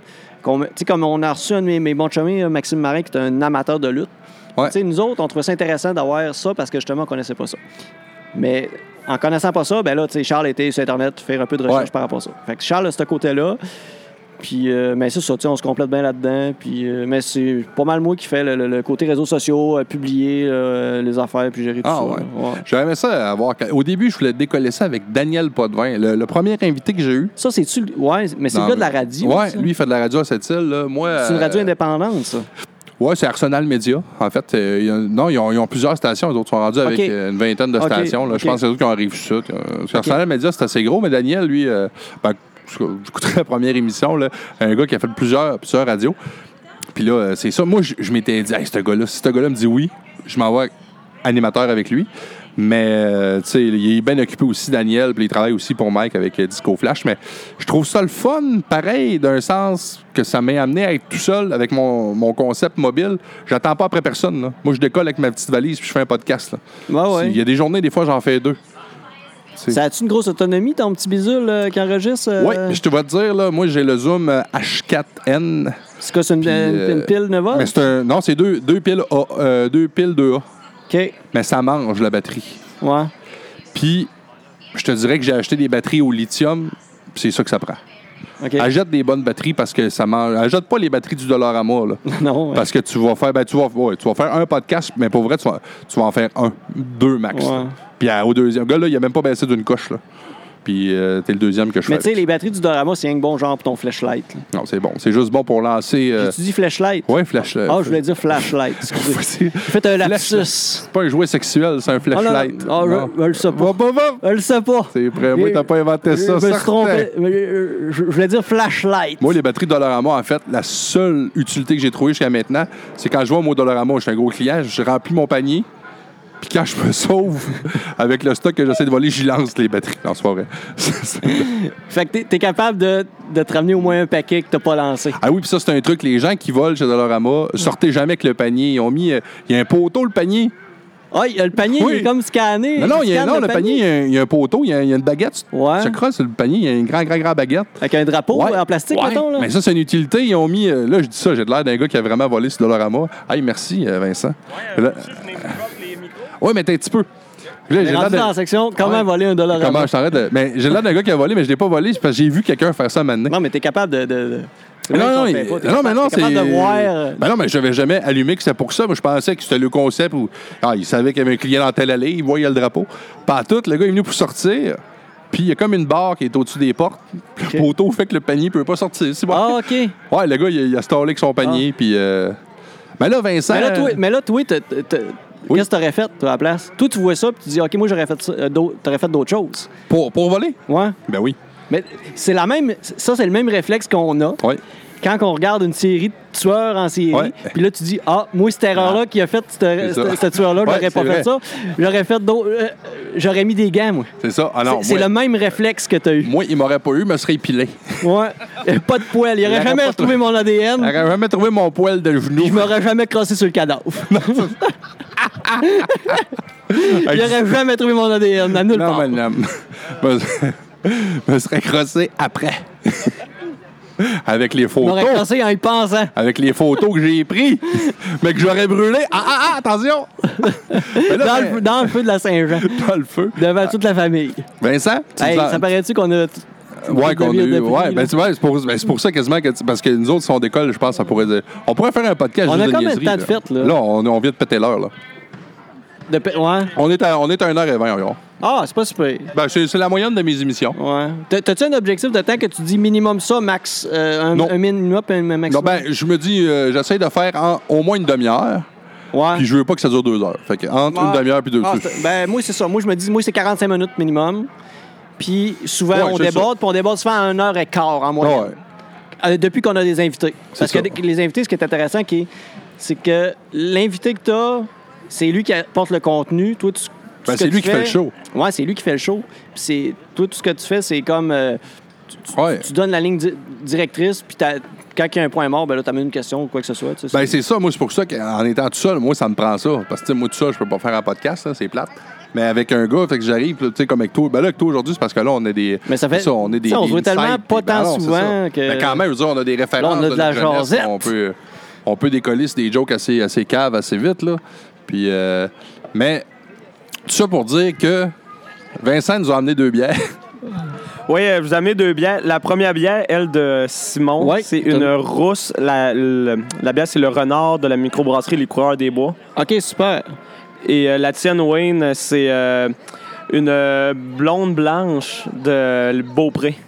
Speaker 2: qu'on- tu sais, comme on a reçu un de mes, mes bons chummies, euh, Maxime Marin, qui est un amateur de lutte.
Speaker 1: Ouais.
Speaker 2: Tu sais, Nous autres, on trouvait ça intéressant d'avoir ça parce que justement, on connaissait pas ça. Mais en connaissant pas ça, ben là, tu sais, Charles était sur Internet faire un peu de recherche
Speaker 1: Ouais.
Speaker 2: par rapport à ça. Fait que Charles a ce côté-là. Puis, euh, mais c'est ça, tu sais, on se complète bien là-dedans. Puis, euh, mais c'est pas mal moi qui fais le, le- le côté réseaux sociaux, euh, publier euh, les affaires, puis gérer tout
Speaker 1: Ah,
Speaker 2: ça.
Speaker 1: ouais.
Speaker 2: Ouais.
Speaker 1: J'aimais ça avoir. Au début, je voulais décoller ça avec Daniel Podvin, le, le premier invité que j'ai eu.
Speaker 2: Ça, c'est-tu. le- Ouais, mais c'est le
Speaker 1: Dans-
Speaker 2: gars de la radio.
Speaker 1: Ouais,
Speaker 2: ça?
Speaker 1: lui, il fait de la radio à cette île. Là. Moi,
Speaker 2: C'est une
Speaker 1: euh,
Speaker 2: radio indépendante, ça.
Speaker 1: Ouais, c'est Arsenal Media. En fait, Euh, il y a- non, ils ont, ils ont plusieurs stations. Les autres sont rendus avec
Speaker 2: Ok.
Speaker 1: euh, une vingtaine de
Speaker 2: Ok,
Speaker 1: stations. là.
Speaker 2: ok.
Speaker 1: Je pense que c'est eux qui ont arrivé sur ça. Euh, Arsenal Media, c'est assez gros, mais Daniel, lui, euh, ben, j'écouterai la première émission, là, un gars qui a fait plusieurs, plusieurs radios. Puis là, euh, c'est ça. Moi, je, je m'étais dit, hey, ce gars-là, si ce gars-là me dit oui, je m'en vais animateur avec lui. Mais, euh, tu sais, il est bien occupé aussi, Daniel, puis il travaille aussi pour Mike avec euh, Disco Flash. Mais je trouve ça le fun, pareil, d'un sens que ça m'a amené à être tout seul avec mon, mon concept mobile. J'attends pas après personne. là. Moi, je décolle avec ma petite valise puis je fais un podcast. là.
Speaker 2: Ouais, Ah ouais.
Speaker 1: Il y a des journées, des fois, j'en fais deux. C'est-
Speaker 2: Ça a-tu une grosse autonomie, ton petit bisule euh, qui enregistre? euh,
Speaker 1: Oui, je te vais te dire, là, moi, j'ai le Zoom euh, H4N.
Speaker 2: C'est quoi, c'est une,
Speaker 1: puis,
Speaker 2: une- une
Speaker 1: euh,
Speaker 2: pile 9
Speaker 1: Mais c'est un. Non, c'est deux, deux piles A, euh, deux piles 2A.
Speaker 2: OK.
Speaker 1: Mais ça mange la batterie.
Speaker 2: Ouais.
Speaker 1: Puis, je te dirais que j'ai acheté des batteries au lithium, puis c'est ça que ça prend.
Speaker 2: OK.
Speaker 1: Achète des bonnes batteries parce que ça mange. Achète pas les batteries du dollar à moi, là.
Speaker 2: non, ouais.
Speaker 1: Parce que tu vas faire. Ben, tu, vas, ouais, tu vas faire un podcast, mais pour vrai, tu vas, tu vas en faire un, deux max.
Speaker 2: Ouais.
Speaker 1: là. Puis à- au deuxième. Le gars, là, il a même pas baissé d'une coche, là. Puis euh, t'es le deuxième que je fais.
Speaker 2: Mais tu sais,
Speaker 1: avec.
Speaker 2: les batteries du Dorama, c'est un bon genre pour ton flashlight. là.
Speaker 1: Non, c'est bon. C'est juste bon pour lancer. euh,
Speaker 2: J'ai-tu dit flashlight?
Speaker 1: Ouais, flash. euh,
Speaker 2: Ah, je voulais dire flashlight. Excusez.
Speaker 1: C'est
Speaker 2: Faites un lapsus.
Speaker 1: c'est pas un jouet sexuel, c'est un
Speaker 2: Ah, non, non.
Speaker 1: flashlight.
Speaker 2: Ah, je-
Speaker 1: Non.
Speaker 2: je le sais pas.
Speaker 1: Va, va, va.
Speaker 2: Je le sais pas.
Speaker 1: C'est vrai, moi, t'as pas inventé
Speaker 2: Je me
Speaker 1: ça.
Speaker 2: suis
Speaker 1: certain.
Speaker 2: trompé. Mais, euh, Je je voulais dire flashlight.
Speaker 1: Moi, les batteries Dollarama, en fait, la seule utilité que j'ai trouvée jusqu'à maintenant, c'est quand je vois au mot Dollarama, je suis un gros client, je remplis mon panier, puis quand je me sauve avec le stock que j'essaie de voler, j'y lance les batteries. Non, c'est pas vrai.
Speaker 2: Fait que t'es- t'es capable de, de te ramener au moins un paquet que t'as pas lancé.
Speaker 1: ah oui, puis ça, c'est un truc, les gens qui volent chez Dollarama, sortez jamais avec le panier. Ils ont mis. euh, Il y a un poteau, le panier.
Speaker 2: Ah, il y a le panier
Speaker 1: Oui.
Speaker 2: il est comme scanné.
Speaker 1: Non, non, il y a,
Speaker 2: scanne
Speaker 1: non, le panier, il y a un- il y, a un poteau, il y, a- il y a une baguette.
Speaker 2: Ouais.
Speaker 1: Tu crosses sur le panier, il y a une grande, grande, grande baguette.
Speaker 2: Avec un drapeau
Speaker 1: Ouais.
Speaker 2: en plastique,
Speaker 1: Ouais.
Speaker 2: mettons. Là.
Speaker 1: Mais ça, c'est une utilité. Ils ont mis. euh, là, je dis ça, j'ai de l'air d'un gars qui a vraiment volé ce Dollarama. Hey, merci, euh, Vincent. Là- Ouais, mais t'es un petit peu. Là,
Speaker 2: On
Speaker 1: j'ai
Speaker 2: est
Speaker 1: l'air
Speaker 2: rendu
Speaker 1: de-
Speaker 2: dans la section comment
Speaker 1: Ouais.
Speaker 2: voler un dollar
Speaker 1: Comment je t'arrête de- Mais j'ai l'air d'un gars qui a volé, mais je l'ai pas volé, c'est parce que j'ai vu quelqu'un faire ça maintenant.
Speaker 2: Non, mais t'es capable de. de- de- C'est vrai
Speaker 1: Non,
Speaker 2: que
Speaker 1: non,
Speaker 2: t'en
Speaker 1: il-
Speaker 2: fais pas. T'es
Speaker 1: non,
Speaker 2: capable-
Speaker 1: mais non,
Speaker 2: t'es
Speaker 1: c'est.
Speaker 2: capable de voir. euh,
Speaker 1: Ben non, mais j'avais jamais allumé que c'était pour ça. Moi, je pensais que c'était le concept où. Ah, il savait qu'il y avait un client dans telle allée, il voyait le drapeau. Pas tout, le gars est venu pour sortir. Puis il y a comme une barre qui est au-dessus des portes. Puis Le
Speaker 2: Ok.
Speaker 1: poteau fait que le panier peut pas sortir. C'est bon.
Speaker 2: Ah, OK.
Speaker 1: Ouais, le gars, il a, il a stallé avec son panier, puis... euh, Mais là, Vincent...
Speaker 2: Mais là, toi, mais là, toi t'as- t'as- t'as-
Speaker 1: Oui.
Speaker 2: qu'est-ce que t'aurais fait, toi, à la place? Toi, tu vois ça, puis tu dis, OK, moi, j'aurais fait ça, euh, d'au- t'aurais fait d'autres choses.
Speaker 1: Pour, pour voler?
Speaker 2: Ouais.
Speaker 1: Ben oui.
Speaker 2: Mais c'est la même. Ça, c'est le même réflexe qu'on a.
Speaker 1: Ouais.
Speaker 2: Quand on regarde une série de tueurs en série,
Speaker 1: Ouais.
Speaker 2: puis là, tu dis, ah, moi, cette erreur-là qui a fait ce-
Speaker 1: C'est ça.
Speaker 2: ce ce tueur-là,
Speaker 1: Ouais,
Speaker 2: j'aurais pas
Speaker 1: c'est vrai.
Speaker 2: fait ça. J'aurais fait d'autres. euh, j'aurais mis des gants, moi.
Speaker 1: C'est ça. Ah non,
Speaker 2: C'est- c'est
Speaker 1: moi,
Speaker 2: le même réflexe que t'as eu.
Speaker 1: moi, il m'aurait pas eu, il me serait épilé.
Speaker 2: Ouais. Euh, Pas de poils. Il aurait
Speaker 1: aurait
Speaker 2: jamais
Speaker 1: pas
Speaker 2: retrouvé
Speaker 1: trouvé.
Speaker 2: mon ADN.
Speaker 1: Il aurait jamais trouvé mon poil de genou.
Speaker 2: Je m'aurais jamais crossé sur le cadavre. Il aurait jamais trouvé mon ADN à nulle
Speaker 1: Non, mais
Speaker 2: part.
Speaker 1: non. Je me serais crossé après. Avec les
Speaker 2: Il m'aurait
Speaker 1: photos.
Speaker 2: crossé en y pensant.
Speaker 1: Avec les photos que j'ai prises, mais que j'aurais brûlé. Ah, ah, ah, attention! Mais là, ben,
Speaker 2: Dans le, dans le feu de la Saint-Jean.
Speaker 1: dans le feu.
Speaker 2: Devant toute la famille.
Speaker 1: Vincent, tu
Speaker 2: Hey,
Speaker 1: nous en-
Speaker 2: ça paraît-tu qu'on a t-
Speaker 1: Ouais, qu'on a
Speaker 2: de
Speaker 1: eu.
Speaker 2: prix,
Speaker 1: Ouais,
Speaker 2: là.
Speaker 1: ben, tu vois, c'est pour, ben, c'est pour ça quasiment que. tu- Parce que nous autres, si on décolle, je pense, ça pourrait dire. On pourrait faire un podcast
Speaker 2: On
Speaker 1: juste
Speaker 2: a
Speaker 1: de
Speaker 2: combien de
Speaker 1: niaiseries,
Speaker 2: temps de fête, là?
Speaker 1: Là, on, on vient de péter l'heure, là.
Speaker 2: De pa- ouais.
Speaker 1: On est à, on est à 1h20 environ.
Speaker 2: Ah, c'est pas super.
Speaker 1: Ben, c'est c'est la moyenne de mes émissions.
Speaker 2: Ouais. T'as- T'as-tu un objectif de temps que tu dis minimum ça, max? euh, un,
Speaker 1: Non.
Speaker 2: un minimum, un maximum?
Speaker 1: Non, ben, je me dis, euh, j'essaie de faire en- au moins une demi-heure,
Speaker 2: ouais.
Speaker 1: puis je veux pas que ça dure deux heures. Fait que entre une
Speaker 2: Ouais.
Speaker 1: demi-heure puis deux
Speaker 2: Ah,
Speaker 1: heures.
Speaker 2: c'est- ben, moi, c'est ça. Moi, je me dis, moi, c'est 45 minutes minimum. Puis souvent,
Speaker 1: Ouais,
Speaker 2: on
Speaker 1: c'est ça.
Speaker 2: déborde, puis on déborde souvent à 1 heure et quart en moyenne.
Speaker 1: Ouais.
Speaker 2: Euh, depuis qu'on a des invités. Parce
Speaker 1: ça.
Speaker 2: que dès- les invités, ce qui est intéressant, qui est- c'est que l'invité que tu as, c'est lui qui apporte le contenu. Toi, tu, tout
Speaker 1: Ben,
Speaker 2: ce que
Speaker 1: c'est
Speaker 2: tu
Speaker 1: lui qui fait
Speaker 2: fais-
Speaker 1: le show.
Speaker 2: Ouais, c'est lui qui fait le show. Puis c'est- toi, tout ce que tu fais, c'est comme. euh, tu, tu-
Speaker 1: Ouais.
Speaker 2: tu donnes la ligne di- directrice, puis t'as- quand il y a un point mort, ben là, t'amènes une question ou quoi que ce soit. tu sais,
Speaker 1: Ben, c'est ça. Moi, c'est pour ça qu'en étant tout seul, moi, ça me prend ça. Parce que, tu sais, moi, tout seul, je peux pas faire un podcast, là, c'est plate. Mais avec un gars, fait que j'arrive, là, tu sais, comme avec toi. Ben là, avec toi aujourd'hui, c'est parce que là, on est des.
Speaker 2: Mais ça fait-
Speaker 1: c'est on est des.
Speaker 2: tu sais, on se
Speaker 1: des
Speaker 2: voit tellement
Speaker 1: insights,
Speaker 2: pas
Speaker 1: puis- ben
Speaker 2: tant
Speaker 1: non, c'est
Speaker 2: souvent
Speaker 1: ça.
Speaker 2: que-
Speaker 1: Mais quand même, je veux dire, on a des références.
Speaker 2: Là, on a de la
Speaker 1: notre jeunesse,
Speaker 2: jasette.
Speaker 1: On peut, on peut décoller sur des jokes assez, assez caves, assez vite, là. Puis, euh, mais, tout ça pour dire que Vincent nous a amené deux bières.
Speaker 3: Oui, euh, vous amenez deux bières. La première bière, elle de Simon,
Speaker 2: Ouais.
Speaker 3: c'est une
Speaker 2: T'as-
Speaker 3: rousse. La, le- la bière, c'est le renard de la microbrasserie Les Coureurs des Bois.
Speaker 2: OK, super.
Speaker 3: Et euh, la tienne, Wayne, c'est euh, une euh, blonde blanche de Beaupré.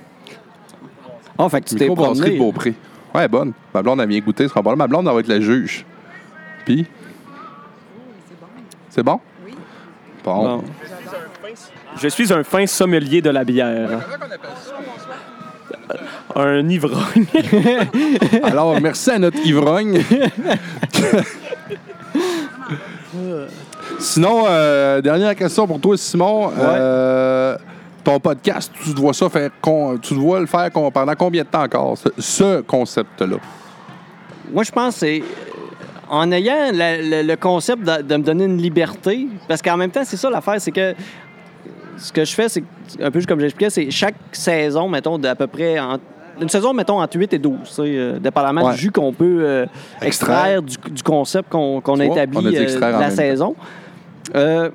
Speaker 2: Ah, fait que tu t'es
Speaker 1: Microbrasserie
Speaker 2: promené.
Speaker 1: de Beaupré. Ouais, bonne. Ma blonde, elle vient goûter, ce sera bon. Ma blonde, elle va être la juge. Puis? C'est bon? Bon.
Speaker 2: Bon.
Speaker 3: Je suis un fin sommelier de la bière. Euh, Un ivrogne.
Speaker 1: Alors, merci à notre ivrogne. Sinon, euh, dernière question pour toi, Simon. Euh, ton podcast, tu dois ça faire con- tu dois le faire con- pendant combien de temps encore, ce, ce concept-là?
Speaker 2: Moi, je pense que c'est. En ayant la- le, le concept de, de me donner une liberté, parce qu'en même temps, c'est ça l'affaire, c'est que ce que je fais, c'est que, un peu comme j'expliquais, c'est chaque saison, mettons, d'à peu près. en- une saison, mettons, entre 8 et 12, tu sais, euh, dépendamment
Speaker 1: Ouais.
Speaker 2: du jus qu'on peut euh,
Speaker 1: Extraire.
Speaker 2: extraire. du, du concept qu'on qu'on a
Speaker 1: Tu vois,
Speaker 2: établi
Speaker 1: on a dit
Speaker 2: euh,
Speaker 1: extraire en
Speaker 2: de la
Speaker 1: même temps.
Speaker 2: saison. Euh,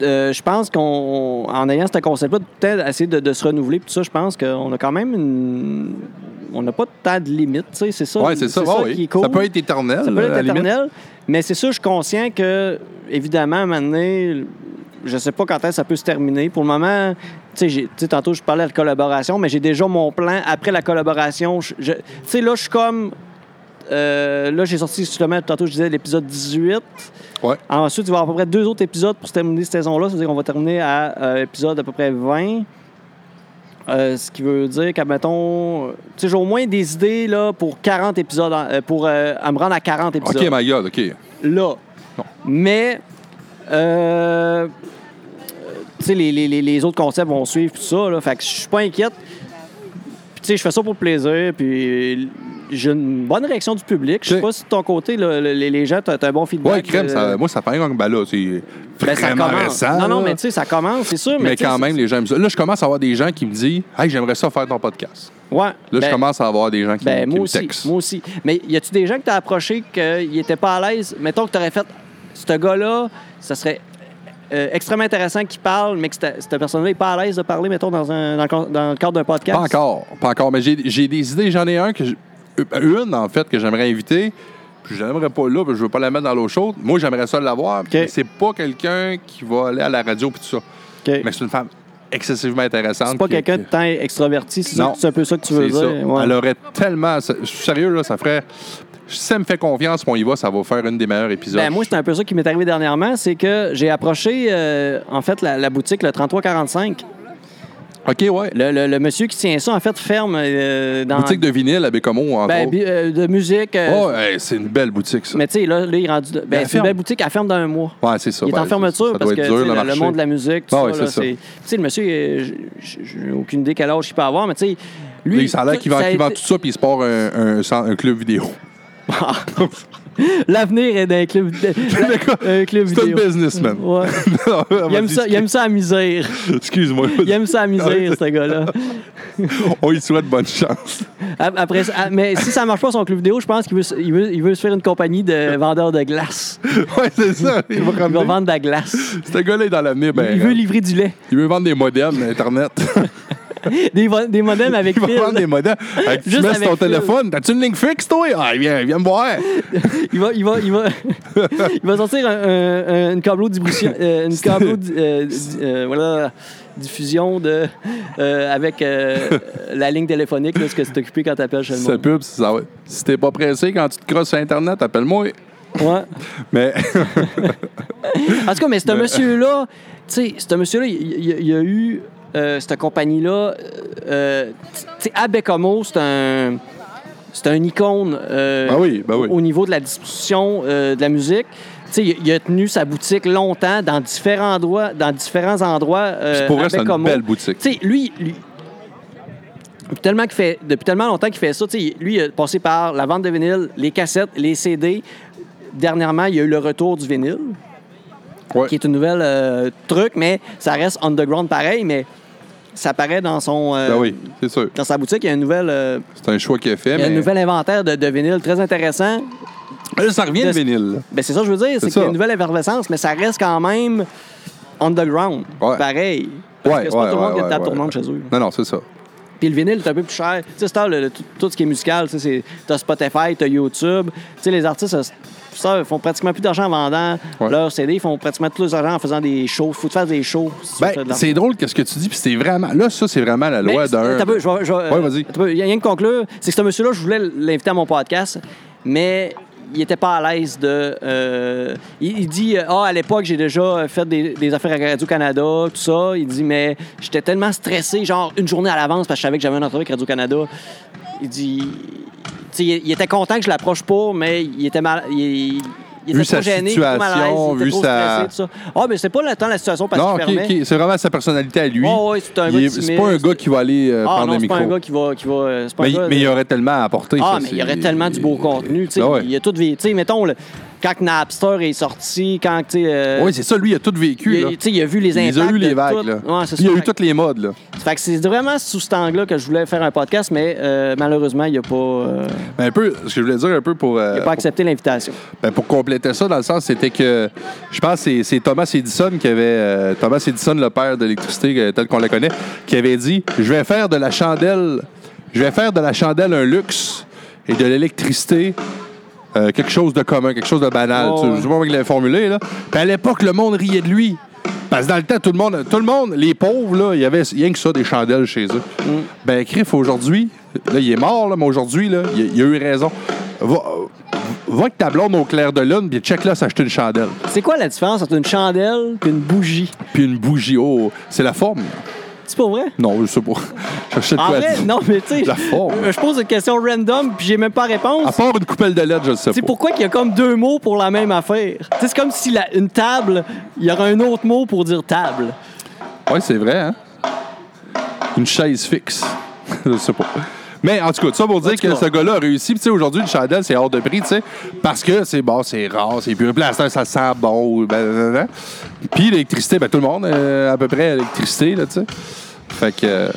Speaker 2: euh, je pense qu'on, en ayant ce concept-là, peut-être essayer de, de se renouveler, puis tout ça, je pense qu'on a quand même une. On n'a pas tant de limites, tu sais, c'est ça.
Speaker 1: Ouais, c'est ça. Ouais, oui.
Speaker 2: qui est cool.
Speaker 1: Ça peut être éternel.
Speaker 2: Ça peut
Speaker 1: à
Speaker 2: être
Speaker 1: la limite.
Speaker 2: éternel, mais c'est sûr, je suis conscient que, évidemment, à un moment donné, je sais pas quand est-ce que ça peut se terminer. Pour le moment, tu sais, j'ai- tu sais, tantôt, je parlais de collaboration, mais j'ai déjà mon plan après la collaboration. je- je- Tu sais, là, je suis comme. euh, là, j'ai sorti justement, tantôt, je disais l'épisode 18.
Speaker 1: Ouais.
Speaker 2: Ensuite, il va y avoir à peu près deux autres épisodes pour se terminer cette saison-là. C'est-à-dire qu'on va terminer à euh, épisode à peu près 20. Euh, ce qui veut dire qu'à mettons, euh, tu sais, j'ai au moins des idées là, pour 40 épisodes, en- euh, pour euh, à me rendre à 40 épisodes
Speaker 1: OK, my God, OK.
Speaker 2: là.
Speaker 1: Non.
Speaker 2: Mais, euh, tu sais, les, les- les- les autres concepts vont suivre tout ça. Là, fait que je suis pas inquiète. Puis, tu sais, je fais ça pour le plaisir. Puis, j'ai une bonne réaction du public. Je sais
Speaker 1: Ok.
Speaker 2: pas si de ton côté, là, le- les, les gens, t'as t'as un bon feedback.
Speaker 1: Ouais, crème, ça-
Speaker 2: euh,
Speaker 1: moi, ça fait rien que ben là, c'est
Speaker 2: ben, ça
Speaker 1: vraiment
Speaker 2: commence.
Speaker 1: récent.
Speaker 2: Non, non,
Speaker 1: là.
Speaker 2: mais tu sais, ça commence, c'est sûr.
Speaker 1: Mais
Speaker 2: tu sais,
Speaker 1: quand
Speaker 2: c'est-
Speaker 1: même, les gens aiment ça. Là, je commence à avoir des gens qui me disent Hey, j'aimerais ça faire ton podcast.
Speaker 2: Ouais.
Speaker 1: Là, je
Speaker 2: Ben,
Speaker 1: commence à avoir des gens qui,
Speaker 2: Ben,
Speaker 1: qui
Speaker 2: moi
Speaker 1: me
Speaker 2: aussi.
Speaker 1: textent.
Speaker 2: Moi aussi. Mais y a-tu des gens que t'as approché qu'ils n'étaient pas à l'aise? Mettons que t'aurais fait ce gars-là, ça serait euh, extrêmement intéressant qu'il parle, mais que cette cette personne-là n'est pas à l'aise de parler, mettons, dans, un, dans, le con- dans le cadre d'un podcast.
Speaker 1: Pas encore, pas encore. Mais j'ai j'ai des idées. J'en ai un que je- une, en fait, que j'aimerais inviter. Puis je l'aimerais pas là, puis je veux pas la mettre dans l'eau chaude. Moi, j'aimerais ça l'avoir. mais C'est pas quelqu'un qui va aller à la radio puis tout ça.
Speaker 2: Ok.
Speaker 1: Mais c'est une femme excessivement intéressante.
Speaker 2: C'est pas
Speaker 1: qui-
Speaker 2: quelqu'un de
Speaker 1: qui-
Speaker 2: tant extraverti, c'est ça-
Speaker 1: Non.
Speaker 2: c'est un peu ça que tu veux
Speaker 1: C'est
Speaker 2: dire.
Speaker 1: ça.
Speaker 2: ouais.
Speaker 1: Elle aurait tellement. Je suis sérieux, là, ça ferait. Si ça me fait confiance, puis on y va, ça va faire une des meilleurs épisodes.
Speaker 2: Ben, moi, c'est un peu ça qui m'est arrivé dernièrement, c'est que j'ai approché, euh, en fait, la, la boutique, le 3345.
Speaker 1: OK, ouais.
Speaker 2: Le, le- le monsieur qui tient ça, en fait, ferme euh, dans...
Speaker 1: Boutique de vinyle à Bécamo, entre
Speaker 2: ben,
Speaker 1: autres.
Speaker 2: bi- euh, de musique. euh,
Speaker 1: Oh, hey, c'est une belle boutique, ça.
Speaker 2: Mais tu sais, là, là, il est rendu. Ben,
Speaker 1: La
Speaker 2: c'est une
Speaker 1: ferme.
Speaker 2: belle boutique, elle ferme dans un mois.
Speaker 1: Ouais, c'est ça.
Speaker 2: Il est
Speaker 1: Ben,
Speaker 2: en fermeture
Speaker 1: ça doit
Speaker 2: parce que
Speaker 1: être
Speaker 2: tu
Speaker 1: dur,
Speaker 2: sais,
Speaker 1: le
Speaker 2: le, le
Speaker 1: marché.
Speaker 2: monde de la musique, tout
Speaker 1: Ah
Speaker 2: ça,
Speaker 1: ouais, c'est
Speaker 2: là,
Speaker 1: ça.
Speaker 2: c'est- Tu sais, le monsieur, euh, j- j- j'ai aucune idée quel âge il peut avoir, mais tu sais, lui.
Speaker 1: Lui, ça a l'air qu'il vend,
Speaker 2: ça a
Speaker 1: qu'il vend
Speaker 2: été-
Speaker 1: tout ça, puis il se part un, un cent- un club vidéo.
Speaker 2: L'avenir est d'un club, un club
Speaker 1: C'est un
Speaker 2: vidéo.
Speaker 1: businessman.
Speaker 2: Ouais.
Speaker 1: Non,
Speaker 2: Il aime, ça, il aime ça à misère.
Speaker 1: Excuse-moi.
Speaker 2: Il aime ça à misère, ce gars-là.
Speaker 1: On lui souhaite bonne chance.
Speaker 2: Ap- Après, ça- ah, mais si ça marche pas son club vidéo, je pense qu'il veut, se- il veut, il veut se faire une compagnie de vendeurs de glace.
Speaker 1: ouais, c'est ça. Il va
Speaker 2: Il va
Speaker 1: ramener.
Speaker 2: vendre de la glace.
Speaker 1: Ce gars-là est dans l'avenir. Ben,
Speaker 2: il veut livrer du lait.
Speaker 1: il veut vendre des modems d'Internet.
Speaker 2: des, vo- des modems avec
Speaker 1: Il va
Speaker 2: fil.
Speaker 1: prendre des modèles. Fait que tu
Speaker 2: Juste
Speaker 1: mets sur ton
Speaker 2: avec fil.
Speaker 1: téléphone. T'as-tu une ligne fixe, toi? Ah, viens, viens me voir.
Speaker 2: Il va, il va, il va, il va sortir un, un- un- une câble diffusion, une câble di- euh, di- euh, voilà, diffusion de euh, avec euh, la ligne téléphonique de ce que c'est occupé quand t'appelles chez le
Speaker 1: Ça
Speaker 2: monde.
Speaker 1: pub, ça va. Si t'es pas pressé quand tu te crosses sur Internet, appelle-moi.
Speaker 2: Ouais.
Speaker 1: Mais
Speaker 2: En tout cas, mais ce monsieur-là, tu sais, ce monsieur-là, il, il- il a eu euh, cette compagnie-là. euh, tu sais, Abbé Como, c'est un. C'est un icône euh,
Speaker 1: Ben oui, ben oui.
Speaker 2: au niveau de la distribution euh, de la musique. Tu sais, il, il a tenu sa boutique longtemps dans différents endroits. Dans différents endroits euh,
Speaker 1: c'est pour vrai,
Speaker 2: Abbé
Speaker 1: c'est une
Speaker 2: Como.
Speaker 1: belle boutique.
Speaker 2: Tu sais, lui, lui- depuis tellement, qu'il fait, depuis tellement longtemps qu'il fait ça, tu sais, lui, il a passé par la vente de vinyle, les cassettes, les CD. Dernièrement, il y a eu le retour du vinyle,
Speaker 1: Ouais.
Speaker 2: qui est une nouvelle euh, truc, mais ça reste underground pareil, mais ça paraît dans son... euh,
Speaker 1: Ben oui, c'est sûr.
Speaker 2: Dans sa boutique, il y a, une nouvelle, euh,
Speaker 1: C'est un choix qu'il a fait.
Speaker 2: il y a un
Speaker 1: mais...
Speaker 2: nouvel inventaire de, de vinyle très intéressant.
Speaker 1: Là, ça revient le vinyle.
Speaker 2: Ben, c'est ça que je veux dire, c'est
Speaker 1: C'est
Speaker 2: qu'il y a
Speaker 1: ça.
Speaker 2: une nouvelle effervescence, mais ça reste quand même underground,
Speaker 1: Ouais.
Speaker 2: pareil. Parce
Speaker 1: Ouais,
Speaker 2: que c'est pas
Speaker 1: ouais,
Speaker 2: tout le monde qui
Speaker 1: ouais,
Speaker 2: a de la
Speaker 1: ouais,
Speaker 2: tournante
Speaker 1: ouais.
Speaker 2: chez eux.
Speaker 1: Non, non, c'est ça.
Speaker 2: Puis le vinyle est un peu plus cher. Tu sais, c'est tard, le- le- tout, tout ce qui est musical, tu sais, c'est- t'as Spotify, t'as YouTube. Tu sais, les artistes, euh, ça, font pratiquement plus d'argent en vendant
Speaker 1: Ouais.
Speaker 2: leurs CD. Ils font pratiquement tous leurs argent en faisant des shows. Faut te faire des shows. si tu veux faire
Speaker 1: Ben,
Speaker 2: de l'argent.
Speaker 1: c'est drôle que ce que tu dis, puis c'est vraiment. Là, ça, c'est vraiment la
Speaker 2: Mais,
Speaker 1: loi d'un.
Speaker 2: attends un peu, je vais- je vais-
Speaker 1: Ouais, vas-y.
Speaker 2: attends un peu, Il y a rien de conclure. C'est que ce monsieur-là, je voulais l'inviter à mon podcast, mais il était pas à l'aise de. euh, il, il dit euh, Ah, à l'époque, j'ai déjà fait des, des affaires à Radio-Canada, tout ça. Il dit Mais j'étais tellement stressé, genre une journée à l'avance, parce que je savais que j'avais un entrevue avec Radio-Canada. Il dit. tu sais, Il, il était content que je l'approche pas, mais il était mal. Il, il
Speaker 1: Vu
Speaker 2: était trop
Speaker 1: sa
Speaker 2: gêné, trop mal à l'aise,
Speaker 1: situation,
Speaker 2: il était
Speaker 1: vu
Speaker 2: trop
Speaker 1: sa-
Speaker 2: stressé, tout ça. Ah, mais c'est pas le temps, la situation, parce
Speaker 1: Non,
Speaker 2: qu'il
Speaker 1: ok,
Speaker 2: fermait.
Speaker 1: ok. C'est vraiment sa personnalité à lui.
Speaker 2: Ouais, ouais, c'est un
Speaker 1: Il
Speaker 2: gars
Speaker 1: est-
Speaker 2: timide,
Speaker 1: c'est pas un
Speaker 2: c'est-
Speaker 1: gars qui va aller euh,
Speaker 2: Ah
Speaker 1: prendre
Speaker 2: non,
Speaker 1: le
Speaker 2: c'est
Speaker 1: micro.
Speaker 2: pas un gars qui va. Qui va euh, c'est pas un
Speaker 1: Mais,
Speaker 2: gars
Speaker 1: mais
Speaker 2: de-
Speaker 1: il y aurait tellement à apporter.
Speaker 2: Ah,
Speaker 1: ça,
Speaker 2: mais il y
Speaker 1: c'est-
Speaker 2: aurait tellement du beau contenu. tu sais.
Speaker 1: Ah ouais.
Speaker 2: Il y a tout vécu. Tu sais, mettons, le- quand Napster est sorti, quand. tu sais, euh,
Speaker 1: Oui, Ah c'est ça, lui, il a tout vécu.
Speaker 2: il,
Speaker 1: là.
Speaker 2: tu sais, il a vu les impacts.
Speaker 1: Il a eu
Speaker 2: de
Speaker 1: les vagues.
Speaker 2: tout.
Speaker 1: Là.
Speaker 2: Ouais, c'est
Speaker 1: il y a
Speaker 2: ça.
Speaker 1: eu toutes les modes. Là.
Speaker 2: Fait que c'est vraiment sous cet angle-là que je voulais faire un podcast, mais euh, malheureusement, il n'a pas, euh,
Speaker 1: Mais un peu, ce que je voulais dire un peu pour, euh,
Speaker 2: il a pas accepté l'invitation.
Speaker 1: Ben, pour compléter ça, dans le sens, c'était que je pense que c'est- c'est Thomas Edison qui avait. euh, Thomas Edison, le père de l'électricité euh, tel qu'on la connaît, qui avait dit Je vais faire de la chandelle. Je vais faire de la chandelle un luxe et de l'électricité. euh, quelque chose de commun, quelque chose de banal.
Speaker 2: Oh,
Speaker 1: Tu-
Speaker 2: ouais.
Speaker 1: Je sais pas comment il l'avait formulé. Là. Puis à l'époque, le monde riait de lui. Parce que dans le temps, tout le monde, tout le monde les pauvres, là, il y avait rien que ça, des chandelles chez eux.
Speaker 2: Mm.
Speaker 1: Ben, Criff, aujourd'hui, là, il est mort, là, mais aujourd'hui, là, il, il a eu raison. Va, va avec ta blonde au clair de lune, puis check là, s'acheter une chandelle.
Speaker 2: C'est quoi la différence entre une chandelle et une bougie?
Speaker 1: Puis une bougie, oh, c'est la forme.
Speaker 2: C'est pas vrai?
Speaker 1: Non, je sais pas. Je sais
Speaker 2: En
Speaker 1: quoi
Speaker 2: vrai,
Speaker 1: dire.
Speaker 2: Ah, non, mais tu sais,
Speaker 1: La forme. Ah.
Speaker 2: je je pose une question random puis j'ai même pas réponse.
Speaker 1: À part une coupelle de lettres, je le sais
Speaker 2: C'est
Speaker 1: pas.
Speaker 2: pourquoi qu'il y a comme deux mots pour la même affaire. Tu sais, C'est comme si la- une table, il y aurait un autre mot pour dire table.
Speaker 1: Ouais, c'est vrai, hein? Une chaise fixe. je sais pas. Mais en tout cas, tout ça pour dire que
Speaker 2: cas.
Speaker 1: ce gars-là a réussi. Puis, tu sais, aujourd'hui, une chandelle, c'est hors de prix, tu sais, parce que c'est bon, c'est rare, c'est pur plastique, ça sent bon, ben, blablabla. Puis l'électricité, ben tout le monde, euh, à peu près, l'électricité, là, tu sais. Fait que. euh,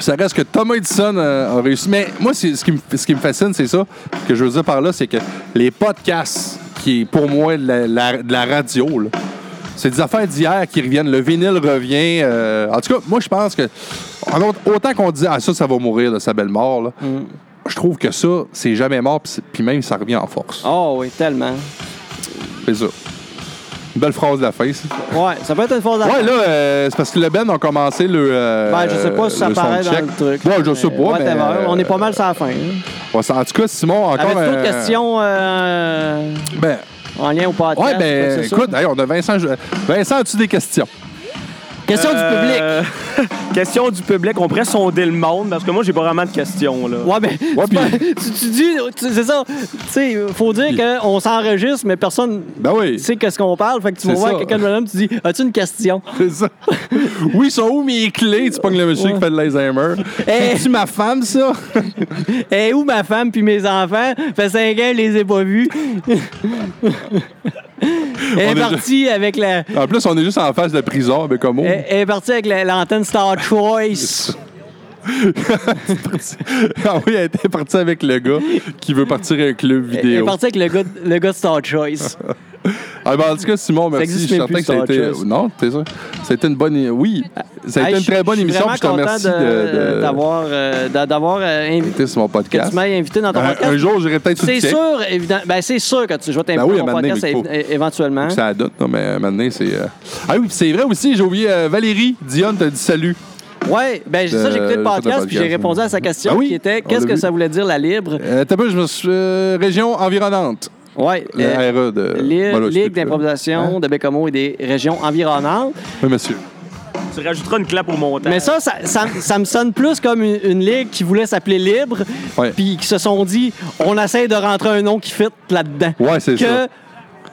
Speaker 1: Ça reste que Thomas Edison euh, a réussi. Mais moi, c'est- ce qui, me, ce qui me fascine, c'est ça. Ce que je veux dire par là, c'est que les podcasts, qui est pour moi de la, la- de la radio, là, c'est des affaires d'hier qui reviennent. Le vinyle revient. euh, en tout cas, moi, je pense que. en autre- Autant qu'on dit, ah, ça, ça va mourir de sa belle mort, là,
Speaker 2: Mm.
Speaker 1: je trouve que ça, c'est jamais mort, puis c'est- puis même, ça revient en force.
Speaker 2: Oh oui, tellement.
Speaker 1: C'est ça. Une belle phrase de la fin, ça.
Speaker 2: Ouais, ça peut être une force
Speaker 1: Ouais,
Speaker 2: d'affaires.
Speaker 1: là, euh, c'est parce que le Ben ont commencé le. euh,
Speaker 2: Ben, je sais pas si ça
Speaker 1: le
Speaker 2: paraît dans
Speaker 1: soundcheck.
Speaker 2: le truc.
Speaker 1: Ouais, je sais
Speaker 2: Mais
Speaker 1: pas.
Speaker 2: whatever,
Speaker 1: mais, euh,
Speaker 2: On est pas mal sur la fin. hein.
Speaker 1: Ouais, ça- en tout cas, Simon, encore.
Speaker 2: Avais-tu d'autres
Speaker 1: euh,
Speaker 2: questions euh,
Speaker 1: Ben,
Speaker 2: en lien au podcast?
Speaker 1: ouais,
Speaker 2: Ouais,
Speaker 1: ben,
Speaker 2: c'est ça.
Speaker 1: écoute, hey, on a Vincent. je- Vincent, as-tu des questions?
Speaker 2: Question
Speaker 3: Euh, question du public. On pourrait sonder le monde parce que moi, j'ai pas vraiment de questions. Là.
Speaker 2: du public. Ouais, ben,
Speaker 1: Ouais,
Speaker 2: tu,
Speaker 1: puis-
Speaker 2: peux- tu- tu dis, tu- c'est ça. Tu sais, faut dire qu'on s'enregistre, mais personne
Speaker 1: Ben oui.
Speaker 2: sait qu'est-ce qu'on parle. Fait que tu vas
Speaker 1: C'est
Speaker 2: voir
Speaker 1: ça.
Speaker 2: quelqu'un de madame, tu dis, as-tu une question?
Speaker 1: C'est ça. oui, ils sont où mes clés? Tu pognes le monsieur qui fait de l'Alzheimer.
Speaker 2: Eh.
Speaker 1: C'est-tu ma femme, ça?
Speaker 2: Et Eh, où ma femme puis mes enfants? Fait cinq ans, je les ai pas vus. Elle est
Speaker 1: déjà-
Speaker 2: partie avec la.
Speaker 1: en plus, on est juste en face de la prison, mais comme oh.
Speaker 2: Elle elle est partie avec la- l'antenne Star Choice.
Speaker 1: Ah oui, elle était partie avec le gars qui veut partir à un club
Speaker 2: Elle est
Speaker 1: vidéo.
Speaker 2: partie avec le gars, de- le gars de Star Choice.
Speaker 1: Ah, ben, en tout cas, Simon, merci.
Speaker 2: existe
Speaker 1: Je suis
Speaker 2: même
Speaker 1: certain
Speaker 2: plus,
Speaker 1: que ça a
Speaker 2: Star
Speaker 1: été.
Speaker 2: Choice.
Speaker 1: Non, t'es sûr? Ça a été une bonne. Oui, ça a
Speaker 2: Hey,
Speaker 1: été une
Speaker 2: je-
Speaker 1: très bonne
Speaker 2: je suis
Speaker 1: émission. puis
Speaker 2: vraiment
Speaker 1: Je te
Speaker 2: content
Speaker 1: remercie de,
Speaker 2: de-
Speaker 1: de-
Speaker 2: d'avoir euh, d'a- d'avoir euh, invi-
Speaker 1: d'inviter sur mon
Speaker 2: que
Speaker 1: podcast. Euh,
Speaker 2: tu m'aies invité dans ton
Speaker 1: Un,
Speaker 2: podcast.
Speaker 1: un jour, j'irai peut-être tout
Speaker 2: C'est sûr, évidemment. Ben, c'est sûr que tu, je vais t'inviter
Speaker 1: Ben oui,
Speaker 2: dans
Speaker 1: à un
Speaker 2: mon
Speaker 1: moment donné,
Speaker 2: podcast
Speaker 1: il faut.
Speaker 2: é- é- éventuellement.
Speaker 1: Ça donne, non, mais euh, maintenant, c'est. euh, Ah oui, puis c'est vrai aussi, j'ai oublié euh, Valérie. Dionne t'a dit salut.
Speaker 2: Ouais, ben, j'ai- ça, j'ai écouté
Speaker 1: Euh,
Speaker 2: le
Speaker 1: podcast,
Speaker 2: podcast, puis j'ai
Speaker 1: ouais.
Speaker 2: répondu à sa question
Speaker 1: Ah oui,
Speaker 2: qui était
Speaker 1: on
Speaker 2: qu'est-ce
Speaker 1: l'a
Speaker 2: que
Speaker 1: vu.
Speaker 2: ça voulait dire la libre
Speaker 1: Euh, T'as pas, je me suis. euh, région environnante.
Speaker 2: Ouais.
Speaker 1: Le
Speaker 2: euh,
Speaker 1: RE de.
Speaker 2: Ligue,
Speaker 1: Voilà,
Speaker 2: Ligue
Speaker 1: c'est-
Speaker 2: d'improvisation de Bécamo et des régions environnantes.
Speaker 1: Oui, monsieur.
Speaker 3: Tu rajouteras une clap au montage.
Speaker 2: Mais ça, ça, ça, ça me sonne plus comme une, une ligue qui voulait s'appeler Libre,
Speaker 1: Ouais.
Speaker 2: puis qui se sont dit on essaie de rentrer un nom qui fit là-dedans.
Speaker 1: Ouais, c'est
Speaker 2: que
Speaker 1: ça.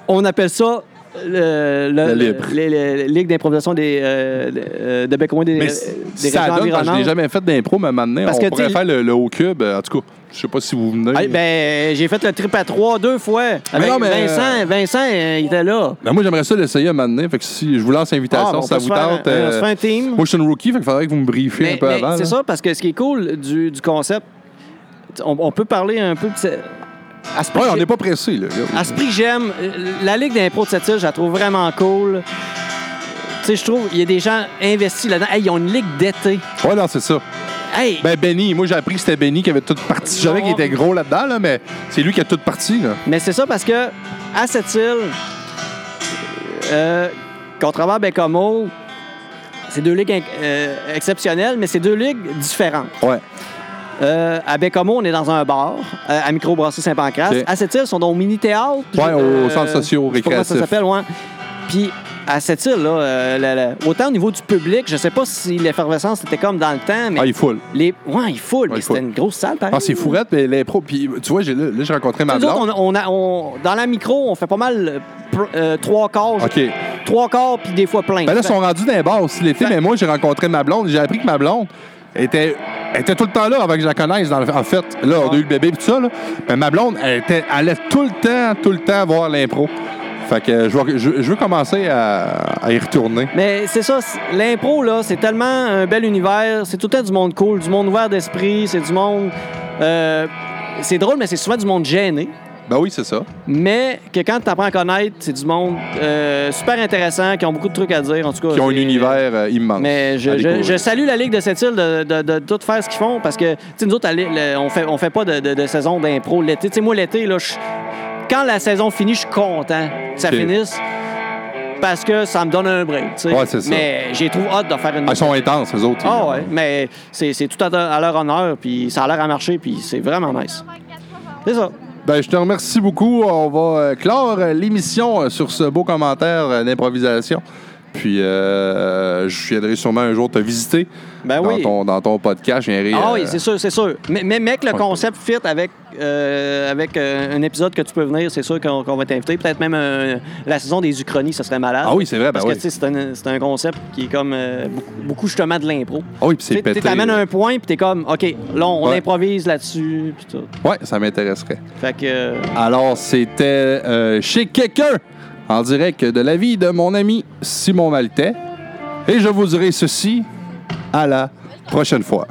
Speaker 2: on appelle ça euh, le,
Speaker 1: Le Libre.
Speaker 2: le- le- le- Ligue d'improvisation des, euh, de- euh, de Bécamo et des,
Speaker 1: Mais
Speaker 2: euh, des
Speaker 1: si ça
Speaker 2: régions
Speaker 1: donne, parce que je l'ai
Speaker 2: environnantes.
Speaker 1: jamais fait d'impro, mais maintenant,
Speaker 2: Parce
Speaker 1: on
Speaker 2: que,
Speaker 1: pourrait
Speaker 2: tu sais,
Speaker 1: faire le, le haut cube. euh, En tout cas, je sais pas si vous venez.
Speaker 2: Ah, ben, j'ai fait le trip à trois deux fois. Avec
Speaker 1: non, mais,
Speaker 2: Vincent, Vincent, euh, il était là.
Speaker 1: Ben, moi, j'aimerais ça l'essayer un moment donné. Fait que si je vous lance
Speaker 2: Ah,
Speaker 1: invitation,
Speaker 2: ben, on
Speaker 1: si ça
Speaker 2: peut se
Speaker 1: vous
Speaker 2: faire un-
Speaker 1: tente. euh,
Speaker 2: on se fait un team.
Speaker 1: Moi, je suis une rookie, fait qu'il faudrait que vous me briefiez un
Speaker 2: Mais-
Speaker 1: peu
Speaker 2: mais
Speaker 1: avant.
Speaker 2: C'est
Speaker 1: là.
Speaker 2: ça, parce que ce qui est cool du, du concept, on, on peut parler un peu de. ce- À ce
Speaker 1: Ouais, on
Speaker 2: prix-
Speaker 1: n'est pas pressé, là.
Speaker 2: À ce prix, j'aime. La Ligue d'impro de cette île, je la trouve vraiment cool. Tu sais, je trouve, il y a des gens investis là-dedans. Hey, ils ont une ligue d'été.
Speaker 1: Ouais, non, c'est ça.
Speaker 2: Hey!
Speaker 1: Ben, Benny, moi, j'ai appris que c'était Benny qui avait toute partie. Je savais qu'il était gros là-dedans, là, mais c'est lui qui a toute partie, là.
Speaker 2: Mais c'est ça parce que, à cette île, euh, contrairement à Bécamo, c'est deux ligues inc- euh, exceptionnelles, mais c'est deux ligues différentes.
Speaker 1: Ouais.
Speaker 2: Euh, à Bécamo, on est dans un bar, euh, à Microbrasserie Saint-Pancras.
Speaker 1: Ok.
Speaker 2: À cette île, ils sont dans au mini-théâtre.
Speaker 1: Ouais, au
Speaker 2: euh,
Speaker 1: centre socio
Speaker 2: je sais pas comment ça
Speaker 1: récréatif.
Speaker 2: s'appelle, ouais. Puis, à cette île, là, euh, la- la- autant au niveau du public, je sais pas si l'effervescence était comme dans le temps, mais.
Speaker 1: Ah, il est full.
Speaker 2: les... Ouais, il foule,
Speaker 1: Ouais, il
Speaker 2: mais c'était
Speaker 1: foule.
Speaker 2: une grosse salle, pareil.
Speaker 1: Ah, c'est fourrette, mais l'impro. Puis, tu vois, j'ai- là, là, j'ai rencontré ma
Speaker 2: Nous autres,
Speaker 1: blonde.
Speaker 2: on, on a- on- dans la micro, on fait pas mal euh, pr- euh, trois quarts.
Speaker 1: OK.
Speaker 2: Trois quarts, puis des fois plein.
Speaker 1: Ben là, ils sont rendus dans les bars aussi l'été, mais moi, j'ai rencontré ma blonde. J'ai appris que ma blonde était, elle était tout le temps là avant que je la connaisse. dans le- en fait, là, on a eu le bébé et tout ça. là. Mais ma blonde, elle, était, elle allait tout le temps, tout le temps voir l'impro. Fait que euh, je, vais- je- je veux commencer à, à y retourner.
Speaker 2: Mais c'est ça, c'est- l'impro, là, c'est tellement un bel univers. C'est tout le temps du monde cool, du monde ouvert d'esprit, c'est du monde. euh, c'est drôle, mais c'est souvent du monde gêné.
Speaker 1: Ben oui, c'est ça.
Speaker 2: Mais que quand tu apprends à connaître, c'est du monde euh, super intéressant, qui ont beaucoup de trucs à dire, en tout cas.
Speaker 1: Qui ont un
Speaker 2: c'est-
Speaker 1: univers euh, immense.
Speaker 2: Mais
Speaker 1: à
Speaker 2: je, je-
Speaker 1: découvrir.
Speaker 2: je salue la Ligue de cette île de, de, de tout faire ce qu'ils font parce que, tu sais, nous autres, la Ligue- le- on fait, on fait pas de, de- de saison d'impro l'été. Tu sais, moi, l'été, là, je- quand la saison finit, je suis content que ça
Speaker 1: Ok.
Speaker 2: finisse parce que ça me donne un break. tu sais.
Speaker 1: Ouais, c'est ça.
Speaker 2: Mais j'ai trop hâte de faire une.
Speaker 1: Ah, Ils sont intenses, les autres.
Speaker 2: Ah ouais, mais c'est c'est tout à, à leur honneur, puis ça a l'air à marcher, puis c'est vraiment nice. C'est ça.
Speaker 1: Ben, je te remercie beaucoup. On va euh, clore euh, l'émission euh, sur ce beau commentaire euh, d'improvisation. Puis, euh, je viendrai sûrement un jour te visiter
Speaker 2: Ben
Speaker 1: dans,
Speaker 2: oui.
Speaker 1: ton, dans ton podcast. Je viendrai,
Speaker 2: Ah
Speaker 1: euh,
Speaker 2: oui, c'est sûr, c'est sûr. Mais, mais mec, le
Speaker 1: Ouais.
Speaker 2: concept fit avec, euh, avec euh, un épisode que tu peux venir, c'est sûr qu'on qu'on va t'inviter. Peut-être même euh, la saison des Uchronies, ça serait malade.
Speaker 1: Ah oui, c'est vrai, ben
Speaker 2: Parce
Speaker 1: oui.
Speaker 2: que tu sais, c'est un, c'est un concept qui est comme euh, beaucoup, beaucoup justement de l'impro.
Speaker 1: Ah oui, puis
Speaker 2: Tu
Speaker 1: c'est
Speaker 2: sais,
Speaker 1: pété.
Speaker 2: Tu t'amènes un point, puis t'es comme, OK, là, on
Speaker 1: Ouais.
Speaker 2: improvise là-dessus, puis tout.
Speaker 1: Ouais, ça m'intéresserait.
Speaker 2: Fait que. euh,
Speaker 1: Alors, c'était euh, chez quelqu'un, en direct de la vie de mon ami Simon Maltais. Et je vous dirai ceci à la prochaine fois.